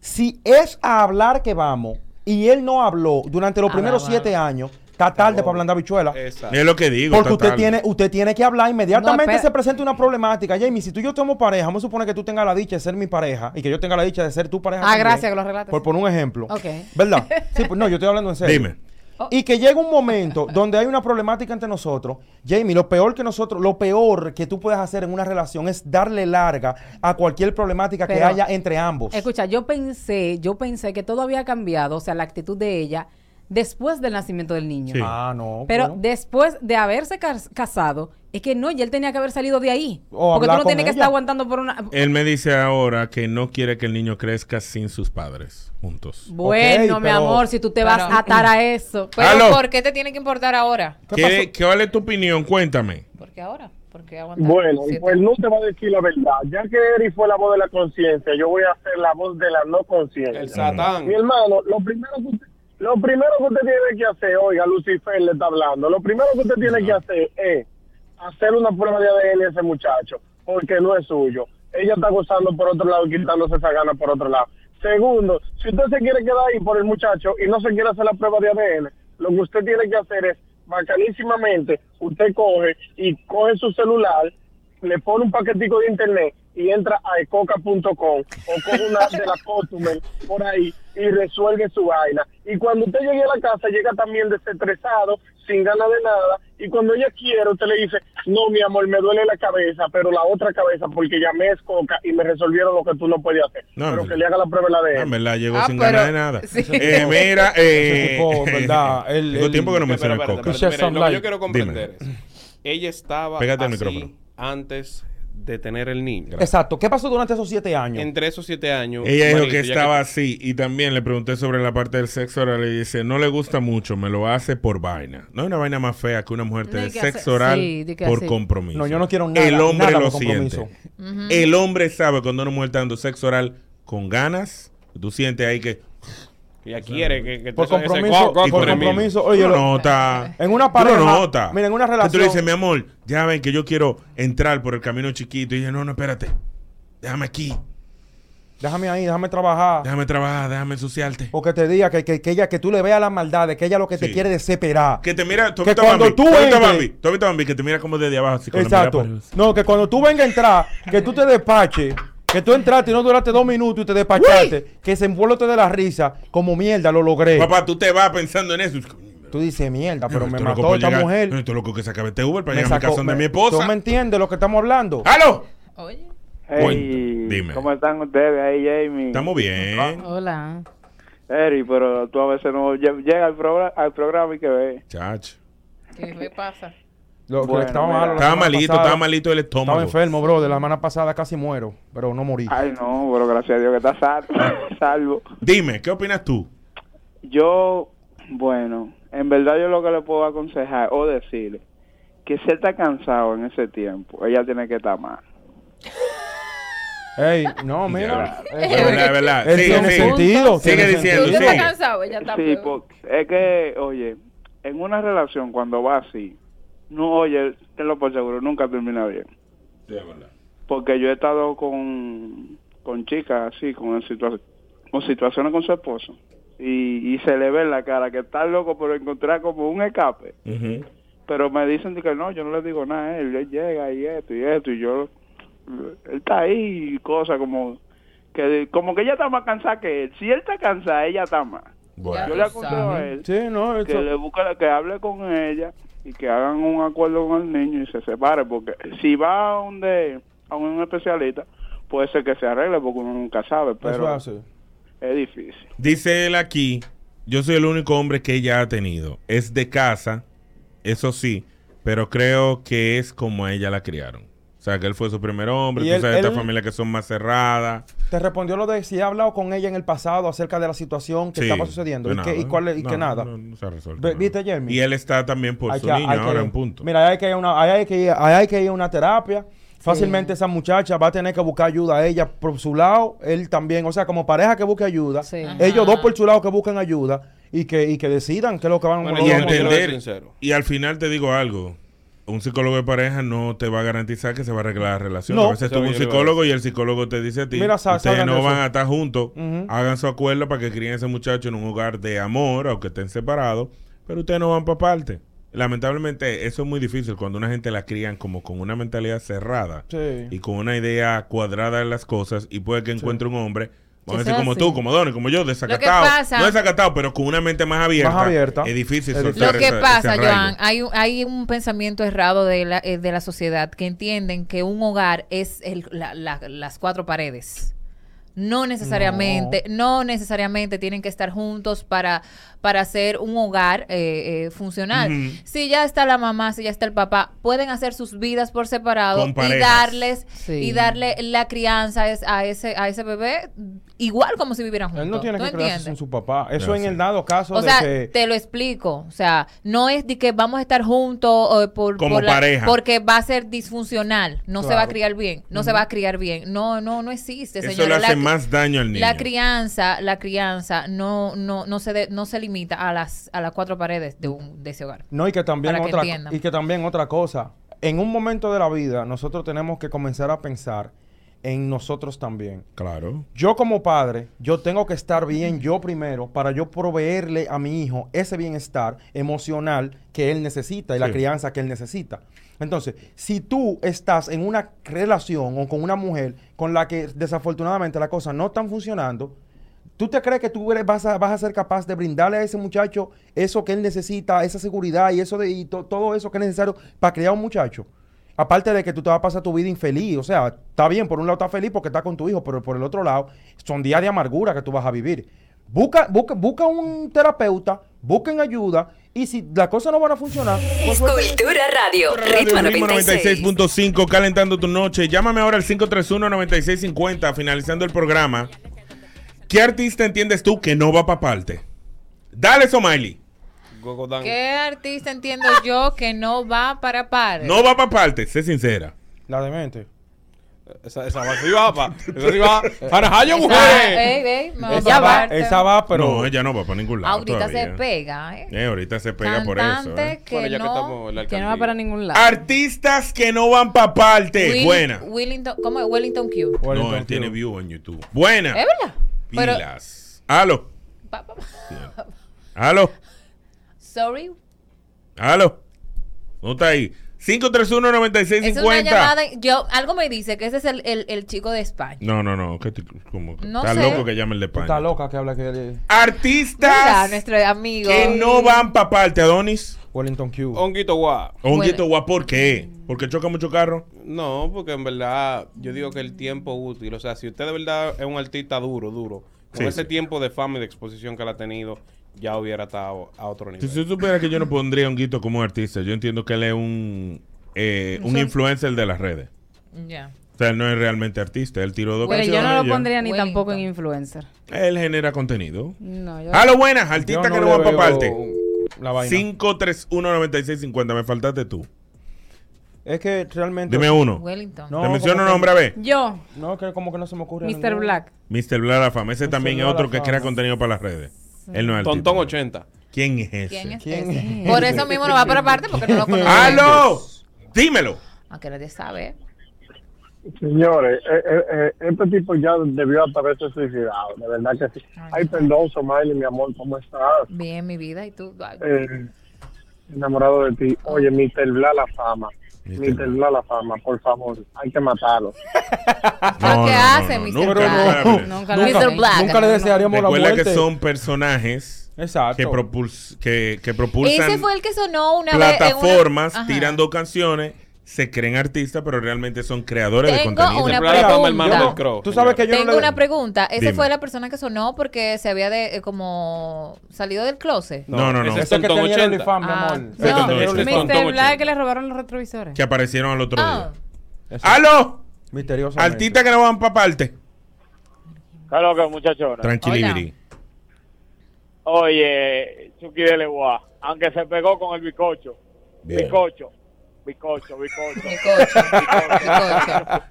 Si es a hablar que vamos y él no habló durante los Ah, primeros va, va, siete años, está tarde para hablar de habichuela. Es lo que Eh, digo. Porque usted total. tiene, usted tiene que hablar inmediatamente espera. se presenta una problemática. Jamie, si tú y yo somos pareja, vamos a suponer que tú tengas la dicha de ser mi pareja y que yo tenga la dicha de ser tu pareja. Ah, también, gracias que lo arreglaste. Por poner un ejemplo. Ok. Oh. ¿Verdad? Sí, pues, no, yo estoy hablando en serio. Dime. Y que llega un momento donde hay una problemática entre nosotros. Jamie, lo peor que nosotros, lo peor que tú puedes hacer en una relación es darle larga a cualquier problemática que Pero- haya entre ambos. Escucha, yo pensé, yo pensé que todo había cambiado, o sea, la actitud de ella después del nacimiento del niño. Sí. Ah, no, Pero bueno. después de haberse cas- casado, es que no, y él tenía que haber salido de ahí. O porque tú hablar no con tienes que ella. estar aguantando por una. Él me dice ahora que no quiere que el niño crezca sin sus padres juntos. Bueno, mi amor, si tú te vas Pero- a atar a eso. Pero Aló. ¿por qué te tiene que importar ahora? ¿Qué, qué vale tu opinión? Cuéntame. Porque ahora. Porque aguantar. Bueno, y pues no te va a decir la verdad. Ya que Eri fue la voz de la conciencia, yo voy a hacer la voz de la no conciencia. El Satán. Mi hermano, lo primero que usted, lo primero que usted tiene que hacer, oiga, Lucifer le está hablando, lo primero que usted tiene que hacer es hacer una prueba de ADN a ese muchacho, porque no es suyo. Ella está gozando por otro lado y quitándose esa gana por otro lado. Segundo, si usted se quiere quedar ahí por el muchacho y no se quiere hacer la prueba de ADN, lo que usted tiene que hacer es, bacanísimamente, usted coge y coge su celular, le pone un paquetico de internet y entra a ecoca.com o coge una de las costumes por ahí y resuelve su vaina. Y cuando usted llegue a la casa, llega también desestresado, sin ganas de nada. Y cuando ella quiere, usted le dice, no, mi amor, me duele la cabeza, pero la otra cabeza, porque llamé a Escoca y me resolvieron lo que tú no podías hacer. No, pero no. que le haga la prueba la de En verdad, llegó Ah, sin pero- ganas de nada. sí. Eh, mira, eh, Ese tipo, en verdad, el- tengo el- tiempo que no me Espera, suena espera, coca. Mira, espera, lo que yo Dime. quiero comprender es, ella estaba Pégate al así micrófono. antes de tener el niño. Exacto. ¿Qué pasó durante esos siete años? Entre esos siete años. Ella dijo Marito, que ya estaba así y también le pregunté sobre la parte del sexo oral y dice, no le gusta mucho, me lo hace por vaina. No hay una vaina más fea que una mujer te No, dé y que sexo hace- oral sí, de que por hace- compromiso. No, yo no quiero nada, El hombre nada lo por compromiso. siente. El hombre sabe cuando una mujer está dando sexo oral con ganas, tú sientes ahí que... Ella quiere que, que Por eso- ese compromiso, go- go- y por termina. compromiso, oye, Tú lo lo- nota. En una Tú lo pareja, nota. mira, en una Que Tú le relación- dices, mi amor, ya ven que yo quiero entrar por el camino chiquito. Y ella, no, no, espérate. Déjame aquí. Déjame ahí, déjame trabajar. Déjame trabajar, déjame ensuciarte. O que te diga que, que, que ella, que tú le veas las maldades, que ella lo que te quiere desesperar. Que te mira, tú has Que visto a cuando Bambi, tú tú has visto a entres- Bambi, tú has visto a Bambi que te mira como desde abajo, así con la mirada Exacto. para arriba. No, que cuando tú vengas a entrar, que tú te despaches, que tú entraste y no duraste dos minutos y te despachaste, que se envuélvete de la risa, como mierda, lo logré. Papá, tú te vas pensando en eso. Tú dices, mierda, pero Yo me estoy loco mató por esta llegar- mujer. Yo estoy loco que se acabe este Uber para Me llegar a mi sacó- casa donde me- mi esposa. ¿Tú me entiendes lo que estamos hablando? ¡Halo! Hey, ¿Cómo están ustedes ahí, Jamie? Ah. Estamos bien. Hola. Eri, pero tú a veces no lle- llega al, progra- al programa y que ve. Chacho. ¿Qué me pasa? Lo, Bueno, estaba mira. malo la Estaba semana malito, pasada. estaba malito el estómago. Estaba enfermo, bro. De la semana pasada casi muero, pero no morí. Ay, no, pero gracias a Dios que estás sal- salvo. Dime, ¿qué opinas tú? Yo, bueno, en verdad yo lo que le puedo aconsejar o decirle, que si él está cansado en ese tiempo, ella tiene que estar mal. Ey, no, mira. Es verdad, es verdad. Él Sigue, tiene sigue. sentido. Sigue tiene diciendo, sentido. sigue. cansado, ella está Sí, porque es que, oye, en una relación cuando va así, no, oye, tenlo por seguro, nunca termina bien. Porque yo he estado con, con chicas así, con, situa- con situaciones con su esposo, y, y se le ve en la cara que está loco por encontrar como un escape. Pero me dicen de que no, yo no le digo nada a él, él llega y esto y esto, y yo, él está ahí y cosas como que como que ella está más cansada que él. Si él está cansada, ella está más. Bueno. Yo le aconsejo a él Sí, no, que eso- le busque, la- que hable con ella y que hagan un acuerdo con el niño y se separe, porque si va a un, de, a un especialista, puede ser que se arregle, porque uno nunca sabe, pero Eso es así. es difícil. Dice él aquí, yo soy el único hombre que ella ha tenido. Es de casa, eso sí, pero creo que es como a ella la criaron. O sea, que él fue su primer hombre, Y tú él- sabes, él- estas familias que son más cerradas. Te respondió lo de si ha hablado con ella en el pasado acerca de la situación que Sí, estaba sucediendo de y, que, nada. y, cuál, es- y No, que nada. no, no se ha resuelto Ve- nada. ¿Viste, Jeremy? Y él está también por Hay su que- niño hay que- ahora en punto. Mira, hay que ir a una, ahí hay que ir, ahí hay que ir a una terapia. Fácilmente esa muchacha va a tener que buscar ayuda a ella por su lado, él también. O sea, como pareja que busque ayuda. Ellos dos por su lado que busquen ayuda y que, y que decidan qué es lo que van Bueno, lo y que vamos a hacer. entender. Y al final te digo algo. Un psicólogo de pareja no te va a garantizar que se va a arreglar la relación. No. a veces tú un Eso yo le psicólogo y el psicólogo te dice a ti, Mira, sa- ustedes salgan de no eso. van a estar juntos, Ujú. hagan su acuerdo para que críen a ese muchacho en un hogar de amor, aunque estén separados, pero ustedes no van para parte. Lamentablemente eso es muy difícil cuando una gente la crían como con una mentalidad cerrada Sí. y con una idea cuadrada de las cosas y puede que encuentre un hombre, vamos a Eso decir, es como así. tú, como Donny, como yo, desacatado. pasa- No desacatado, pero con una mente más abierta. Más abierta. Es difícil Es soltar difícil. Lo que esa- ese pasa, arraigo. Joan, hay, un- hay un pensamiento errado de la, eh, de la sociedad que entienden que un hogar es el- la- la- las cuatro paredes. No necesariamente, no. necesariamente tienen que estar juntos para, para hacer un hogar eh, eh, funcional. Ujú. Si ya está la mamá, si ya está el papá, pueden hacer sus vidas por separado Con y parejas. darles Sí. y darle la crianza a es- a ese a ese bebé igual como si vivieran juntos. Él no tiene ¿Tú que crearse entiendes? sin su papá. Eso Ya, en sí. el dado caso O sea, de que... te lo explico. O sea, no es de que vamos a estar juntos eh, por, Como por la- pareja. porque va a ser disfuncional. No se Claro. va a criar bien. No se va a criar bien. No, no, no existe, Eso señor. le hace más daño al niño. La crianza, la crianza no, no, no se de- no se limita a las a las cuatro paredes de un de ese hogar. No, y que también Para que otra entiendan. y que también otra cosa. En un momento de la vida, nosotros tenemos que comenzar a pensar en nosotros también. Claro. Yo como padre, yo tengo que estar bien yo primero para yo proveerle a mi hijo ese bienestar emocional que él necesita y la Sí. crianza que él necesita. Entonces, si tú estás en una relación o con una mujer con la que desafortunadamente las cosas no están funcionando, ¿Tú te crees que tú eres- vas, a, vas a ser capaz de brindarle a ese muchacho eso que él necesita, esa seguridad y eso de, y to- todo eso que es necesario para criar a un muchacho? Aparte de que tú te vas a pasar tu vida infeliz, o sea, está bien, por un lado estás feliz porque estás con tu hijo, pero por el otro lado son días de amargura que tú vas a vivir. Busca, busca, busca un terapeuta, busquen ayuda y si las cosas no van a funcionar... pues, Cultura Radio, Ritmo 96. 96.5, calentando tu noche. Llámame ahora al 531-9650, finalizando el programa. ¿Qué artista entiendes tú que no va para parte? Dale, Somaili. ¿Qué artista entiendo yo que no va para pares? No va para parte, sé sincera. La demente. Esa, esa va, sí va, pa. Esa sí va. Jarajayo, Esa- mujeres. Ey, ey, no, Esa va va- parte. esa va, pero- No, ella no va para ningún lado. Ahorita se todavía. pega, ¿eh? Eh, ahorita se pega por eso. Cantante eh. que, no, que no va para ningún lado. Artistas que no van para parte. Will- Buena. Wellington, ¿Cómo es? Wellington Q. No, él tiene view en YouTube. Buena. ¿Es verdad? ¿Eh? Pero- Pilas. Aló. Aló. Sorry. Aló. ¿No está ahí? 531-9650. Es una llamada. Yo, algo me dice que ese es el, el, el chico de España. No, no, no. que tú- como, No está sé. loco que llame el de Tú España. estás loca que habla que de Mira, Artistas nuestro amigo. que no van para parte, Adonis. Wellington Q. Honguito guá. Honguito guá, ¿por qué? ¿Porque choca mucho carro? No, porque en verdad yo digo que el tiempo útil, o sea, si usted de verdad es un artista duro, duro, con Sí, ese tiempo de fama y de exposición que él ha tenido, ya hubiera estado a otro Si nivel. tú supieras que yo no pondría a Honguito como un artista, yo entiendo que él es un, eh, un Sol- influencer de las redes. Ya. O sea, él no es realmente artista, él tiró dos Bueno, yo canciones no y lo ya. pondría ni tampoco en influencer. Él genera contenido. No, yo- A lo buenas, artistas Yo no que no le van para veo parte. la vaina. 5319650, me faltaste tú. Es que realmente. Dime uno. Wellington. Te menciono como que- nombre, a ver. Yo. No, que como que no se me ocurre. Mr. ninguno. Black. Mr. Blalafam, ese también es Bla La otro que Fama. crea contenido para las redes. Él no es artista. Tontón 80. ¿Quién es ese? ¿Quién es ese? Por eso mismo no va para parte porque no lo conoce. ¡Aló! Dímelo. Aunque nadie sabe. Señores, eh, eh, eh, este tipo ya debió hasta haberse suicidado, de verdad que sí. Ay, perdón, Somaili, mi amor, ¿cómo estás? Bien, mi vida. Y tú. Ay, Eh, enamorado de ti. Oye, Mr. Bla la fama. Mr. Bla la fama, por favor, hay que matarlo. ¿Qué hace, Mr. nunca, Black? nunca, Nunca lo- Mr. Black. Nunca le desearíamos la Recuerda muerte. que son personajes que, propuls- que, que propulsan Ese fue el que sonó una vez. en una- plataformas, Ajá. tirando canciones, se creen artistas, pero realmente son creadores Tengo de contenido. una Temporada pregunta. Palma del Tú sabes que yo Tengo no le- una pregunta. ¿Ese Dime. fue la persona que sonó porque se había de, eh, como salido del closet? No, no, no. Ese es el que Tontón tenía el 80. OnlyFans, mi Ah, amor. no. Ese tenía el Mr. OnlyFans. Mr. Black que le robaron los retrovisores. Que aparecieron al otro Ah. día. ¡Aló! Misterioso. Artistas que no van para parte. Claro que muchachos. Tranquilibri. Oye, Chucky de Leguá, aunque se pegó con el bicocho. Bicocho. Bicocho, bicocho.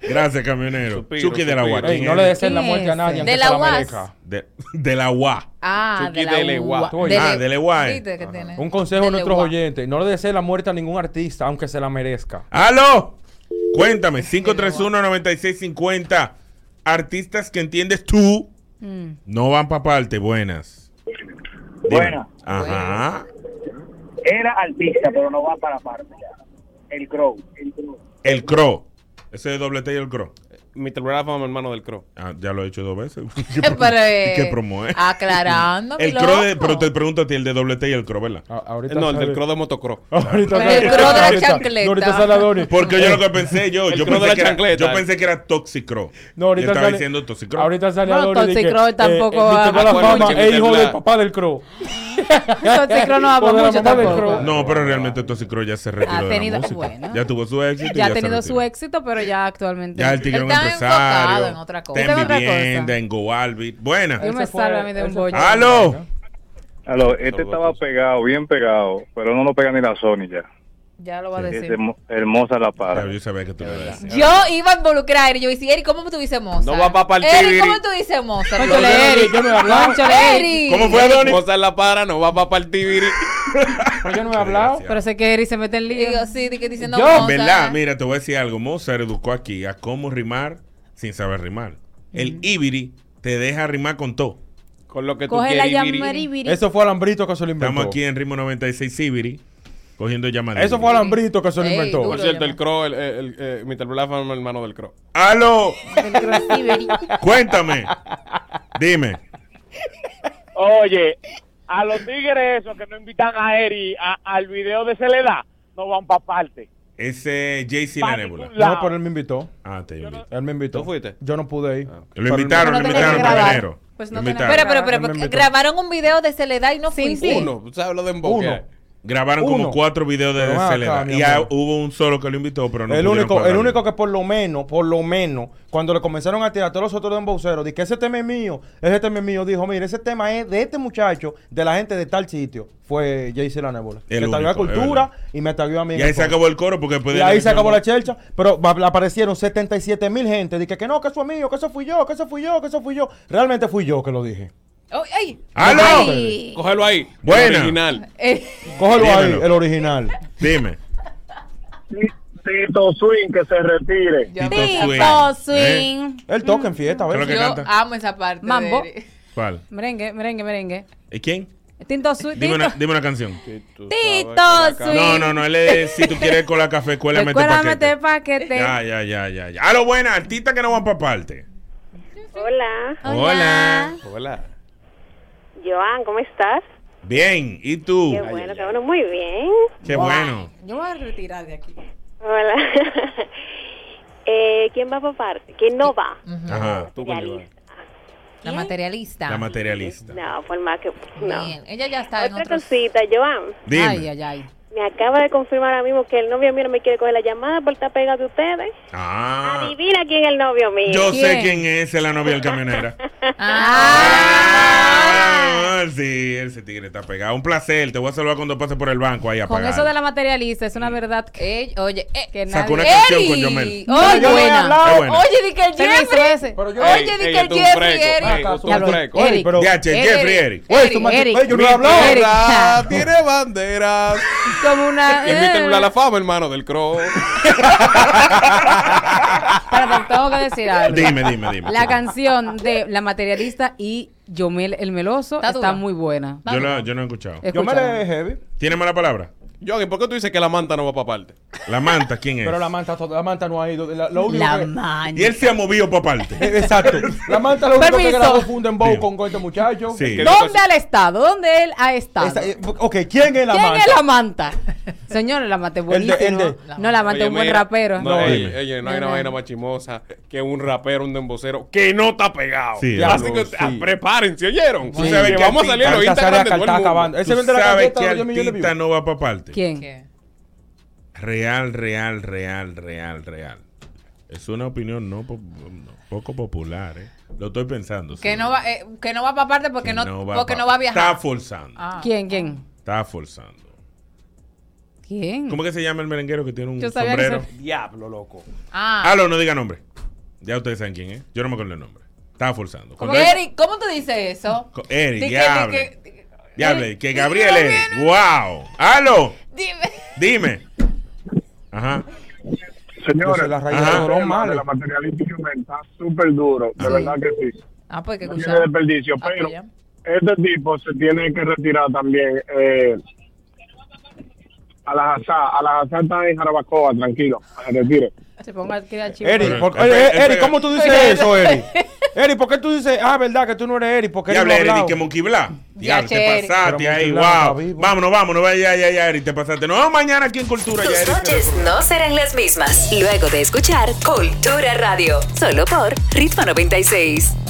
Gracias, camionero. Suspiro, Chucky de la suspiro. UA. Ey, no le desees la muerte a nadie, aunque De la se la UAS. merezca. De, de la UA. Ah, Chucky de la de Leguá. UA. Tú oyes. De Ah, de Leguá. Leguá, eh. ¿Viste que tiene? Un consejo a Del nuestros Leguá. oyentes. No le desees la muerte a ningún artista, aunque se la merezca. ¡Aló! Cuéntame, 531-9650. Artistas que entiendes tú no van para parte. Buenas. Buenas. Ajá. Era artista, pero no va para parte. El Crow. El Crow. El Crow. Ese es doble T y el Crow. Mr. Rafa, mi hermano del Crow. Ah, ya lo he hecho dos veces. Pero, eh, ¿Qué promo es? Aclarando. mi El Crow, de- loco. pero te pregunto a ti, el de doble T y el Crow, ¿verdad? No, el del Crow de motocross. Ahorita El sale- Crow de la ahorita- chancleta. no, ahorita sale Adonis. Porque yo lo que pensé yo, El yo Crow de pensé, la que era, chancleta. yo pensé que era Toxicro. No, ahorita yo estaba sale- diciendo Toxicro. Ahorita sale No, Adonis de Toxic que, Crow tampoco ah, eh, va- el Mr. Black va Fama mucho. es hijo Mr. del Black. papá del Crow. Toxic Crow no va O de pa' mucho la mamá del tampoco. Crow. No, pero realmente Toxicro ya se retiró Ha de la tenido- música. bueno. Ya tuvo su éxito. y Ya ha se tenido retiró. su éxito, pero ya actualmente. Ya el tigre es un Está empresario. enfocado en otra cosa. Está Está en otra en cosa. vivienda, en GoAlbit. Buena. Dios me salve a mí de un bollo. ¡Aló! Aló, este estaba pegado, bien pegado, pero no lo pega ni la Sony ya. Ya lo va a Es decir. hermo- hermosa la para. Yo sabía que tú lo decías. Yo iba a involucrar y yo decía, Eric, ¿cómo tú dices Mozart? No va pa' partir, Eric, ¿cómo Eric. tú dices Mozart? Cónchale, Eric, yo no he hablado. Cónchale, Eric. ¿Cómo fue, Adonis? Mozart la para, no va para partir. Viri. yo no he hablado. Pero sé que Eric se mete en lío. Digo, sí, di que diciendo yo, Mozart. ¿verdad? Mira, te voy a decir algo. Mozart educó aquí a cómo rimar sin saber rimar. El Ibiri te deja rimar con todo. Con lo que tú Coge la quieres, Ibiri. llamar Ibiri. Eso fue Alambrito que se lo inventó. Estamos aquí en Ritmo 96 Ibiri, cogiendo llamadas. Eso fue Alambrito que se lo inventó. Por cierto, el Crow, el, el, eh, el- Mr. Rafa, mi hermano del Crow. ¡Aló! Cuéntame. Dime. Oye, a los tigres esos que no invitan a Eri a- al video de Celedad, no van para parte. Ese JC La Nebula. No, pero él me invitó. Ah, te invito. Él me invitó. ¿Tú fuiste? Yo no pude ir. Lo invitaron, lo invitaron para enero. Pues Pues Lo invitaron. Pero, pero, pero, Él me pero, invitó. grabaron un video de Celedad y no fuiste. ¿sabes lo de Uno. Grabaron como Uno. cuatro videos de Pero ven acá, Celeda. mi Y ah, amor. hubo un solo que lo invitó, pero no el pudieron único, el cuadrarlo. único que por lo menos, por lo menos, cuando le comenzaron a tirar a todos los otros embauceros, dije que ese tema es mío, ese tema es mío, dijo, mire, ese tema es de este muchacho, de la gente de tal sitio. Fue Jayce La Nebola. El Que tagueó a único, es Cultura y me tagueó a mí. en Y ahí se coro. acabó el coro porque después Y de ahí se elección- acabó la chercha, pero va- aparecieron 77 mil gente. Dije que no, que eso es mío, que eso fui yo, que eso fui yo, que eso fui yo. Realmente fui yo que lo dije. Oh, ¡Ay! ¡Aló! Ay. Cógelo ahí. Buena. El original. Eh, Cógelo ahí, Dímelo. el original. Dime. Tito Swing, que se retire. Tito Swing. Él toca en fiesta, a ¿Qué ¿Eh? es lo ver. que Yo canta? amo esa parte. Mambo. de Eric. ¿Cuál? Merengue, merengue, merengue. ¿Eh, ¿Quién? Tinto su- Dime una, tinto- dime una canción. Tito Sweet. No, no, no. Él es, si tú quieres con la café, cuélame este Recuérdame paquete. este paquete. Ya, ya, ya, ya, ya. A lo buena, artistas que no van para parte. Hola. Hola. Hola. Joan, ¿cómo estás? Bien, ¿y tú? Qué bueno, qué bueno, muy bien. Qué bueno. Yo voy a retirar de aquí. Hola. eh, ¿Quién va a parte? ¿Quién no va? Ajá. La materialista. La materialista. No, por más que... No. Bien, Ella ya está en Otra otros... cosita, Joan. Dime. Ay, ay, ay. Me acaba de confirmar ahora mismo que el novio mío no me quiere coger la llamada por estar pegado de ustedes. Ah. Adivina quién es el novio mío. Yo sé quién es, es la novia del camionera. Ah, sí, ese tigre está pegado. Un placer, te voy a saludar cuando pase por el banco ahí a Con pagar. eso de la materialista, es una verdad que. oye, eh, que Sacó nadie- una canción con ¡Ey! Yomel. No, Oye, yo no he buena. hablado. Es buena. Oye, di que el Permiso, Jeffrey. ese. Pero yo- Oye, Ey, di ey, que el tú un Jeffrey, freco, Eric. ey, tú un Ya lo- freco. Eric, Eric, pero- Ya, che, Eric, Jeffrey, Eric. Eric, Güey, tú mate- Eric. güey, yo no he hablado. Bandera, tiene banderas. Como una. Es mi celular Eh. la fama, hermano, del crow. Espérate, tengo que decir algo. Dime, dime, dime. La canción de La Materialista y Yomel el Meloso está, dura. muy buena. Yo, la- yo no he escuchado. Escúchala. Yomel es heavy. ¿Tiene mala palabra? Joaquín, ¿por qué tú dices que la manta no va para parte? La manta, ¿quién es? Pero la manta, to- la manta no ha ido. La, lo único que- Eh, Y él se ha movido para parte. Exacto. La manta lo único que Permiso. grabó fue un dembow con, con este muchacho. Sí. ¿Dónde ha estado? ¿Dónde él ha estado? Esa- eh, ok, ¿quién es la ¿Quién manta? es la manta? Señores, la manta es El de- buenísima. el de- No, la manta es un buen rapero. No, ey, dime. ey, no hay No, una no. vaina más chimosa que un rapero, un dembocero que no está pegado. Sí, Así diablo, que ah, prepárense, ¿oyeron? Tú Sí. sabes que que vamos a artista- salir a los artista Instagram de sabe todo a el mundo. Cartaca, Tú sabes que artista no va para parte. ¿Quién? Real, real, real, real, real. Es una opinión no po- no, poco popular, ¿eh? Lo estoy pensando. Que sí. no va, eh, que no va para parte porque Que no, no va porque pa- no va a viajar. Está forzando. Ah. ¿Quién, quién? Está forzando. ¿Quién? ¿Cómo que se llama el merenguero que tiene un Yo sabía que sombrero? Diablo, loco. Ah. Halo, no diga nombre. Ya ustedes saben quién es. Yo no me acuerdo el nombre. Estaba forzando. ¿Cómo Cuando- que Eric, ¿cómo tú dices eso? Co- Eric, Di que- di diable. que- Diable, que Gabriel es. ¡Wow! ¡Halo! Dime. Dime. Ajá. Señores, la raíz de los dolores de la materialística está súper duro, de verdad que sí. Ah, pues que pues, No tiene escuchar. desperdicio, pero Apoya. este tipo se tiene que retirar también. Eh, a la Hazá, a la Hazá está en Jarabacoa, tranquilo, se retire. Se ponga a criar chivo. Eric, por- oye, eh, Eric, ¿cómo tú dices eso, Eric? Eric, ¿por qué tú dices, ah, verdad que tú no eres Eric? Porque él no Diable, ha Eric, hablado? que Monkey Blas. Diable, che, te Eric. pasaste Pero ahí. Monkey Blas ¡Wow! Vámonos, vámonos. Vaya, ya, ya, Eric, te pasaste. Nos vemos mañana aquí en Cultura, ya, Tus Eric. noches no serán las mismas luego de escuchar Cultura Radio, solo por Ritmo 96.